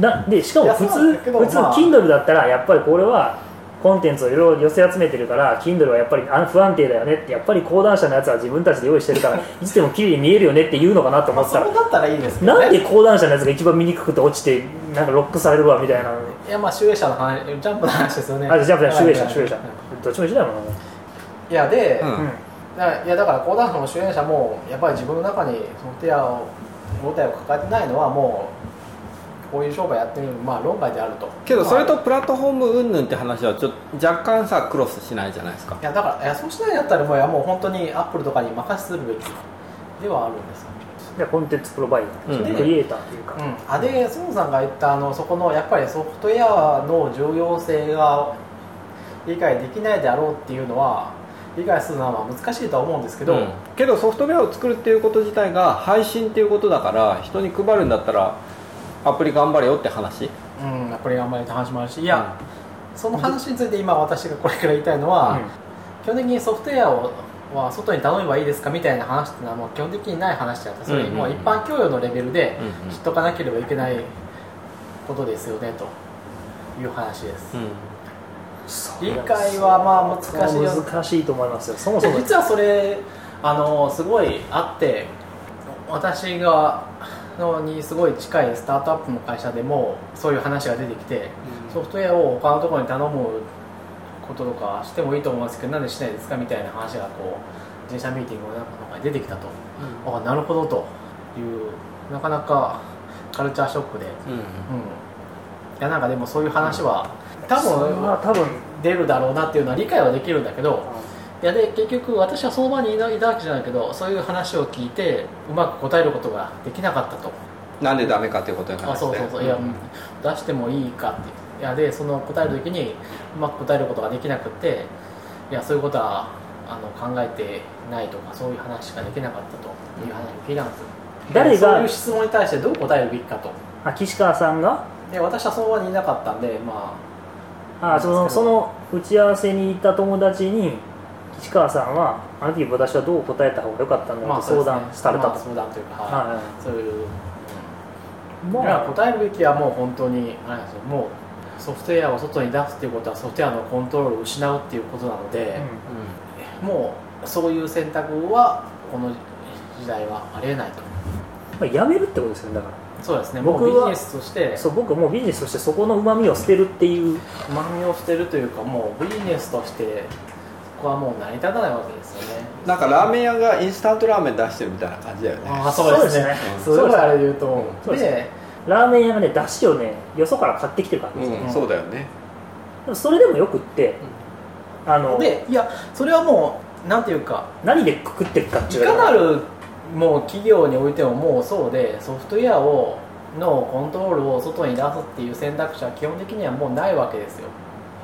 [SPEAKER 3] なでしかも普
[SPEAKER 2] いやそうなん
[SPEAKER 3] 通
[SPEAKER 2] だけど
[SPEAKER 3] 普通
[SPEAKER 2] まあ
[SPEAKER 3] Kindle だったらやっぱりこれはコンテンツをいろいろ寄せ集めてるから Kindle はやっぱりあ不安定だよねってやっぱり講談社のやつは自分たちで用意してるからいつでも綺麗に見えるよねって言うのかなと思って
[SPEAKER 2] そ
[SPEAKER 3] た
[SPEAKER 2] れ
[SPEAKER 3] ら
[SPEAKER 2] だったらいいですけど、ね、
[SPEAKER 3] なんで講談社のやつが一番見にくくて落ちてなんかロックされるわみたいな、
[SPEAKER 2] いやまあ集英社の話ジャンプの話ですよね
[SPEAKER 3] あじゃあ集英社
[SPEAKER 2] はい
[SPEAKER 3] 集英社どっちも一緒だもんな、
[SPEAKER 2] いやで、
[SPEAKER 1] うん
[SPEAKER 2] ないやだから講談社の主演者もやっぱり自分の中にその手やを手体を抱えてないのはもうこういう商売やってるまあ論外であると
[SPEAKER 1] けどそれと
[SPEAKER 2] ま
[SPEAKER 1] プラットフォーム云々って話はちょっと若干さクロスしないじゃないですか
[SPEAKER 2] あいやだからいやそうしないんだったらもういやもう本当にアップルとかに任せするべきではあるんですよ
[SPEAKER 3] じゃあコンテンツプロバイダー、
[SPEAKER 1] うん
[SPEAKER 3] クリエイターというか、
[SPEAKER 2] うん、あで孫さんが言ったあのそこのやっぱりソフトウェアの重要性が理解できないであろうっていうのは理解するのはまあ難しいとは思うんですけど、
[SPEAKER 1] うんけどソフトウェアを作るっていうこと自体が配信っていうことだから人に配るんだったらアプリ頑張れよって話
[SPEAKER 2] うん、やっぱりあんまり話もあるしいや、その話について今私がこれから言いたいのは、基本的にソフトウェアをは外に頼めばいいですかみたいな話ってのはもう基本的にない話であってそれ
[SPEAKER 1] うんうんうん
[SPEAKER 2] もう一般教養のレベルで
[SPEAKER 1] うんうん
[SPEAKER 2] 知っとかなければいけないことですよねという話です、
[SPEAKER 3] そう
[SPEAKER 2] 理解はまあ難しいよ
[SPEAKER 3] 難しいと思いますよそもそも
[SPEAKER 2] 実はそれあのすごいあって私がのにすごい近いスタートアップの会社でもそういう話が出てきてソフトウェアを他のところに頼むこととかしてもいいと思うんですけどなんでしないですかみたいな話がこう自社ミーティングの中に出てきたと、ああなるほどというなかなかカルチャーショックで、うん、
[SPEAKER 1] うん
[SPEAKER 2] いやなんかでもそういう話は多
[SPEAKER 3] それは
[SPEAKER 2] 分
[SPEAKER 3] 多分
[SPEAKER 2] 出るだろうなっていうのは理解はできるんだけどいやで結局私はその場にいないいたわけじゃないけどそういう話を聞いてうまく答えることができなかったと。
[SPEAKER 1] なんでダメかっていうことに関
[SPEAKER 2] あ
[SPEAKER 1] して
[SPEAKER 2] そうそうそういや、
[SPEAKER 1] ん
[SPEAKER 2] 出してもいいかっていやでその答える時にうまく答えることができなくっていやそういうことはあの考えてないとかそういう話しかできなかったという話を聞いたんですよ
[SPEAKER 3] 誰が
[SPEAKER 2] そういう質問に対してどう答えるべきかと
[SPEAKER 3] あ岸川さんが
[SPEAKER 2] で私はその場にいなかったんでま
[SPEAKER 3] あそのその打ち合わせにいた友達に岸川さんはあの時私はどう答えた方が良かったん
[SPEAKER 2] あ、
[SPEAKER 3] だ
[SPEAKER 2] ま
[SPEAKER 3] ろう
[SPEAKER 2] あ
[SPEAKER 3] と
[SPEAKER 2] そうですね
[SPEAKER 3] 相談され
[SPEAKER 2] ま
[SPEAKER 3] た
[SPEAKER 2] あ
[SPEAKER 3] と、
[SPEAKER 2] 相談というか、
[SPEAKER 3] はいはい
[SPEAKER 2] そういう、
[SPEAKER 3] ま
[SPEAKER 2] いや
[SPEAKER 3] あ、
[SPEAKER 2] 答えるべきはもう本当にあれですよもうソフトウェアを外に出すっていうことはソフトウェアのコントロールを失うっていうことなので、
[SPEAKER 3] うん
[SPEAKER 2] もうそういう選択はこの時代はありえないと
[SPEAKER 3] まあ、やめるってことですよねだから
[SPEAKER 2] そうですねも
[SPEAKER 3] 僕
[SPEAKER 2] う
[SPEAKER 3] は
[SPEAKER 2] ビジネスとして
[SPEAKER 3] そう僕はもうビジネスとしてそこのうまみを捨てるってい
[SPEAKER 2] う
[SPEAKER 3] う
[SPEAKER 2] まみを捨てるというかもうビジネスとしてそこはもう成り立たないわけですよね
[SPEAKER 1] なんかラーメン屋がインスタントラーメン出してるみたいな感じだよね
[SPEAKER 2] ああそうです
[SPEAKER 3] そう
[SPEAKER 2] ね
[SPEAKER 3] です
[SPEAKER 1] ね
[SPEAKER 2] すごいあれ言うと思う
[SPEAKER 3] そうです
[SPEAKER 2] で
[SPEAKER 3] ラーメン屋がね出汁をねよそから買ってきてるから、で
[SPEAKER 1] うん
[SPEAKER 2] うん
[SPEAKER 1] そうだよね
[SPEAKER 3] もそれでもよくって、あの
[SPEAKER 2] でいやそれはもうなんていうか
[SPEAKER 3] 何でくくってるかっ
[SPEAKER 2] い
[SPEAKER 3] ていう
[SPEAKER 2] かな
[SPEAKER 3] る
[SPEAKER 2] るもう企業においてももうそうでソフトウェアをのコントロールを外に出すっていう選択肢は基本的にはもうないわけですよ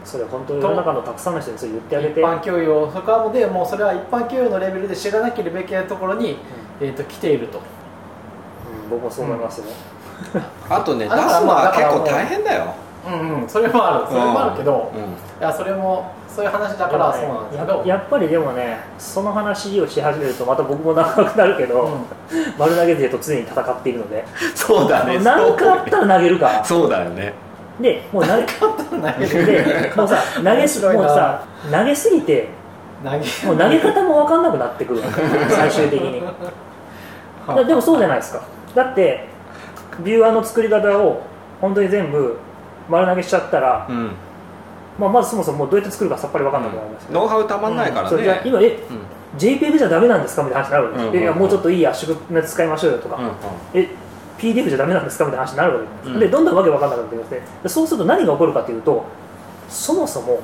[SPEAKER 3] それ本当に世の中のたくさんの人にそれ言ってあげ
[SPEAKER 2] 一
[SPEAKER 3] て
[SPEAKER 2] 般教養そこはもうでもうそれは一般教養のレベルで知らなければいけないところに、えー、と来ていると
[SPEAKER 3] うん僕もそう思いますよね、
[SPEAKER 1] あとね出す
[SPEAKER 2] あ
[SPEAKER 1] の
[SPEAKER 2] だからまあ
[SPEAKER 1] は
[SPEAKER 2] だか
[SPEAKER 1] 結
[SPEAKER 2] ら
[SPEAKER 1] 構大変だよ
[SPEAKER 2] うんうんそれもあるそれもあるけど、
[SPEAKER 1] うん
[SPEAKER 2] いやそれもそういう話だからそう
[SPEAKER 3] でも
[SPEAKER 2] な
[SPEAKER 3] ね
[SPEAKER 2] んですけ
[SPEAKER 3] や
[SPEAKER 2] ど、
[SPEAKER 3] やっぱりでもねその話をし始めるとまた僕も長くなるけど、
[SPEAKER 2] う
[SPEAKER 3] 丸投げ勢と常に戦っているので
[SPEAKER 1] そうだね
[SPEAKER 3] 何かあったら投げるから
[SPEAKER 1] そうだよね
[SPEAKER 3] でもう投げ
[SPEAKER 2] ん、投 げ
[SPEAKER 3] でもうさ投げ
[SPEAKER 2] 面
[SPEAKER 3] す
[SPEAKER 2] 白いな
[SPEAKER 3] もうさ投げすぎてもう投げ方も分かんなくなって くるわけ最終的にだでもそうじゃないですかだってビューアーの作り方を本当に全部丸投げしちゃったら、
[SPEAKER 1] うん
[SPEAKER 3] まあ、まずそもそもどうやって作るかさっぱり分かんなくなりますよ、
[SPEAKER 1] ノウハウたまんないから
[SPEAKER 3] そうじゃあ
[SPEAKER 1] ね
[SPEAKER 3] 今え
[SPEAKER 1] うん
[SPEAKER 3] JPEG じゃダメなんですかみたいな話になるわけです、
[SPEAKER 1] うんうんうん
[SPEAKER 3] いやもうちょっといい圧縮のやつ使いましょうよとか、
[SPEAKER 1] うんうん
[SPEAKER 3] え PDF じゃダメなんですかみたいな話になるわけです、
[SPEAKER 1] うん
[SPEAKER 3] でどんどんわけわかんなくなってきますねでそうすると何が起こるかというとそもそも、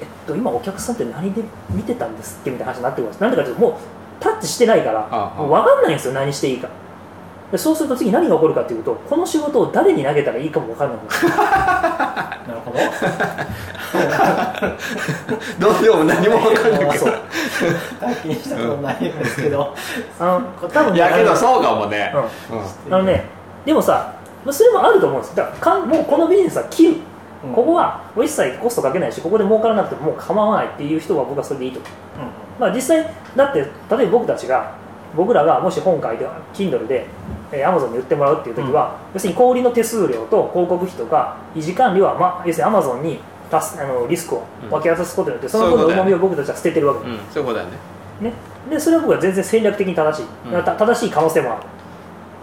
[SPEAKER 3] えっと、今お客さんって何で見てたんですっけみたいな話になってくるんですなんでかというともうタッチしてないから
[SPEAKER 1] ああ
[SPEAKER 3] もう分かんないんですよ何していいかでそうすると次何が起こるかというとこの仕事を誰に投げたらいいかも分からないんで すよ
[SPEAKER 2] なるほど
[SPEAKER 1] どうでも何も分かんないけ
[SPEAKER 2] そ
[SPEAKER 1] ど
[SPEAKER 2] う体験したことないんですけど、
[SPEAKER 3] あの多分
[SPEAKER 1] い
[SPEAKER 3] ね
[SPEAKER 1] やけ
[SPEAKER 3] あ
[SPEAKER 1] ど
[SPEAKER 3] の
[SPEAKER 1] そうかもね、
[SPEAKER 3] うん
[SPEAKER 1] うん
[SPEAKER 3] あのね、でもさ、まあそれもあると思うんですだからかんもうこのビジネスは切る、
[SPEAKER 2] うん
[SPEAKER 3] ここはもう一切コストかけないし、ここで儲からなくてももう構わないっていう人は僕はそれでいいと思う。
[SPEAKER 2] う
[SPEAKER 3] まあ、実際、だって、例えば僕たちが、僕らがもし本書いて、Kindle で、えー Amazon に売ってもらうっていう時は、要するに小売りの手数料と広告費とか、維持管理は、まあ、要するに Amazon に足すあのリスクを分け渡すことによって、その分
[SPEAKER 1] そう
[SPEAKER 3] の
[SPEAKER 1] いうことだよ
[SPEAKER 3] 重みを僕たちは捨ててるわけ
[SPEAKER 1] うん、そういうことだよね
[SPEAKER 3] ね。で、それは僕は全然戦略的に正しい。
[SPEAKER 1] うん
[SPEAKER 3] た正しい可能性もある。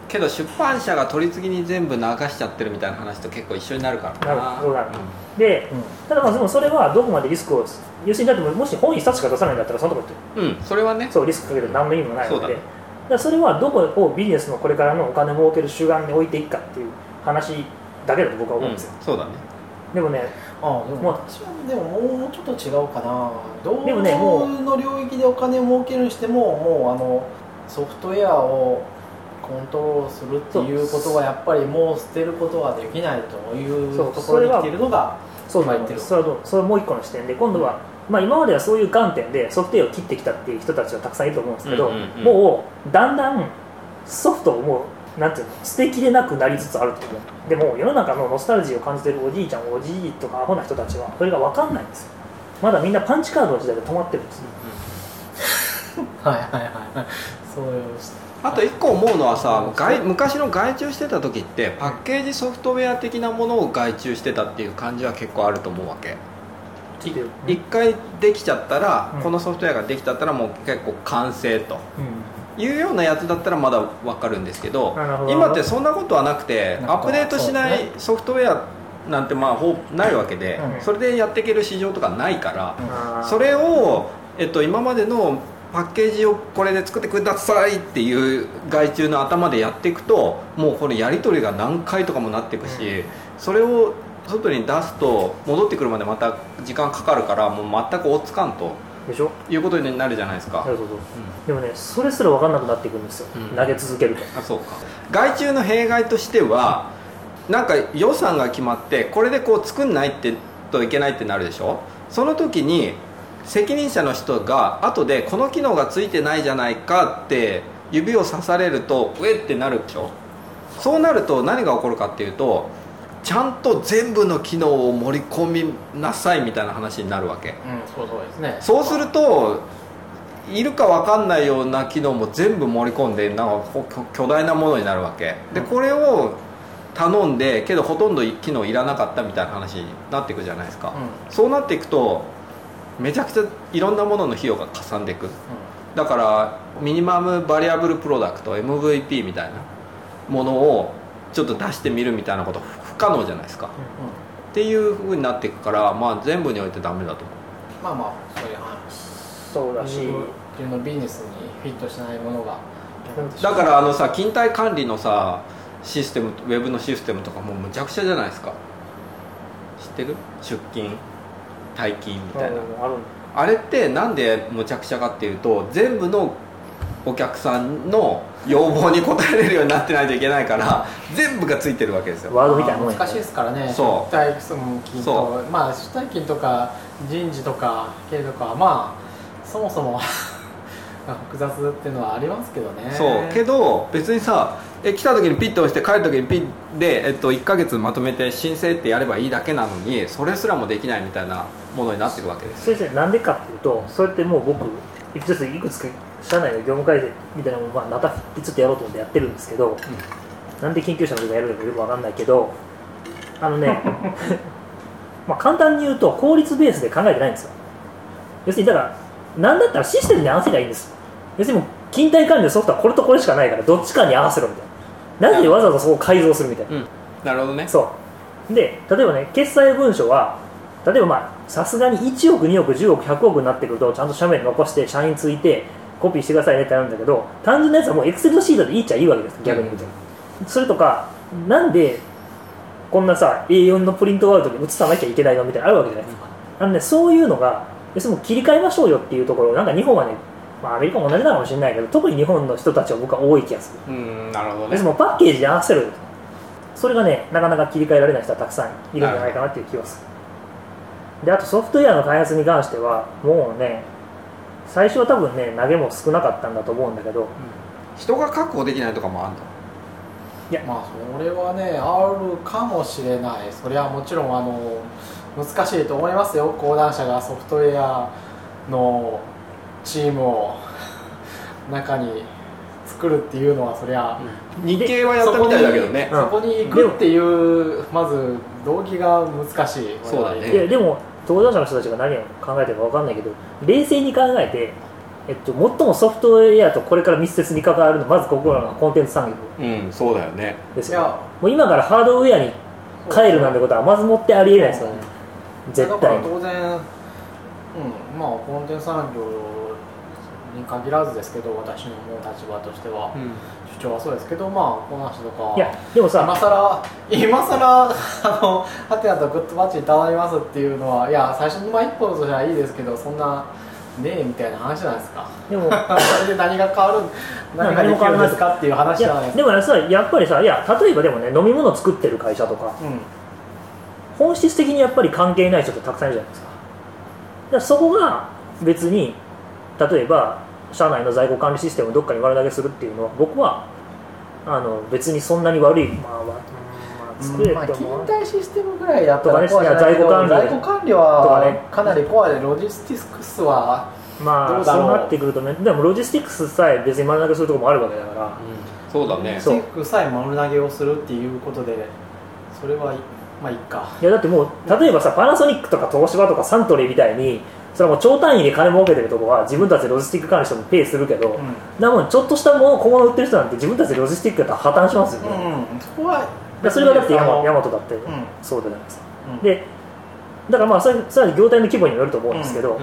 [SPEAKER 1] けど出版社が取り次ぎに全部流しちゃってるみたいな話と結構一緒になるから
[SPEAKER 3] なるそうなる
[SPEAKER 1] うん
[SPEAKER 3] で、
[SPEAKER 2] んうん
[SPEAKER 3] ただまあでもそれはどこまでリスクを要するにだってもし本一冊しか出さないんだったらそんなこと
[SPEAKER 1] うん、それはね
[SPEAKER 3] そうリスクかけて何の意味もないので
[SPEAKER 1] そうだ
[SPEAKER 3] だ
[SPEAKER 1] ね
[SPEAKER 3] からそれはどこをビジネスのこれからのお金儲ける主眼に置いていくかっていう話だけだと僕は思うんですよ、
[SPEAKER 1] そうだね
[SPEAKER 3] でもね
[SPEAKER 2] ああでも
[SPEAKER 3] もう
[SPEAKER 2] 私はでももうちょっと違うかなど
[SPEAKER 3] でもねもう
[SPEAKER 2] うの領域でお金を儲けるにしてももうあのソフトウェアをコントロールするっていうことはやっぱりもう捨てることはできないという
[SPEAKER 3] そう
[SPEAKER 2] ところに
[SPEAKER 3] それは
[SPEAKER 2] 来ているのが
[SPEAKER 3] そうな
[SPEAKER 2] 入っ
[SPEAKER 3] ん
[SPEAKER 2] て
[SPEAKER 3] で
[SPEAKER 2] る
[SPEAKER 3] すそれはどうそれはもう一個の視点で今度は、まあ、今まではそういう観点でソフトウェアを切ってきたっていう人たちはたくさんいると思うんですけど、
[SPEAKER 1] うんうんうん
[SPEAKER 3] もうだんだんソフトをもうなんていうの捨てきれなくなりつつあると思うでも世の中のノスタルジーを感じてるおじいちゃんおじいとかアホな人たちはそれが分かんないんですよまだみんなパンチカードの時代で止まってるんですよ
[SPEAKER 2] はいはいはいはいそういう
[SPEAKER 1] あと一個思うのはさ外昔の外注してた時ってパッケージソフトウェア的なものを外注してたっていう感じは結構あると思うわけ
[SPEAKER 3] 聞いてる
[SPEAKER 1] 一回できちゃったら、
[SPEAKER 3] うん
[SPEAKER 1] このソフトウェアができちゃったらもう結構完成と
[SPEAKER 3] うん
[SPEAKER 1] いうようなやつだったらまだわかるんですけど
[SPEAKER 3] なるほど
[SPEAKER 1] 今ってそんなことはなくて
[SPEAKER 2] なんか
[SPEAKER 1] アップデートしな
[SPEAKER 2] そう
[SPEAKER 1] いソフトウェアなんてまあほぼないわけで、
[SPEAKER 2] うん
[SPEAKER 1] それでやっていける市場とかないから、
[SPEAKER 3] あー
[SPEAKER 1] それを、えっと、今までのパッケージをこれで作ってくださいっていう外注の頭でやっていくともうこれやり取りが何回とかもなっていくし、それを外に出すと戻ってくるまでまた時間かかるからもう全く追っつかんと
[SPEAKER 3] でしょ
[SPEAKER 1] いうことになるじゃないですか
[SPEAKER 3] な。るほど
[SPEAKER 1] うん
[SPEAKER 3] でもねそれすら分かんなくなっていくんですよ、
[SPEAKER 1] うん
[SPEAKER 3] 投げ続けると
[SPEAKER 1] あそうか外注の弊害としてはなんか予算が決まってこれでこう作んないってといけないってなるでしょその時に責任者の人が後でこの機能がついてないじゃないかって指を刺されるとうえってなるでしょそうなると何が起こるかっていうとちゃんと全部の機能を盛り込みなさいみたいな話になるわけ
[SPEAKER 2] うんそうそうですね
[SPEAKER 1] そうするといるか分かんないような機能も全部盛り込んでなんかこう巨大なものになるわけでこれを頼んでけどほとんど機能いらなかったみたいな話になっていくじゃないですか
[SPEAKER 2] うん、うん
[SPEAKER 1] そうなっていくとめちゃくちゃいろんなものの費用がかさんでいくだからミニマムバリアブルプロダクト MVP みたいなものをちょっと出してみるみたいなこと不可能じゃないですかっていうふうになっていくから、まあ、全部においてダメだと思う
[SPEAKER 2] まあまあそういう話
[SPEAKER 3] そうだし、
[SPEAKER 2] 自分のビジネスにフィットしないものが
[SPEAKER 1] だからあのさ勤怠管理のさシステムウェブのシステムとかもうむちゃくちゃじゃないですか知ってる出勤退勤みたいな
[SPEAKER 3] うんあるん
[SPEAKER 1] あれってなんでむちゃくちゃかっていうと全部のお客さんの要望に応えれるようになってないといけないから全部がついてるわけですよ
[SPEAKER 3] ワードみたいなもんやね
[SPEAKER 2] 難しいですからね
[SPEAKER 1] そう
[SPEAKER 2] 出退
[SPEAKER 1] そ
[SPEAKER 2] 勤とまあ出退勤とか人事とか経営とかはまあそもそも 複雑っていうのはありますけどね
[SPEAKER 1] そうけど別にさえ来た時にピッと押して帰る時にピッで、えっと、1ヶ月まとめて申請ってやればいいだけなのにそれすらもできないみたいなものになってるわけです
[SPEAKER 3] 先生なんでかっていうとそれってもう僕いくついくつか社内の業務改善みたいなのもまあなたってちょっとやろうと思ってやってるんですけど、なんで研究者の人がやるのかよくわかんないけどあのね まあ簡単に言うと効率ベースで考えてないんですよ要するにだからなんだったらシステムに合わせりゃいいんですよ要するにもう勤怠管理のソフトはこれとこれしかないからどっちかに合わせろみたいななぜわざわざそこを改造するみたいな
[SPEAKER 1] なるほどね
[SPEAKER 3] そうで例えばね決裁文書は例えばまあさすがに1億2億10億100億になってくるとちゃんと社名残して社員ついてコピーしてくださいねってなるんだけど単純なやつはもうエクセルシートでいいっちゃいいわけです逆に言うと、それとかなんでこんなさ A4 のプリントアウトに写さなきゃいけないのみたいなのあるわけじゃないですか、あのねそういうのが要するにもう切り替えましょうよっていうところなんか日本はねまあ、アメリカも同じなのかもしれないけど特に日本の人たちは僕は多い気がする
[SPEAKER 1] うんなるほどね
[SPEAKER 3] 私もパッケージに合わせるそれがねなかなか切り替えられない人はたくさんいるんじゃないかなっていう気がするであとソフトウェアの開発に関してはもうね最初は多分ね投げも少なかったんだと思うんだけど
[SPEAKER 1] 人が確保できないとかもあるの
[SPEAKER 2] まあそれはねあるかもしれないそれはもちろんあの難しいと思いますよ講談社がソフトウェアのチームを 中に作るっていうのはそりゃ、
[SPEAKER 1] 日系はやったみたいだけどね
[SPEAKER 3] うん
[SPEAKER 2] そこに行くっていうまず動機が難しい
[SPEAKER 1] そうだね
[SPEAKER 3] いやでも登場者の人たちが何を考えてるか分かんないけど冷静に考えて、えっと、最もソフトウェアとこれから密接に関わるのはまずここらのコンテンツ産業
[SPEAKER 1] うんそうだよね
[SPEAKER 3] です
[SPEAKER 2] い
[SPEAKER 3] よ
[SPEAKER 2] や
[SPEAKER 3] もう今からハードウェアに変えるなんてことはまずもってありえないですよね絶
[SPEAKER 2] だから
[SPEAKER 3] 対に
[SPEAKER 2] 当然、うん、まあコンテンツ産業に限らずですけど私の思う立場としては、主張はそうですけどまあこの人とか
[SPEAKER 3] いやでもさ
[SPEAKER 2] 今さら今さらあのハテナとグッドバッチいただきますっていうのはいや最初のまあ一歩としてはいいですけどそんなねえみたいな話じゃないですか
[SPEAKER 3] でも
[SPEAKER 2] それで何が変わる何が
[SPEAKER 3] 何
[SPEAKER 2] で
[SPEAKER 3] も
[SPEAKER 2] き
[SPEAKER 3] 変わ
[SPEAKER 2] る
[SPEAKER 3] ら
[SPEAKER 2] ん
[SPEAKER 3] ない
[SPEAKER 2] ですかっていう話
[SPEAKER 3] い
[SPEAKER 2] じゃないです
[SPEAKER 3] や
[SPEAKER 2] か
[SPEAKER 3] でもさやっぱりさいや例えばでもね飲み物作ってる会社とか
[SPEAKER 2] うん
[SPEAKER 3] 本質的にやっぱり関係ない人ってたくさんいるじゃないですかだからそこが別に例えば社内の在庫管理システムをどっかに悪投げするっていうのは僕はあの別にそんなに悪いまあ、まあまあ、作れ
[SPEAKER 2] うん
[SPEAKER 3] る
[SPEAKER 2] まあ、
[SPEAKER 3] と思う、
[SPEAKER 2] 勤怠システムぐらいだったら
[SPEAKER 3] とか
[SPEAKER 2] 怖
[SPEAKER 3] ね
[SPEAKER 2] いないけど
[SPEAKER 3] いや在庫管理
[SPEAKER 2] 在庫管理
[SPEAKER 3] とかね
[SPEAKER 2] はかなり怖いロジスティックスは
[SPEAKER 3] ま
[SPEAKER 2] ど
[SPEAKER 3] あ
[SPEAKER 2] うだ
[SPEAKER 3] そ
[SPEAKER 2] ろう
[SPEAKER 3] うなってくるとねでもロジスティックスさえ別に丸投げするとこもあるわけだから
[SPEAKER 1] そうだね
[SPEAKER 2] スティックさえ丸投げをするっていうことでそれはいまあいいか
[SPEAKER 3] いやだってもう例えばさパナソニックとか東芝とかサントリーみたいにそれはもう超単位で金儲けてるとこは自分たちでロジスティック管理してもペイするけど、
[SPEAKER 2] うん
[SPEAKER 3] なもんちょっとしたもの小物売ってる人なんて自分たちでロジスティックやったら破綻しますよね、だか
[SPEAKER 2] うんそこは
[SPEAKER 3] らそれがだってヤマ
[SPEAKER 2] あの
[SPEAKER 3] ヤマトだって
[SPEAKER 2] うん
[SPEAKER 3] そうじゃないですか、
[SPEAKER 2] うん
[SPEAKER 3] でだからまあそれそれは業態の規模にもよると思うんですけど、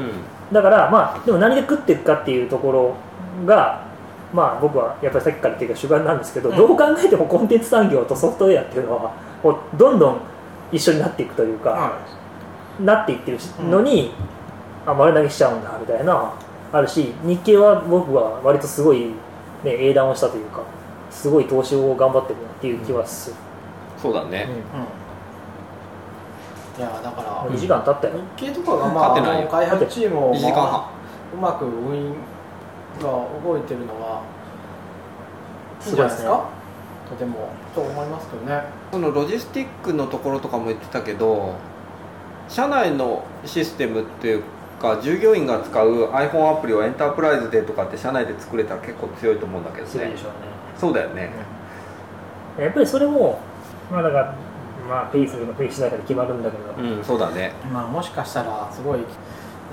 [SPEAKER 3] だからまあでも何で食っていくかっていうところがまあ僕はやっぱりさっきから言っていうか主眼なんですけど、
[SPEAKER 2] うん
[SPEAKER 3] どう考えてもコンテンツ産業とソフトウェアっていうのはこうどんどん一緒になっていくというか、
[SPEAKER 2] は
[SPEAKER 3] なっていってるのに、あ丸投げしちゃうんだみたいなあるし日経は僕は割とすごい、ね、英断をしたというかすごい投資を頑張ってるなっていう気はする、
[SPEAKER 1] そうだね
[SPEAKER 3] う
[SPEAKER 2] いうんいやだから
[SPEAKER 3] ん、2
[SPEAKER 2] 日
[SPEAKER 3] 時間経ったよ、
[SPEAKER 2] 経とかがまあ
[SPEAKER 1] 勝てない
[SPEAKER 2] あの開発チームを、
[SPEAKER 1] 1時間
[SPEAKER 2] まあ
[SPEAKER 1] 半
[SPEAKER 2] うまく運営が動いてるのはいいんじゃないですかとてもと思いますけどね
[SPEAKER 1] そのロジスティックのところとかも言ってたけど社内のシステムっていうか従業員が使う iPhone アプリをエンタープライズでとかって社内で作れたら結構強いと思うんだけどね
[SPEAKER 3] ょうね
[SPEAKER 1] そうだよね
[SPEAKER 3] やっぱりそれもまあだからまあペイするかペイしないかで決まるんだけど、
[SPEAKER 1] うんそうだね
[SPEAKER 2] まあもしかしたらすごいで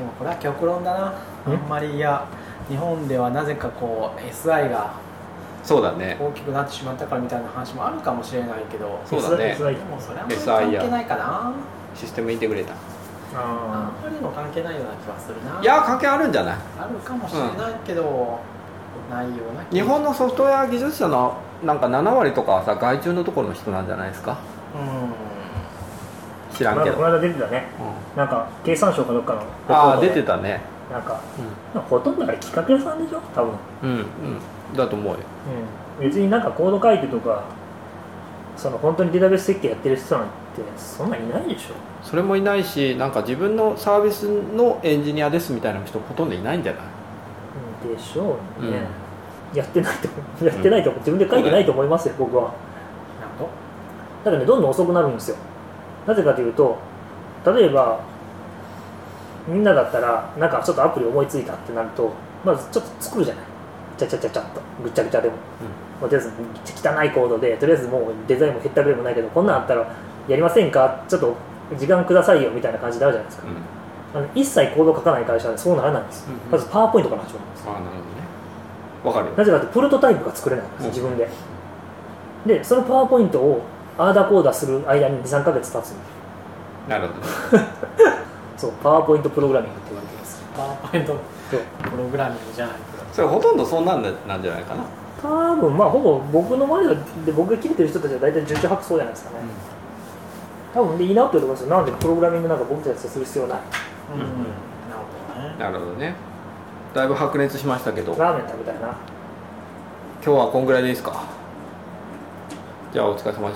[SPEAKER 2] もこれは極論だなあ
[SPEAKER 3] え
[SPEAKER 2] んまりいや日本ではなぜかこう SI が
[SPEAKER 1] そうだね
[SPEAKER 2] 大きくなってしまったからみたいな話もあるかもしれないけど
[SPEAKER 1] そうだね
[SPEAKER 3] SI
[SPEAKER 2] でもそれはあんまり
[SPEAKER 1] SI や
[SPEAKER 2] 関係ないかな
[SPEAKER 1] システムインテグレータ
[SPEAKER 2] あ
[SPEAKER 3] あ
[SPEAKER 2] んまりの関係ないような気はするな
[SPEAKER 1] ーいやー関係あるんじゃない
[SPEAKER 2] あるかもしれないけど、ないような気
[SPEAKER 1] 日本のソフトウェア技術者のなんか7割とかはさ外注のところの人なんじゃないですか
[SPEAKER 2] うん
[SPEAKER 1] 知
[SPEAKER 3] ー
[SPEAKER 1] らん
[SPEAKER 3] ま
[SPEAKER 1] け
[SPEAKER 3] だ
[SPEAKER 1] ど、
[SPEAKER 3] この間出てたね
[SPEAKER 1] うん
[SPEAKER 3] なんか経産省かどっかの
[SPEAKER 1] ああ出てたね
[SPEAKER 3] なんかほとんどあれ企画屋さんでしょ多分
[SPEAKER 1] うん、うんだと思うよ
[SPEAKER 3] うん、別になんかコード書いてとかその本当にデータベース設計やってる人なんてそんなんいないでしょ
[SPEAKER 1] それもいないしなんか自分のサービスのエンジニアですみたいな人ほとんどいないんじゃない
[SPEAKER 3] うんでしょうね、やってないと思うやってないと思う自分で書いてないと思いますよ、僕は
[SPEAKER 2] なんと
[SPEAKER 3] ただねどんどん遅くなるんですよなぜかというと例えばみんなだったらなんかちょっとアプリ思いついたってなるとまずちょっと作るじゃないちゃちゃちゃちゃっとぐっちゃぐちゃでも,、もうとりあえず汚いコードでとりあえずもうデザインもへったくれもないけどこんなんあったらやりませんかちょっと時間くださいよみたいな感じになるじゃないですか、
[SPEAKER 1] うん
[SPEAKER 3] あの一切コード書かない会社でそうならないんですよ、
[SPEAKER 1] うんうん
[SPEAKER 3] まずパワーポイントから始まるんです
[SPEAKER 1] ああなるほどねわかるよ
[SPEAKER 3] なぜかってプロトタイプが作れないんです
[SPEAKER 1] うん
[SPEAKER 3] 自分ででそのパワーポイントをアーダコーダする間に23ヶ月経つんです
[SPEAKER 1] なるほどね
[SPEAKER 3] そうパワーポイントプログラミングって言われてます
[SPEAKER 2] パワーポイント
[SPEAKER 3] そう
[SPEAKER 2] プログラミングじゃないけど
[SPEAKER 1] それほとんどそんなんだなんじゃないかな
[SPEAKER 3] 多分まあほぼ僕の周りで僕が切れてる人たちは大体重症白そうじゃないですかね、多分でいいなって思いますよなんでプログラミングなんか僕たちとする必要ない
[SPEAKER 2] うん、なるほどね
[SPEAKER 1] なるほどねだいぶ白熱しましたけど今
[SPEAKER 3] ラーメン食べたいな
[SPEAKER 1] 日はこんぐらいでいいですかじゃあお疲れ様でした